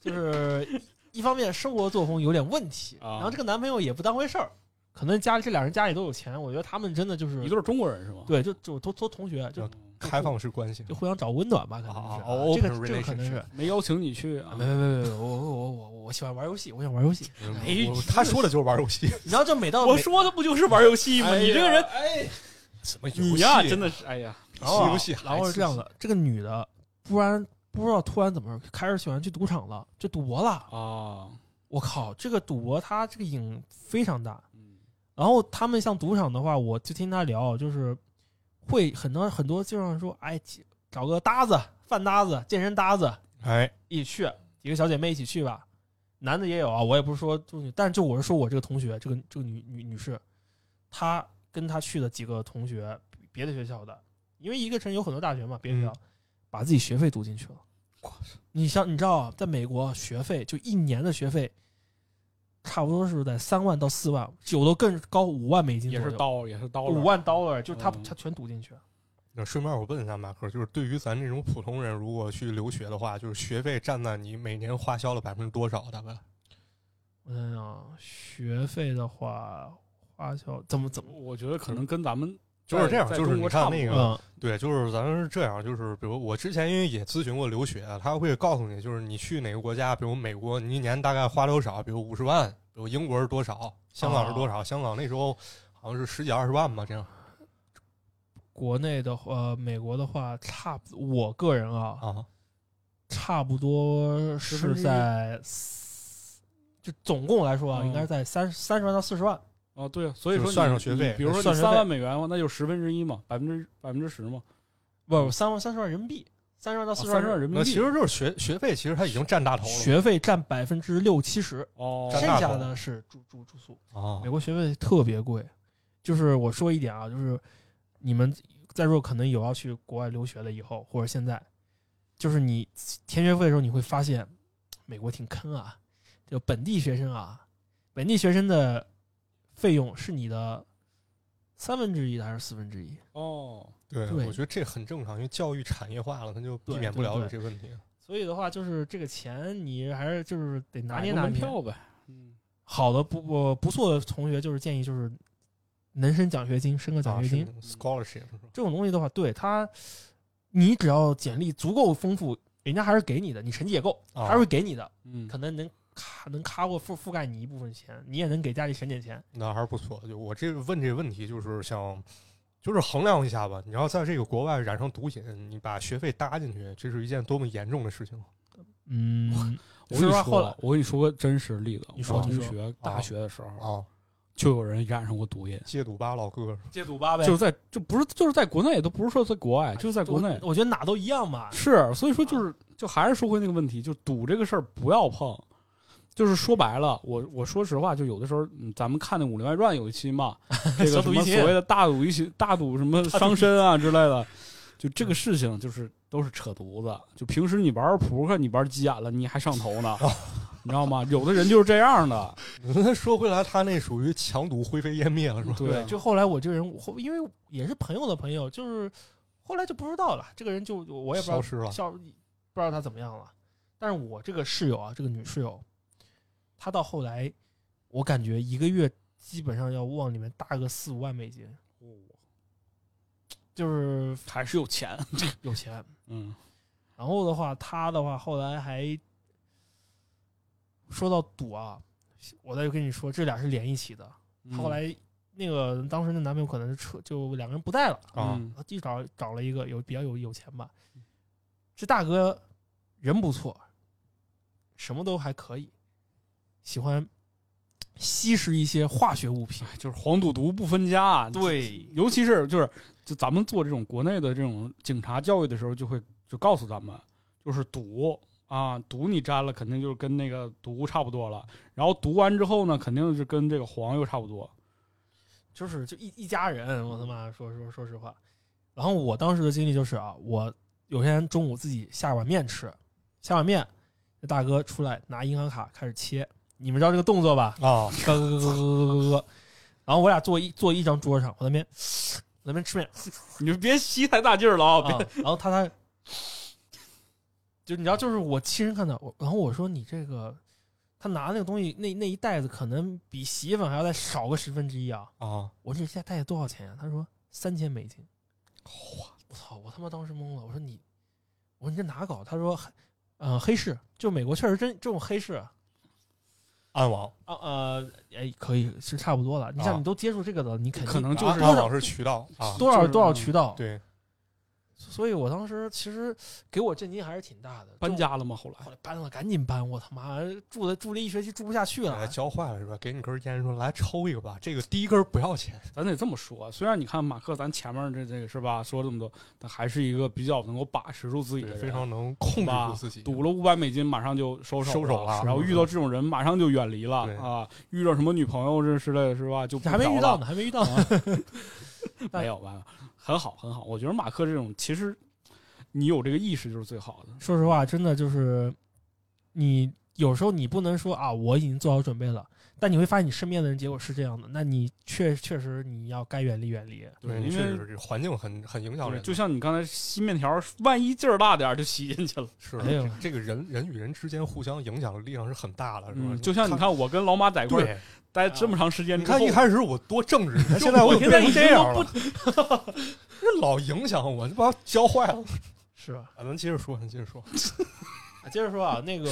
C: 就是一方面生活作风有点问题，
B: 啊
C: 然后这个男朋友也不当回事儿，可能家里这俩人家里都有钱，我觉得他们真的就是
B: 一对啊中国人是吗？
C: 对，就就都都同学，就
D: 开放式关系
C: 就互相找温暖吧，可能
D: 啊
C: 是
D: 啊
C: 啊、
D: 哦
C: 这个
D: open
C: 这个可能是
D: relationship。
B: 没邀请你去啊
C: 啊，没没没没，我我我我我喜欢玩游戏，我想玩游戏。
B: 哎
D: 嗯我他说的就是玩 游戏，
C: 你知道，就每到
B: 我
C: 每
B: 说的不就是玩游戏吗？
D: 哎呀
B: 你这个人，
D: 什么
B: 你呀、真的是，哎呀，
C: 然后啊
D: 游戏还
C: 然后是这样的，这个女的突然不知道突然怎么开始喜欢去赌场了，就赌博了。
B: 啊，
C: 我靠，这个赌博它这个瘾非常大。
B: 嗯
C: 然后他们像赌场的话，我就听他聊，就是会很多很多介绍人说，哎，找个搭子、饭搭子、健身搭子
D: 哎，
C: 一起去，几个小姐妹一起去吧。男的也有啊，我也不是说就女，但是就我是说我这个同学，这个这个女女女士，她跟她去的几个同学，别的学校的，因为一个城有很多大学嘛，别的学校、
D: 嗯
C: 把自己学费赌进去了。你像你知道啊，在美国学费就一年的学费，差不多是在三万到四万，有的更高五万美金
B: 也
C: 左右
B: 是刀，也是刀，
C: 五万 dollar，就是他
B: 嗯
C: 他全赌进去。
D: 那顺便我问一下马克，就是对于咱这种普通人，如果去留学的话，就是学费占在你每年花销的百分之多少？大概
C: 我想想啊，学费的话，花销怎么怎么，
B: 我觉得可能跟咱们
D: 就是这样，
B: 在
D: 就是
B: 中
D: 你
B: 国
D: 看
B: 差不
D: 那
B: 多
D: 个，
C: 嗯
D: 对，就是咱是这样，就是比如我之前因为也咨询过留学，他会告诉你，就是你去哪个国家，比如美国，你一年大概花多少，比如五十万，比如英国是多少，香港是多
C: 哦
D: 少，香港那时候好像是十几二十万吧，这样
C: 国内的话呃，美国的话，差不我个人啊，
D: 啊，
C: 差不多是在四就总共来说啊，
B: 嗯
C: 应该是在三三十万到四十万。
B: 哦，对，所以
D: 就
B: 说
D: 算
B: 你
D: 上学
B: 你
D: 费
B: 比如说
C: 算
B: 你
C: 学
B: 三万
C: 费
B: 美元的话，那就十分之一嘛，百分之百分之十嘛，啊
C: 不，三万三十万人民币，三十万到四十
B: 哦三
C: 万
B: 十万人民
D: 那
B: 币。
D: 其实就是学学费，其实它已经占大头了
C: 学费占百分之六七十，
B: 哦，
C: 剩
D: 占大头
C: 下的是住住住宿。
D: 啊
C: 美，国学费特别贵，就是我说一点啊，就是你们在座可能有要去国外留学的以后，或者现在，就是你填学费的时候，你会发现美国挺坑啊，就本地学生啊，本地学生的费用是你的三分之一还是四分之一？
B: 哦，
D: 对，
C: 对
D: 我觉得这很正常，因为教育产业化了，它就避
C: 对
D: 免不
C: 对
D: 了有
C: 对
D: 这个问题。
C: 所以的话，就是这个钱你还是就是得拿
B: 买
C: 捏
B: 个
C: 拿
B: 门
C: 捏。
B: 票呗。嗯，
C: 好的不不不错的同学，就是建议就是能升奖学金，升个奖
D: 啊
C: 学
D: 是
C: 金。
D: 那种 scholarship 是吧
C: 这种东西的话，对他，你只要简历足够丰富，人家还是给你的，你成绩也够，
D: 啊
C: 还是会给你的，
B: 嗯
C: 可，能能卡能卡过覆覆盖你一部分钱，你也能给家里省点钱。
D: 那还是不错的。就我这个问这个问题，就是想，就是衡量一下吧。你要在这个国外染上毒瘾，你把学费搭进去，这是一件多么严重的事情。
C: 嗯，
B: 我跟你
C: 说实话后来
B: 说，我跟你说个真实例子。
C: 你
B: 我
C: 说
B: 同
C: 你说
B: 学大学的时候
D: 啊，
B: 就有人染上过毒瘾，
D: 戒赌吧，老哥，
C: 戒赌吧呗
B: 就是在就不是就是在国内，都不是说在国外，就是在国内。
C: 我觉得哪都一样嘛。
B: 是，所以说就是就还是说回那个问题，就赌这个事儿不要碰。就是说白了，我我说实话，就有的时候，嗯，咱们看那《武林外传》有一期 嘛，这
C: 小
B: 个什
C: 赌
B: 么
C: 怡情
B: 所谓的大赌一情、大赌嗯什么伤身啊之类的，就这个事情就是都是扯犊子。就平时你玩玩扑克，你玩急眼了，你还上头呢，你知道吗？有的人就是这样的，
D: 说回来，他那属于强赌灰飞烟灭了，是吧？
B: 对啊，
C: 就后来我这个人，我后因为也是朋友的朋友，就是后来就不知道了，这个人就我也不知道
D: 消失了。
C: 笑，不知道他怎么样了。但是我这个室友啊，这个女室友，她到后来，我感觉一个月基本上要往里面搭个四五万美金，就是
B: 还是有钱，
C: 有钱。
B: 嗯，
C: 然后的话，她的话后来还说到赌啊，我再跟你说，这俩是连一起的。她后来那个当时那男朋友可能是撤，就两个人不在了。
D: 啊
B: 嗯
C: 然后就找找了一个有比较有有钱吧，这大哥人不错，什么都还可以，喜欢吸食一些化学物品，
B: 哎就是黄赌毒不分家，啊
C: 对
B: 尤其是就是就咱们做这种国内的这种警察教育的时候，就会就告诉咱们，就是赌啊，毒你沾了肯定就是跟那个毒差不多了，然后毒完之后呢，肯定是跟这个黄油差不多。
C: 就是就一一家人，我他妈说说说实话。然后我当时的经历就是啊，我有天中午自己下碗面吃，下碗面，这大哥出来拿银行卡开始切，你们知道这个动作吧？
D: 啊，
C: 咯咯咯咯咯咯咯咯。然后我俩坐一坐一张桌上，我那边我那边吃面，
B: 你就别吸太大劲儿了啊！别
C: 啊，然后他他，就你知道，就是我亲身看到，我然后我说你这个，他拿那个东西那那一袋子可能比洗衣粉还要再少个十分之一啊。
D: 啊，
C: 我说你这袋子多少钱呀、啊他说三千美金。我操！我他妈当时懵了，我说你，我说你这哪搞？他说，呃，黑市，就美国确实真这种黑市啊，
D: 暗网，
C: 呃，哎，可以是差不多了。你
D: 啊
C: 想，你都接触这个的，你肯定
B: 可能嗯就是
D: 暗网是渠道啊，
C: 多少
B: 就是
C: 多少渠道。
D: 对，
C: 所以我当时其实给我震惊还是挺大的。
B: 搬
C: 就
B: 家了吗？后来
C: 后来搬了，赶紧搬！我他妈住的住了一学期，住不下去
B: 啊
D: 哎
C: 了。啊
D: 教坏了是吧？给你根烟说来抽一个吧，这个第一根不要钱，
B: 咱得这么说，啊虽然你看马克，咱前面这这个是吧，说这么多，但还是一个比较能够把持住自己的人，
D: 对
B: 啊
D: 非常能控制
B: 吧
D: 住自己，
B: 赌了五百美金，马上就收手
D: 收手了
B: 然后遇到这种人，马上就远离了
D: 对
B: 啊！遇到什么女朋友这之类的是吧？就不
C: 还没
B: 聊
C: 遇到
B: 了
C: 呢，还没遇到呢。但
B: 没有完了，很好很好。我觉得马克这种，其实你有这个意识就是最好的。
C: 说实话，真的就是你有时候你不能说啊，我已经做好准备了，但你会发现你身边的人结果是这样的，那你确确实你要该远离远离。
D: 对，
B: 因
D: 确
B: 为
D: 实是环境很很影响
B: 对
D: 人，
B: 就像你刚才吸面条，万一劲儿大点儿就吸进去了。
D: 是
C: 哎呦
D: 这个人人与人之间互相影响的力量是很大的，是吧
B: 嗯，？就像你看，我跟老马在一块儿
D: 对，
B: 待这
C: 啊
B: 么长时间
D: 你
B: 之后，
D: 看一开始我多正直，你看现在我
C: 现在
D: 变成
C: 已经
D: 这样
C: 都
D: 了， 这老影响我，就把我教坏了。
C: 是吧？
D: 啊，咱接着说，咱接着说。
C: 啊接着说啊，那个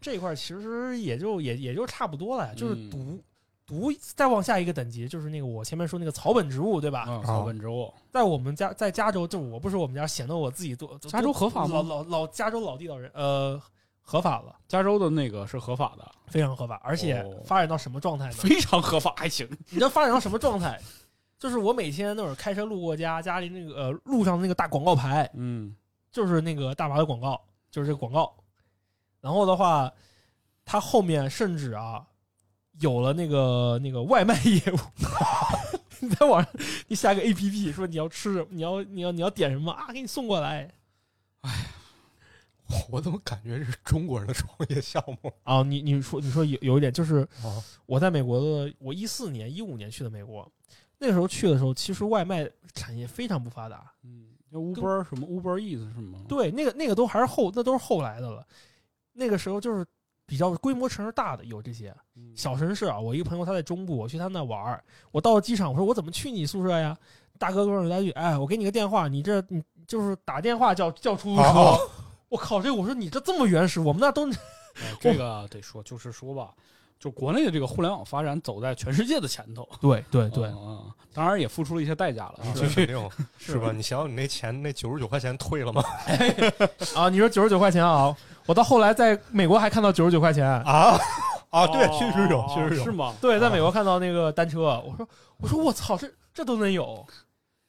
C: 这一块儿其实也就也也就差不多了，就是
B: 嗯
C: 毒。毒再往下一个等级就是那个我前面说那个草本植物，对吧？
B: 啊，草本植物，
C: 在我们家在加州，就我不说我们家，显得我自己多。多
B: 加州合法吗
C: 老老老加州老地道人，呃，合法了，
B: 加州的那个是合法的，
C: 非常合法，而且
B: 哦
C: 发展到什么状态呢？
B: 非常合法，还行。
C: 你知道发展到什么状态？就是我每天那会儿开车路过家，家里那个呃路上的那个大广告牌，
B: 嗯，
C: 就是那个大麻的广告，就是这个广告。然后的话，它后面甚至啊有了那个那个外卖业务。 你在网上你下个 A P P 说你要吃什么，你要你要你要点什么啊，给你送过来。
D: 我怎么感觉这是中国人的创业项目
C: 啊，你你说你说有有一点，就是
D: 啊？
C: 我在美国的，我一四年一五年去的美国，那个时候去的时候，其实外卖产业非常不发达。
B: 嗯，那 Uber 什么 Uber Eats 是吗？
C: 对，那个那个都还是后，那都是后来的了。那个时候就是比较规模城市大的有这些
B: 对
C: 小城市啊。我一个朋友他在中部，我去他那玩儿，我到了机场，我说我怎么去你宿舍呀？大哥跟我说一句，哎，我给你个电话，你这你就是打电话叫叫出租车。
D: 啊
C: 我靠，这个我说你这这么原始，我们那都
B: 哎这个得说，就是说吧，就国内的这个互联网发展走在全世界的前头，
C: 对
D: 哎
C: 对对，
B: 嗯，嗯当然也付出了一些代价了。
D: 这肯定
C: 是
D: 是吧？你想想你那钱，那九十九块钱退了吗？
C: 啊，你说九十九块钱啊，我到后来在美国还看到九十九块钱，
D: 啊啊，
B: 啊
D: 对，确实有，确实有
B: 是。吗？啊
C: 对，在美国看到那个单车，我说我说我操，这这都能有，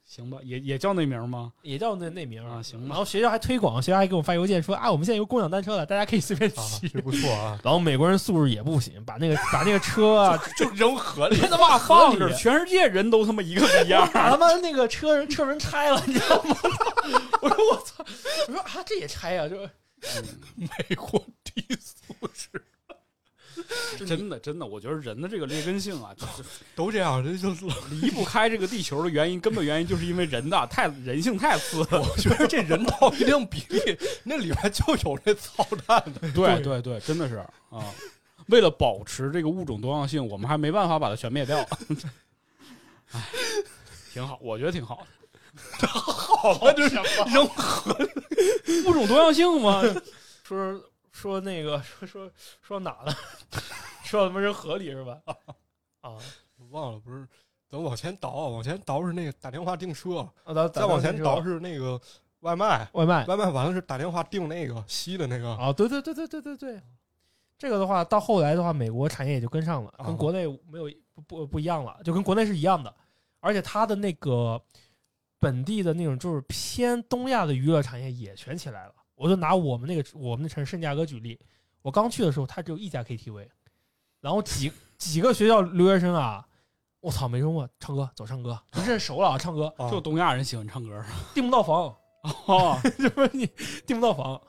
B: 行吧，也也叫那名吗？
C: 也叫那那名儿
B: 啊行吧
C: 然后学校还推广，学校还给我发邮件说啊，我们现在有共享单车了，大家可以随便
D: 啊
C: 骑，。
D: 这不错啊，
C: 然后美国人素质也不行，把那个把那个车 啊，
D: 就扔河里
B: 别他妈放
C: 合
B: 着，啊
C: 理。
B: 全世界人都他妈一个一样
C: 把他妈那个车车轮拆了，你知道吗？ 我说我操，我说啊这也拆呀、啊，就
D: 美国低俗是
B: 真的，真的，我觉得人的这个劣根性啊，就是
D: 都这样，这就是
B: 离不开这个地球的原因，根本原因就是因为人的太人性太次了。
D: 我觉得这 人到一定比例，那里边就有这操蛋的。
B: 对对对，真的是啊！ 为了保持这个物种多样性，我们还没办法把它全灭掉。 哎，挺好，我觉得挺好的。
D: 好吧，这是扔
B: 物种多样性嘛，
C: 说说那个说说说哪了？ 说他妈人合理是 吧？啊，
D: 忘了不是。等往前倒，啊往前倒是那个打电话订车，
C: 啊咱
D: 再往前倒
C: 倒
D: 是那个外卖，
C: 外卖
D: 外卖完了是打电话订那个西的那个
C: 啊，对对对对对对对，这个的话，到后来的话，美国产业也就跟上了，
D: 啊
C: 跟国内没有不不不一样了，就跟国内是一样的，而且它的那个本地的那种就是偏东亚的娱乐产业也全起来了，我就拿我们那个我们的城市圣地亚哥举例，我刚去的时候，它只有一家 KTV，然后几几个学校留学生啊，我操，没周末唱歌，走唱歌，就认熟了啊，唱歌
D: 啊
B: 就东亚人喜欢唱歌
C: 订不到房，
B: 哦，
C: 就是你订不到房。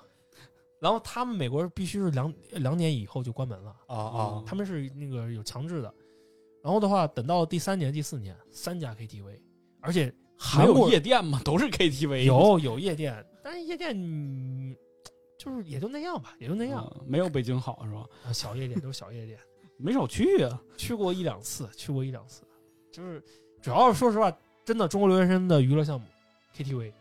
C: 然后他们美国必须是两两点以后就关门了，
D: 啊啊
C: 他们是那个有强制的。然后的话，等到第三年、第四年，三家 KTV，而且
B: 没
C: 韩
B: 有
C: 国
B: 夜店嘛，都是 KTV。
C: 有有夜店，但是夜店、嗯、就是也就那样吧，也就那
B: 那
C: 样。
B: 样嗯没有北京好是吧？
C: 啊小夜店都是小夜 店，
B: 没少去啊。
C: 去过一两次，去过一两次，就是主要是说实话，真的中国留学生的娱乐项目，KTV、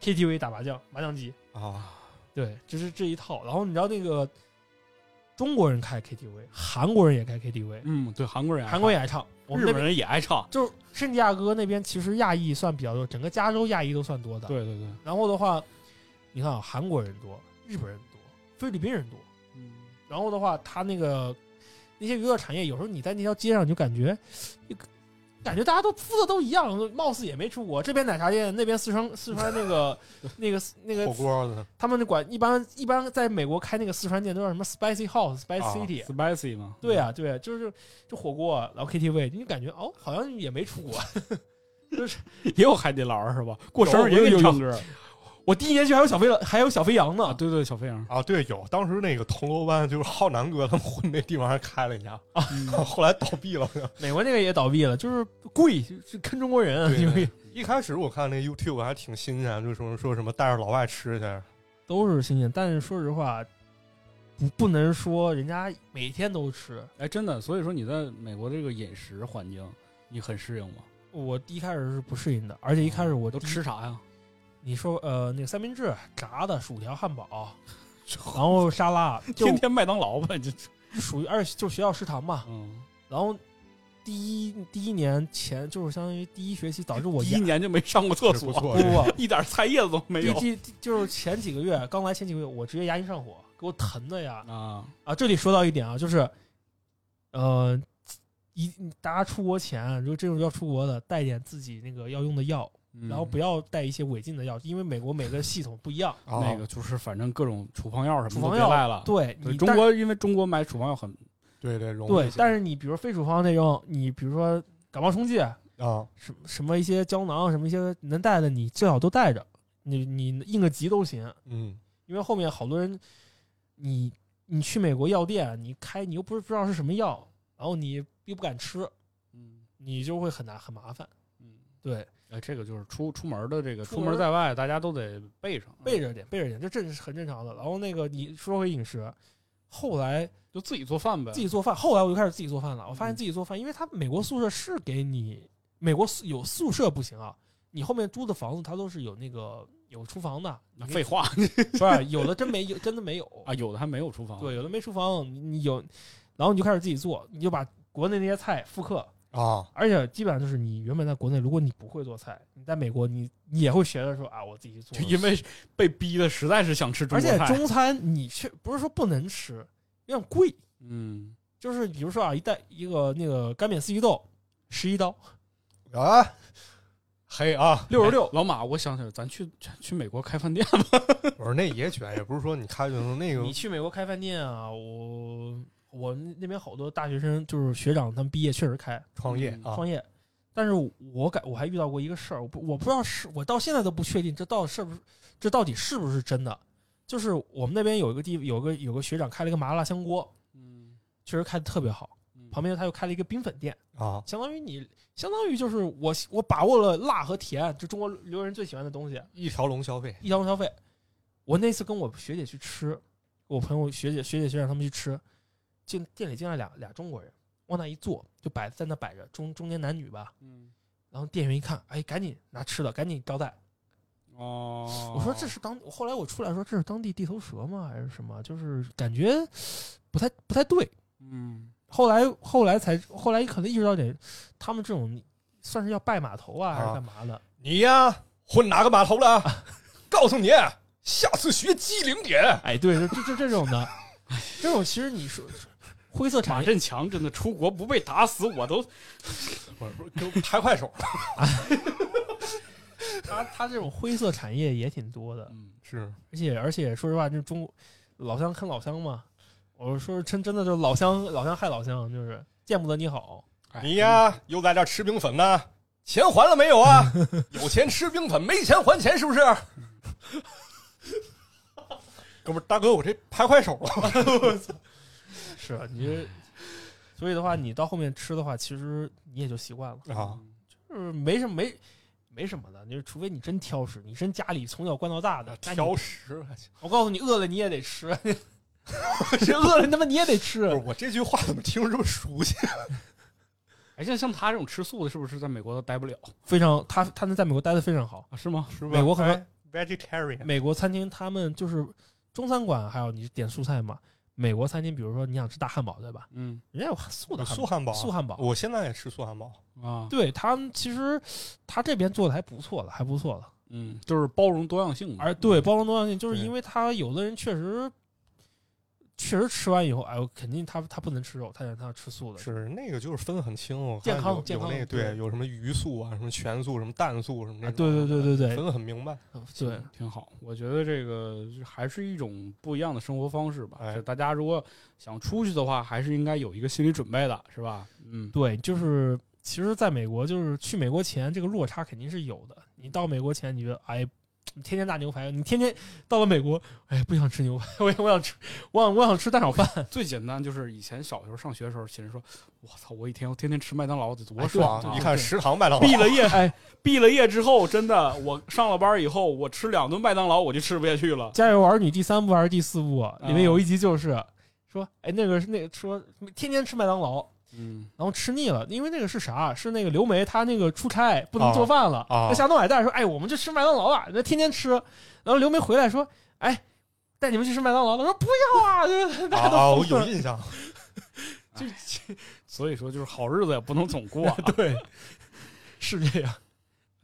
C: KTV 打麻将、麻将机，
D: 啊！
C: 对，就是这一套。然后你知道那个中国人开 KTV，韩国人也开 KTV，
B: 嗯，对，韩国人爱唱，
C: 韩国也爱唱，我们
B: 日
C: 那
B: 本
C: 边
B: 人也爱唱。
C: 就是圣地亚哥那边其实亚裔算比较多，整个加州亚裔都算多的。
B: 对对对，
C: 然后的话，你看啊，韩国人多，日本人多，菲律宾人多。
B: 嗯，
C: 然后的话，他那个那些娱乐产业，有时候你在那条街上，你就感觉，就感觉大家都铺的都一样，貌似也没出国。这边奶茶店，那边四川四川那 个那个那
D: 火
C: 个，
D: 锅的
C: 他们管一般一般在美国开那个四川店都叫什么 Spicy House、Spicy
D: 啊
C: City，、
B: spicy 嘛，
C: 对啊，对啊，就是就火锅，然后 KTV，你就感觉哦，好像也没出国。
B: 也有海底捞是吧？过生
C: 有
B: 日也给
C: 有
B: 你
C: 有
B: 唱歌
C: 我第一年去还有小飞了，还有小飞羊呢
B: 啊！对对，小飞羊，
D: 啊，对，有当时那个铜锣湾就是浩南哥他们混那地方还开了一家，
B: 嗯
D: 后来倒闭了。
C: 美国那个也倒闭了，就是贵，就坑中国人啊，因为
D: 一开始我看那 YouTube 还挺新鲜，就说说什么带着老外吃去，
C: 都是新鲜。但是说实话，不不能说人家每天都吃。
B: 哎，真的，所以说你在美国这个饮食环境，你很适应吗？
C: 我一开始是不适应的，而且一开始我
B: 都
C: 第一
B: 吃。啥呀？
C: 你说呃，那个三明治、炸的、薯条、汉堡， 然后沙拉，就
B: 天天麦当劳吧，就
C: 属于而且就学校食堂嘛。
B: 嗯，
C: 然后第一第一年前就是相当于第一学期，导致我
B: 第
C: 牙
B: 一年就没上过厕
D: 是不
B: 所，
D: 错
C: 不。不不，
B: 一点菜叶子都没
C: 第
B: 有
C: 第第就是前几个月刚来前几个月，我直接牙龈上火，给我疼的呀
B: 啊。
C: 啊！这里说到一点啊，就是，呃，一大家出国前，如果这种要出国的，带点自己那个要用的药，
B: 嗯
C: 然后不要带一些违禁的药，因为美国每个系统不一样。
D: 啊
B: 嗯那个就是反正各种处方药什
C: 处
B: 么都
C: 方
B: 别
C: 哦药
B: 赖了。
C: 对
B: 对
C: 你
B: 中
C: 但
B: 国因为中国买处方药很
D: 对对容易
C: 对
D: 一，些
C: 但是你比如说非处方那种，你比如说感冒冲剂，
D: 啊
C: 什么什么一些胶囊，什么一些能带的，你最好都带着，你你应个急都行。
D: 嗯
C: 因为后面好多人，你你去美国药店，你开你又不是不知道是什么药，然后你又不敢吃，
B: 嗯
C: 你就会很难很麻烦。
B: 嗯。
C: 对，
B: 哎，这个就是出出门的这个
C: 出
B: 出
C: 门
B: 门在外，大家都得备上，
C: 备着点，备着点，这这是很正常的。然后那个你说回饮食，后来
B: 就自己做饭呗。
C: 自己做饭，后来我就开始自己做饭了。我
B: 嗯
C: 发现自己做饭，因为他美国宿舍是给你，美国宿有宿舍不行啊，你后面租的房子它都是有那个有厨房的，
B: 那啊废话
C: 不是有的真没有，真的没有
B: 啊，有的还没有厨房。
C: 对，有的没厨房，你你有，然后你就开始自己做，你就把国内那些菜复刻，
D: 啊
C: 而且基本上就是你原本在国内，如果你不会做菜，你在美国你你也会学着说啊，我自己去做
B: 就。因为被逼的，实在是想吃中
C: 而
B: 国
C: 且
B: 菜。
C: 中餐你却不是说不能吃，有点贵，
B: 嗯，
C: 就是比如说啊，一袋一个那个干煸四季豆十一刀，
D: 啊，嘿啊！
B: 六十
C: 哎
B: 六。哎老马，我想起来，咱去去美国开饭店吧。
D: 我说那也卷，也不是说你开就能
B: 哎
D: 那个
C: 你去美国开饭店啊，我我那边好多大学生就是学长他们毕业确实开，
D: 创业啊
C: 创业。但是我感我还遇到过一个事儿，我不我不知道是我到现在都不确定这到底是不是这到底是不是真的。就是我们那边有一个地有个有个学长开了一个麻辣香锅，
B: 嗯，
C: 确实开的特别好。旁边他又开了一个冰粉店，
D: 啊
C: 相当于你相当于就是我我把握了辣和甜，就中国留学人最喜欢的东西，
D: 一条龙消费
C: 一条龙消费。我那次跟我学姐去吃，我朋友学姐学姐学长他们去吃，进店里进来俩俩中国人，往那一坐就摆在那摆着，中中年男女吧，
B: 嗯
C: 然后店员一看，哎，赶紧拿吃的，赶紧招待。
B: 哦，
C: 我说这是当，后来我出来说这是当地地头蛇吗？还是什么？就是感觉不太不太对。
B: 嗯
C: 后来后来才后来可能意识到点，他们这种算是要拜码头啊，还是
D: 啊
C: 干嘛的？
D: 你呀，混哪个码头了？告诉你，下次学机灵点。
C: 哎，对， 就就就这种的，这种其实你说灰色
B: 马
C: 产业，
B: 振强真的出国不被打死，我都
D: 不是不是，给我拍快手
C: 它它这种灰色产业也挺多的，
B: 嗯，
D: 是
C: 而且而且说实话，这中老乡看老乡嘛，我说真真的就是老乡老乡害老乡，就是见不得你好。
B: 哎
D: 你呀，又在这儿吃冰粉呢？钱还了没有啊？有钱吃冰粉，没钱还钱，是不是？ 哥们儿，大哥，我这拍坏手了。
C: 是
B: 嗯
C: 啊，你这，所以的话，你到后面吃的话，其实你也就习惯了，
B: 嗯
D: 啊，
C: 就是没什么没没什么的，就是除非你真挑食，你真家里从小惯到大的那你
D: 啊挑食，我去
C: 我告诉你，饿了你也得吃， 饿了他妈你也得
D: 不是
C: 吃。
D: 我这句话怎么听着这么熟悉？
B: 哎，像像他这种吃素的，是不是在美国都待不了
C: 非常，他他能在美国待的非常好。
B: 啊？是吗？
D: 是吧哎
C: 美国可能
D: vegetarian
C: 美国餐厅他们就是中餐馆，还有你点素菜嘛。美国餐厅，比如说你想吃大汉堡，对吧？
B: 嗯
C: 人家有素的汉
D: 素
C: 堡，
D: 汉堡，啊
C: 素汉堡。
D: 我现在也吃素汉堡。
B: 啊，
C: 对他们其实他这边做的还不错了，还不错了。
B: 嗯，就是包容多样性嘛。
C: 而哎对包容多样性，就是
D: 嗯对
C: 因为他有的人确实确实吃完以后，哎呦，肯定他他不能吃肉，他想他要吃素的。啊
D: 是那个就是分得很清，我看
C: 健康
D: 有
C: 健康
D: 有那个
C: 对
D: 对，有什么鱼素啊，什么全素，什么蛋素，什么那
C: 啊，
D: 种
C: 对对对对对
D: 分得很明白。
C: 对，
B: 挺好，我觉得这个还是一种不一样的生活方式吧。
D: 哎
B: 就大家如果想出去的话，还是应该有一个心理准备的，是吧？嗯，
C: 对，就是其实在美国，就是去美国前这个落差肯定是有的。你到美国前，你觉得哎，你天天大牛排，你天天到了美国，哎，不想吃牛排， 我也我想吃，我想我想吃蛋炒饭。
B: 最简单就是以前小时候上学的时候，亲人说：“我操，我一天要天天吃麦当劳得多
D: 我
B: 爽
D: 爽
B: 啊！”！
D: 一看食 堂麦当劳
B: 毕，了业，哎，毕了业之后，真的，我上了班以后，我吃两顿麦当劳，我就吃不下去了。
C: 《家有儿女》第三部还是第四部，啊里
D: 嗯
C: 面有一集就是说，哎，那个是那个说天天吃麦当劳，
B: 嗯，
C: 然后吃腻了，因为那个是啥？啊是那个刘梅她那个出差不
B: 哦
C: 能
D: 啊
C: 做饭了，
D: 啊
C: 那夏东海带说：“哎，我们去吃麦当劳吧，那天天吃。”然后刘梅回来说：“哎，带你们去吃麦当劳。”他说：“不要啊， 就是
D: 啊
C: 大家
D: 啊，
C: 都
D: 我
C: 疯了
D: 有印象。
B: 就 所以说，就是好日子也不能总过、 啊。
C: 对，是这样。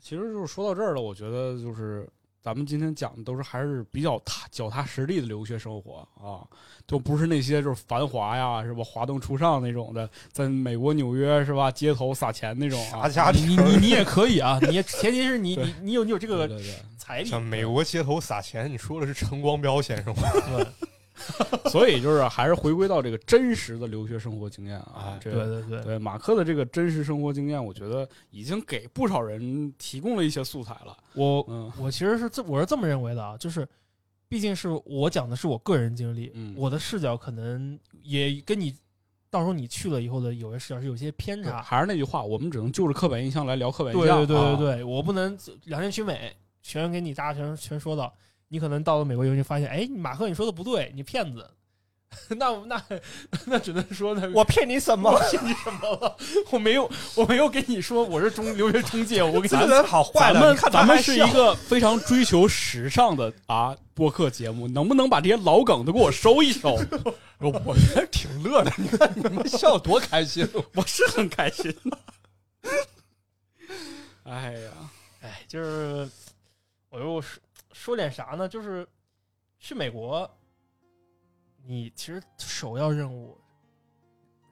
B: 其实就是说到这儿了，我觉得就是咱们今天讲的都是还是比较踏脚踏实地的留学生活啊，就不是那些就是繁华呀，是吧？华灯初上那种的，在美国纽约是吧？街头撒钱那种啊
D: 啥，家
C: 你
D: 庭？
C: 你你也可以啊，你也前提是你
B: 对
C: 你你有你有这
B: 对
C: 个
B: 对
C: 财力
D: 像。美国街头撒钱，你说的是陈光标先生吗？
B: 对，所以就是还是回归到这个真实的留学生活经验啊
D: 哎，
B: 这
C: 对
B: 个。
C: 对对，
B: 对马克的这个真实生活经验，我觉得已经给不少人提供了一些素材了。
C: 我
B: 嗯
C: 我其实是这我是这么认为的啊，就是毕竟是我讲的是我个人经历，
B: 嗯
C: 我的视角可能也跟你到时候你去了以后的有些视角是有啊些偏
B: 对
C: 差。
B: 还是那句话，我们只能就着刻板印象来聊刻板印
C: 对
B: 象啊。
C: 对对对对，我不能两全取美，全给你大家全全说到。你可能到了美国以后，就发现，哎，马克你说的不对，你骗子。 那那 那只能说呢，
D: 我骗你什
C: 我？骗你什么了？ 我没有，我没有跟你说我是中留学中介，我跟你
D: 这个人好坏
B: 咱
D: 了，
B: 们
D: 你看
B: 咱
D: 咱
B: 们
D: 还
B: 是
D: 笑
B: 一个非常追求时尚的啊播客节目，能不能把这些老梗都给我收一 收？
D: 我觉得挺乐的，你看你们笑多开心。
B: 我是很开心 的。哎呀，
C: 哎，就是我又说说点啥呢？就是去美国，你其实首要任务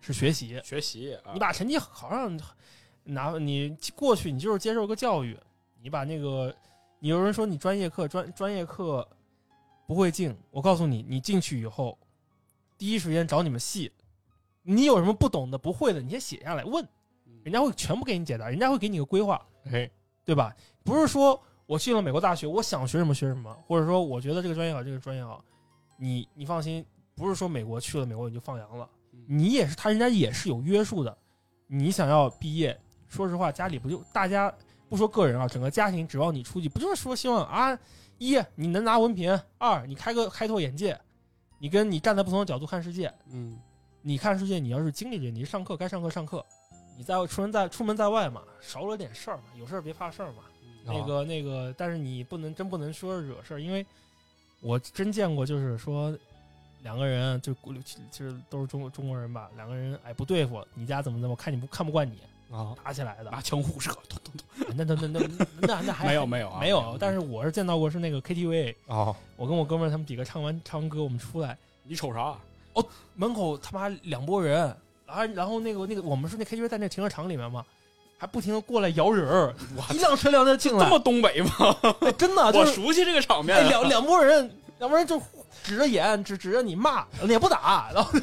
C: 是学习，
B: 学习啊
C: 你，把成绩考上，拿你过去，你就是接受个教育，你把那个，你有人说你专业课专专业课不会进，我告诉你，你进去以后，第一时间找你们系，你有什么不懂的、不会的，你先写下来问，
B: 嗯
C: 人家会全部给你解答，人家会给你个规划，
D: 哎，
C: 对吧？不是说我去了美国大学，我想学什么学什么，或者说我觉得这个专业好，这个专业好，你你放心，不是说美国去了美国你就放羊了，你也是他人家也是有约束的。你想要毕业，说实话，家里不就大家不说个人啊，整个家庭指望你出去，不就是说希望啊，一你能拿文凭，二你开个开拓眼界，你跟你站在不同的角度看世界，
B: 嗯，
C: 你看世界，你要是经历着，你上课该上课上课，你在出门在出门在外嘛，少惹点事儿嘛，有事儿别怕事儿嘛。
B: 啊
C: 那个那个，但是你不能真不能说惹事儿，因为我真见过，就是说两个人就就是都是中国中国人吧，两个人哎不对付，你家怎么怎么，我看你不看不惯你，
D: 啊，
C: 打起来的。哎
B: 拿枪互射，咚咚咚，
C: 那那那那那那还
B: 没有没有啊，
C: 没有，但是我是见到过是那个 KTV，
D: 啊，
C: 我跟我哥们儿他们几个唱完唱完歌我们出来，
B: 你瞅啥？啊
C: 门口他妈两拨人，然后然后那个那个我们是那 KTV 在那停车场里面嘛，
F: 还不停的过来摇人儿，
C: 一辆车辆的进
B: 这
C: 来
B: 么，东北吗？
C: 哎真的就
B: 我
C: 是
B: 熟悉这个场面
C: 哎
B: 啊。
C: 两两拨人，两拨人就指着眼，指指着你骂，也不打， 然后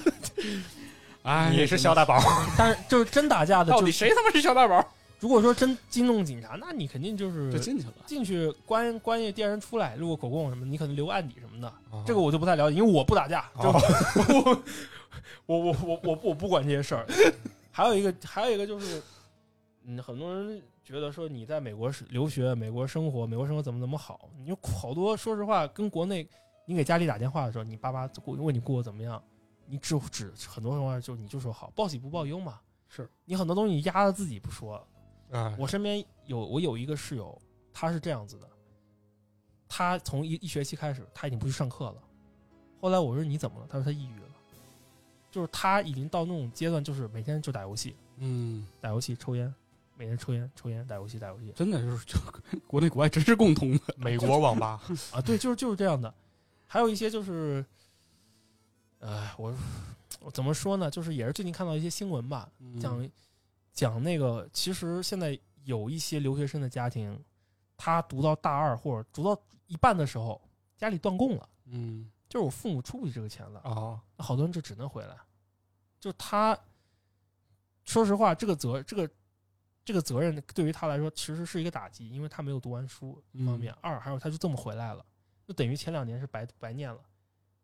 B: 哎，
D: 你是肖大宝，
C: 但是就是真打架的，
B: 到
C: 就
B: 底
C: 是
B: 谁他妈是小大宝？
C: 如果说真惊动警察，那你肯定就是
B: 就进去了。
C: 进去关关一第二人出来，如果口供什么，你可能留个案底什么的，这个
D: 个
C: 我就不太了解，因为我不打架，就
D: 哦
C: 我我我我我不管这些事儿。还有一个还有一个就是，嗯，很多人觉得说你在美国是留学、美国生活、美国生活怎么怎么好，你有好多说实话跟国内，你给家里打电话的时候，你爸妈过问你过得怎么样，你只只很多情况下就你就说好，报喜不报忧嘛。
B: 是
C: 你很多东西压着自己不说，
D: 啊，
C: 我身边有我有一个室友，他是这样子的，他从一一学期开始他已经不去上课了。后来我说你怎么了？他说他抑郁了，就是他已经到那种阶段，就是每天就打游戏，
B: 嗯，
C: 打游戏抽烟，每天抽烟抽烟打游戏打游戏
B: 真的是 就国内国外真是共通的。
D: 美国网吧，
C: 啊，对，就是就是这样的。还有一些就是，呃，我我怎么说呢？就是也是最近看到一些新闻吧，
B: 嗯
C: 讲、讲那个，其实现在有一些留学生的家庭，他读到大二或者读到一半的时候，家里断供了，
B: 嗯，
C: 就是我父母出不起这个钱了，
D: 啊，
C: 那好多人就只能回来。就他，说实话，这个责这个这个责任对于他来说其实是一个打击，因为他没有读完书，一方面，二还有他就这么回来了，就等于前两年是白白念了。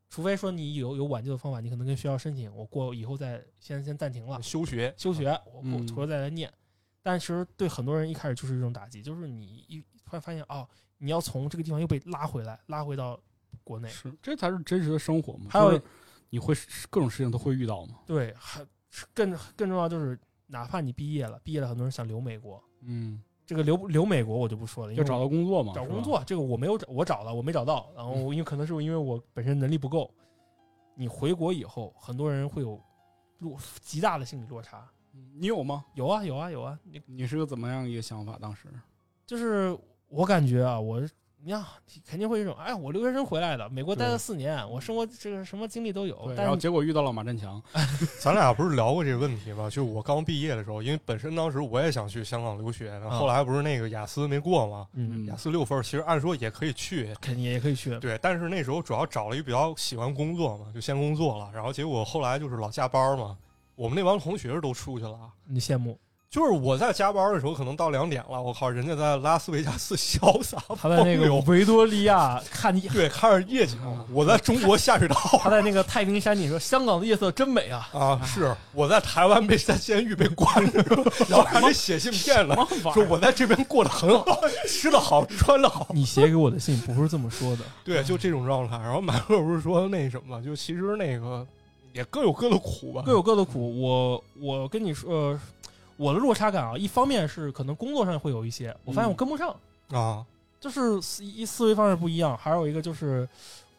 C: 除非说你有有挽救的方法，你可能跟学校申请，我过以后再先先暂停了，
D: 休学，
C: 休学，我我
B: 嗯
C: 回头再来念。但其实对很多人一开始就是一种打击，就是你一突然发现哦，你要从这个地方又被拉回来，拉回到国内。
B: 是这才是真实的生活嘛。
C: 还有
B: 就是你会各种事情都会遇到嘛？
C: 对，还更更重要就是，哪怕你毕业了，毕业了很多人想留美国，
B: 嗯，
C: 这个留留美国我就不说了，因
B: 就
C: 为
B: 找
C: 我
B: 到工作嘛，
C: 找
B: 是吧嗯
C: 工。作这个我没有找，我找了我没找到，然后因为可能是因为我本身能力不够。你回国以后，很多人会有落极大的心理落差。
B: 嗯你有吗？
C: 有啊有啊有啊，你
B: 你是个怎么样一个想法？当时
C: 就是我感觉啊，我你看肯定会有一种，哎，我留学生回来的，美国待了
B: 对
C: 四年，我生活这个什么经历都有
B: 对，，然
C: 哦但
B: 后
C: 是
B: 结果遇到了马 振强。
D: 咱俩不是聊过这个问题吗？就是我刚毕业的时候，因为本身当时我也想去香港留学，后来不是那个雅思没过吗？
C: 嗯，
D: 雅思六分儿，其实按说也可以去，
C: 肯定也可以去，
D: 对，但是那时候主要找了一个比较喜欢工作嘛，就先工作了，然后结果后来就是老加班嘛。我们那帮同学都出去了，啊
C: 你羡慕
D: 就是我在加班的时候可能到两点了，我靠，人家在拉斯维加斯潇洒
C: 他在那
D: 风
C: 个
D: 流
C: 维多利亚看你，
D: 对，看着夜景，我在中国下水 道
C: 他在那个太平山顶说香港的夜色真美 啊，
D: 啊，是我在台湾被在监狱被关 着，然后还得写信骗了，说我在这边过得很 好，吃得好，穿得好，
C: 你写给我的信不是这么说 的，
D: 对，就这种状态。然后马克不是说那什么，就其实那个也各有各的苦吧，
C: 各有各的苦。我我跟你说，呃我的落差感啊，一方面是可能工作上会有一些，我
B: 嗯
C: 发现我跟不上，
D: 啊，
C: 就是思一思维方式不一样，还有一个就是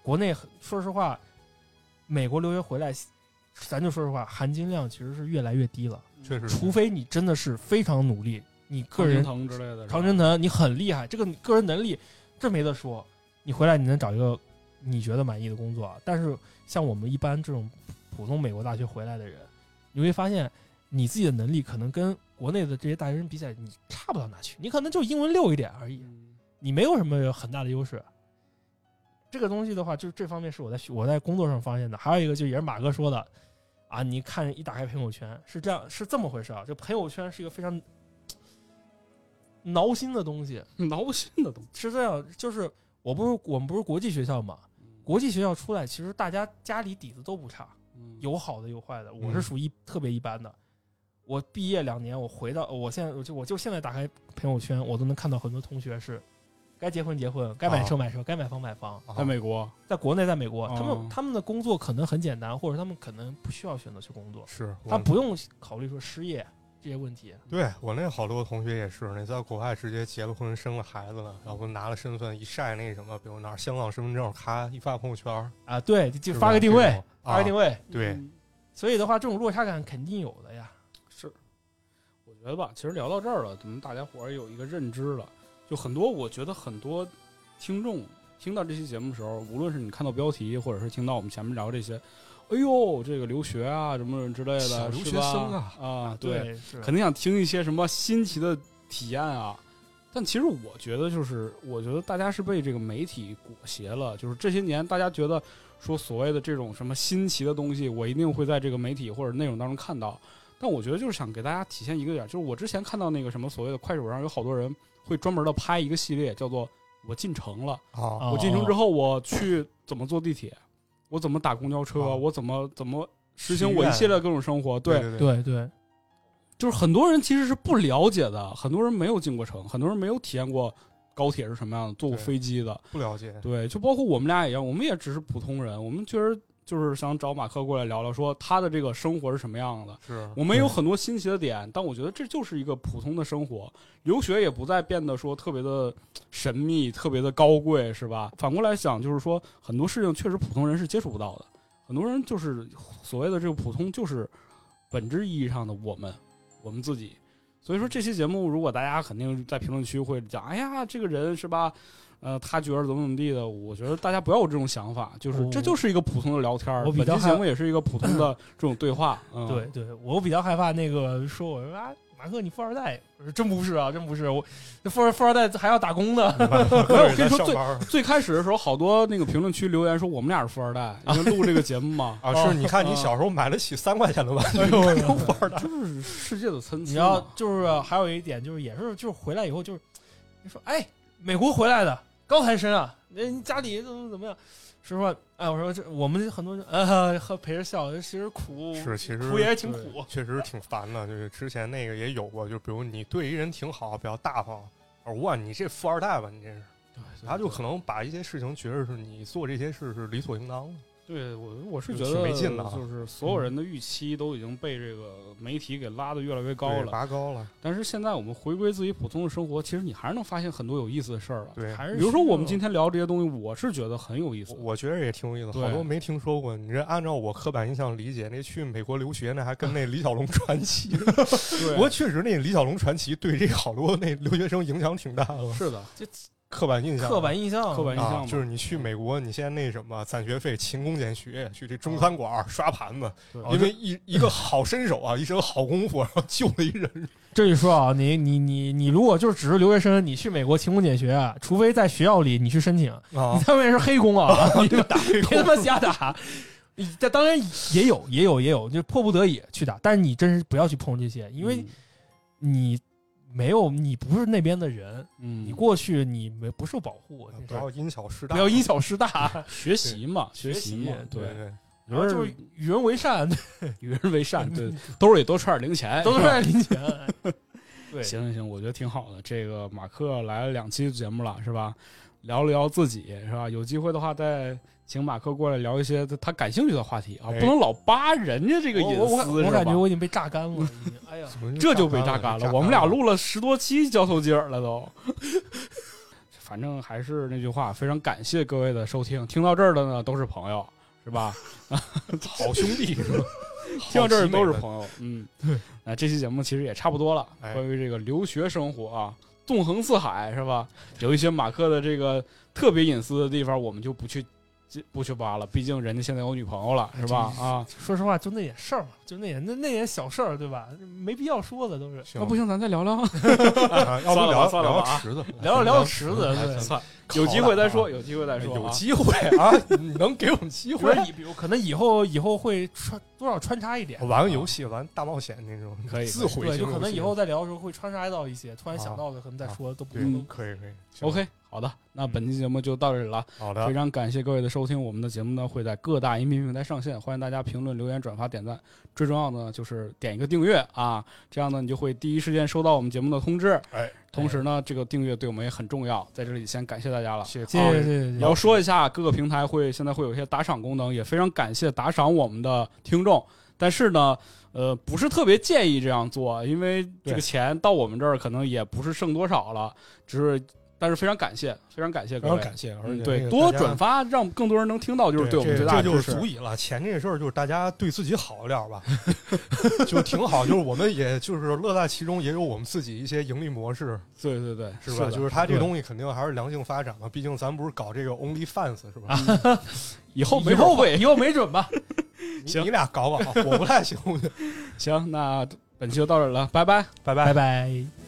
C: 国内很，说实话，美国留学回来，咱就说实话，含金量其实是越来越低了。
D: 确实是，
C: 除非你真的是非常努力，你个人
B: 腾之类的，
C: 常春藤你很厉害，这个个人能力这没得说。你回来你能找一个你觉得满意的工作，啊但是像我们一般这种普通美国大学回来的人，你会发现你自己的能力可能跟国内的这些大学生比起来，你差不到哪去，你可能就英文六一点而已。你没有什么很大的优势。这个东西的话，就是这方面是我在学我在工作上发现的。还有一个就也是马哥说的，啊，你看一打开朋友圈是这样是这么回事啊，就朋友圈是一个非常嘖挠心的东西，
B: 嗯 挠心的东西。
C: 是这样，就是我不是我们不是国际学校嘛，国际学校出来其实大家家里底子都不差，
B: 嗯
C: 有好的有坏的，我
D: 嗯
C: 是属于一特别一般的。我毕业两年，我回到我现在我就我就现在打开朋友圈，我都能看到很多同学是该结婚结婚，该
B: 啊
C: 买车买车，该买房买房。
D: 啊
B: 嗯在美国，
C: 在国内，在美国，他
B: 哦
C: 们他们的工作可能很简单，或者他们可能不需要选择去工作，
D: 是
C: 他
D: 我
C: 不用考虑说失业这些问题。
D: 对我那好多同学也是，那在国外直接结了婚，生了孩子了，然后拿了身份一晒那什么，比如拿香港身份证，咔一发朋友圈，
C: 啊，对，就是发
D: 吧
C: 个定，
D: 这
C: 位
D: 种，
C: 发个定
D: 啊
C: 位。
D: 对
B: 嗯
C: 所以的话，这种落差感肯定有的呀。
B: 是，我觉得吧，其实聊到这儿了，咱们大家伙儿有一个认知了，就很多，我觉得很多听众听到这期节目的时候，无论是你看到标题，或者是听到我们前面聊这些，哎呦，这个留学啊什么之类
D: 小
B: 的，
D: 留
B: 是
D: 学
B: 吧
D: 生啊
B: 啊，对，
C: 对，是
B: 肯定想听一些什么新奇的体验啊。但其实我觉得，就是我觉得大家是被这个媒体裹挟了，就是这些年大家觉得说所谓的这种什么新奇的东西，我一定会在这个媒体或者内容当中看到。但我觉得就是想给大家体现一个点儿，就是我之前看到那个什么所谓的快手上有好多人会专门的拍一个系列，叫做“我进城了”。
D: 啊，
B: 我进城之
C: 后
B: 后，我去怎么坐地铁，我怎么打公交车，
D: 哦
B: 我怎么怎么实
D: 许
B: 行我一
D: 愿
B: 系列各种生活。对，
D: 对，
G: 对对，
B: 就是很多人其实是不了解的，很多人没有进过城，很多人没有体验过高铁是什么样的，坐过
D: 对
B: 飞机的，
D: 不了解，
B: 对，就包括我们俩一样，我们也只是普通人，我们确实就是想找马克过来聊聊，说他的这个生活是什么样的。
D: 是
B: 我们有很多新奇的点，但我觉得这就是一个普通的生活。留学也不再变得说特别的神秘、特别的高贵，是吧？反过来想，就是说很多事情确实普通人是接触不到的。很多人就是所谓的这个普通，就是本质意义上的我们，我们自己。所以说这期节目，如果大家肯定在评论区会讲，哎呀，这个人是吧？呃，他觉得怎么怎么地的，我觉得大家不要有这种想法，就是
C: 哦
B: 这就是一个普通的聊天儿。
C: 我比
B: 本
C: 较
B: 期
C: 害
B: 节目也是一个普通的这种对话。
D: 啊
B: 嗯、
C: 对对，我比较害怕那个说我说啊，马克你富二代，我说真不是啊，真不是，我那富二富二代还要打工
D: 嗯
C: 呢。
D: 我
B: 跟你说最
D: 上班儿，
B: 最开始的时候，好多那个评论区留言说我们俩是富二代，因为录这个节目嘛
D: 啊，是你看你小时候买得起三块钱的玩具，
B: 就是世界的参差
C: 你要
B: 嘛。
C: 就是啊还有一点就是也是就是回来以后就是，你说哎，美国回来的高材生啊，那你家里怎么怎么样？实话，哎，我说这我们很多人呃和陪着笑，其实苦
D: 是其实
C: 苦也挺苦。
D: 确实挺烦的，就是之前那个也有过，就比如你对一人挺好，比较大方，而哇，你这富二代吧，你这是，他就可能把一些事情觉得是你做这些事是理所应当的，
B: 对我，我是觉
D: 挺
B: 得
D: 没劲的啊
B: 就是所有人的预期都已经被这个媒体给拉得越来越高
D: 对
B: 了。
D: 拔高了，
B: 但是现在我们回归自己普通的生活，其实你还是能发现很多有意思的事儿了。
D: 对。
C: 还是
B: 比如说我们
C: 需要
B: 今天聊这些东西，我是觉得很啊有意思
D: 我。我觉得也挺有意思，
B: 对
D: 好多没听说过。你这按照我刻板印象理解，那去美国留学那还跟那李小龙 传奇，不
B: 对，
D: 过确实那李小龙传奇对这好多那留学生影响挺大的。
B: 是的，
D: 刻板印象，
C: 刻板印象，
B: 刻板印象
D: 啊
B: 嘛，嗯
D: 就是你去美国，你先那什么，攒学费，勤工俭学，去这
B: 嗯
D: 中餐馆儿刷盘子，
B: 对
C: 啊
D: 因为一一个好身手啊，一身好功夫，然后救了一 人。
C: 这里说啊，你你你你，如果就是只是留学生，你去美国勤工俭学啊，除非在学校里你去申请，
D: 啊
C: 你，在外面是黑工啊， 你
D: 打黑
C: 别他妈瞎打。但当然也有也有也有，就迫不得已去打，但是你真是不要去碰这些，因
B: 嗯
C: 为你没有你不是那边的人，
B: 嗯，
C: 你过去你没不受保护，这
D: 不
C: 事儿
D: 要啊因小失大。
C: 不要因小失大，
B: 学习嘛，学习嘛，
D: 对
B: 对，
D: 对，
C: 然后就是与人为善，
B: 与人为善，对，兜里多揣点零钱，
C: 都是爱零钱。对，
B: 哎行行行，我觉得挺好的。这个马克来了两期节目了，是吧？聊了聊自己，是吧？有机会的话，再请马克过来聊一些他感兴趣的话题啊，
D: 哎
B: 不能老扒人家这个隐
C: 我我
B: 私，
C: 我
B: 是吧
C: 感觉我已经被榨干了，已经哎呀。
B: 这就被榨干
D: 了
B: 了。。我们俩录了十多期交头接耳了都。 反正还是那句话，非常感谢各位的收听。听到这儿的呢，都是朋友，是吧？
D: 好兄弟，是吧
B: 听到这儿都是
D: 好
B: 朋友，嗯，那这期节目其实也差不多了，
D: 哎
B: 关于这个留学生活啊，纵横四海是吧？有一些马克的这个特别隐私的地方，我们就不去不去扒了，毕竟人家现在有女朋友了，是吧？啊，
C: 说实话，就那点事儿嘛，就那点那那点小事儿，对吧？没必要说的，都是
D: 兄
B: 那
D: 弟。
B: 不
D: 行，
B: 行，咱再聊聊，
D: 啊要不
B: 算了吧
D: 聊
B: 算了吧
D: 聊
B: 啊
D: 池子，
C: 聊聊池子
B: 嗯 哎
C: 对
D: 算了
B: 有机会再说，有机会再说
D: 有
B: 啊。
D: 机会啊， 你能给我们机
C: 或
D: 会
C: 者？以比如可能以后以后会穿多少穿插一点，
D: 玩个游戏，玩大冒险那种，
B: 可以
D: 自毁
C: 对，
D: 型游戏。
C: 就可能以后再聊的时候会穿插到一些，突然想到的可能再说都不
D: 对
C: 用。，
D: 可以可以。行
B: OK，好的，那本期节目就到这里了。
D: 好的
B: 非，常感谢各位的收听，我们的节目呢会在各大音频平台上线，欢迎大家评论、留言、转发、点赞。最重要的呢就是点一个订阅啊，这样呢你就会第一时间收到我们节目的通知。
D: 哎，
B: 同时呢，这个订阅对我们也很重要，在这里先感谢大家了。
D: 谢
C: 谢
D: 各
C: 谢
D: 位
C: 谢谢
B: 也
C: 谢
B: 要说一下，各个平台会现在会有一些打赏功能，也非常感谢打赏我们的听众。但是呢，呃，不是特别建议这样做，因为这个
D: 对
B: 钱到我们这儿可能也不是剩多少了，只是但是非常感谢，非常感谢
D: 非
B: 各
D: 常
B: 位。
D: 感谢，而且
B: 嗯，
D: 那
B: 对，
D: 个
B: 多
D: 大家
B: 转发，让更多人能听到，就是对我们
D: 这
B: 最大的
D: 这就
B: 支
D: 是
B: 持
D: 足。以了。钱这事儿就是大家对自己好一点吧， 就挺好。就是我们也就是乐在其中，也有我们自己一些盈利模式，
B: 对对对，
D: 是吧？
B: 的
D: 就是它这
B: 对
D: 东西肯定还是良性发展
B: 啊
D: 嘛。毕竟咱不是搞这个 Only Fans 是吧？
B: 以后没
C: 以
B: 准
C: 后吧，
B: 会
C: 以后没准吧，
D: 你
B: 行
D: 你俩搞搞，我不太行，
B: 行，那本期就到这儿了，拜拜。
D: 拜拜
G: 拜拜。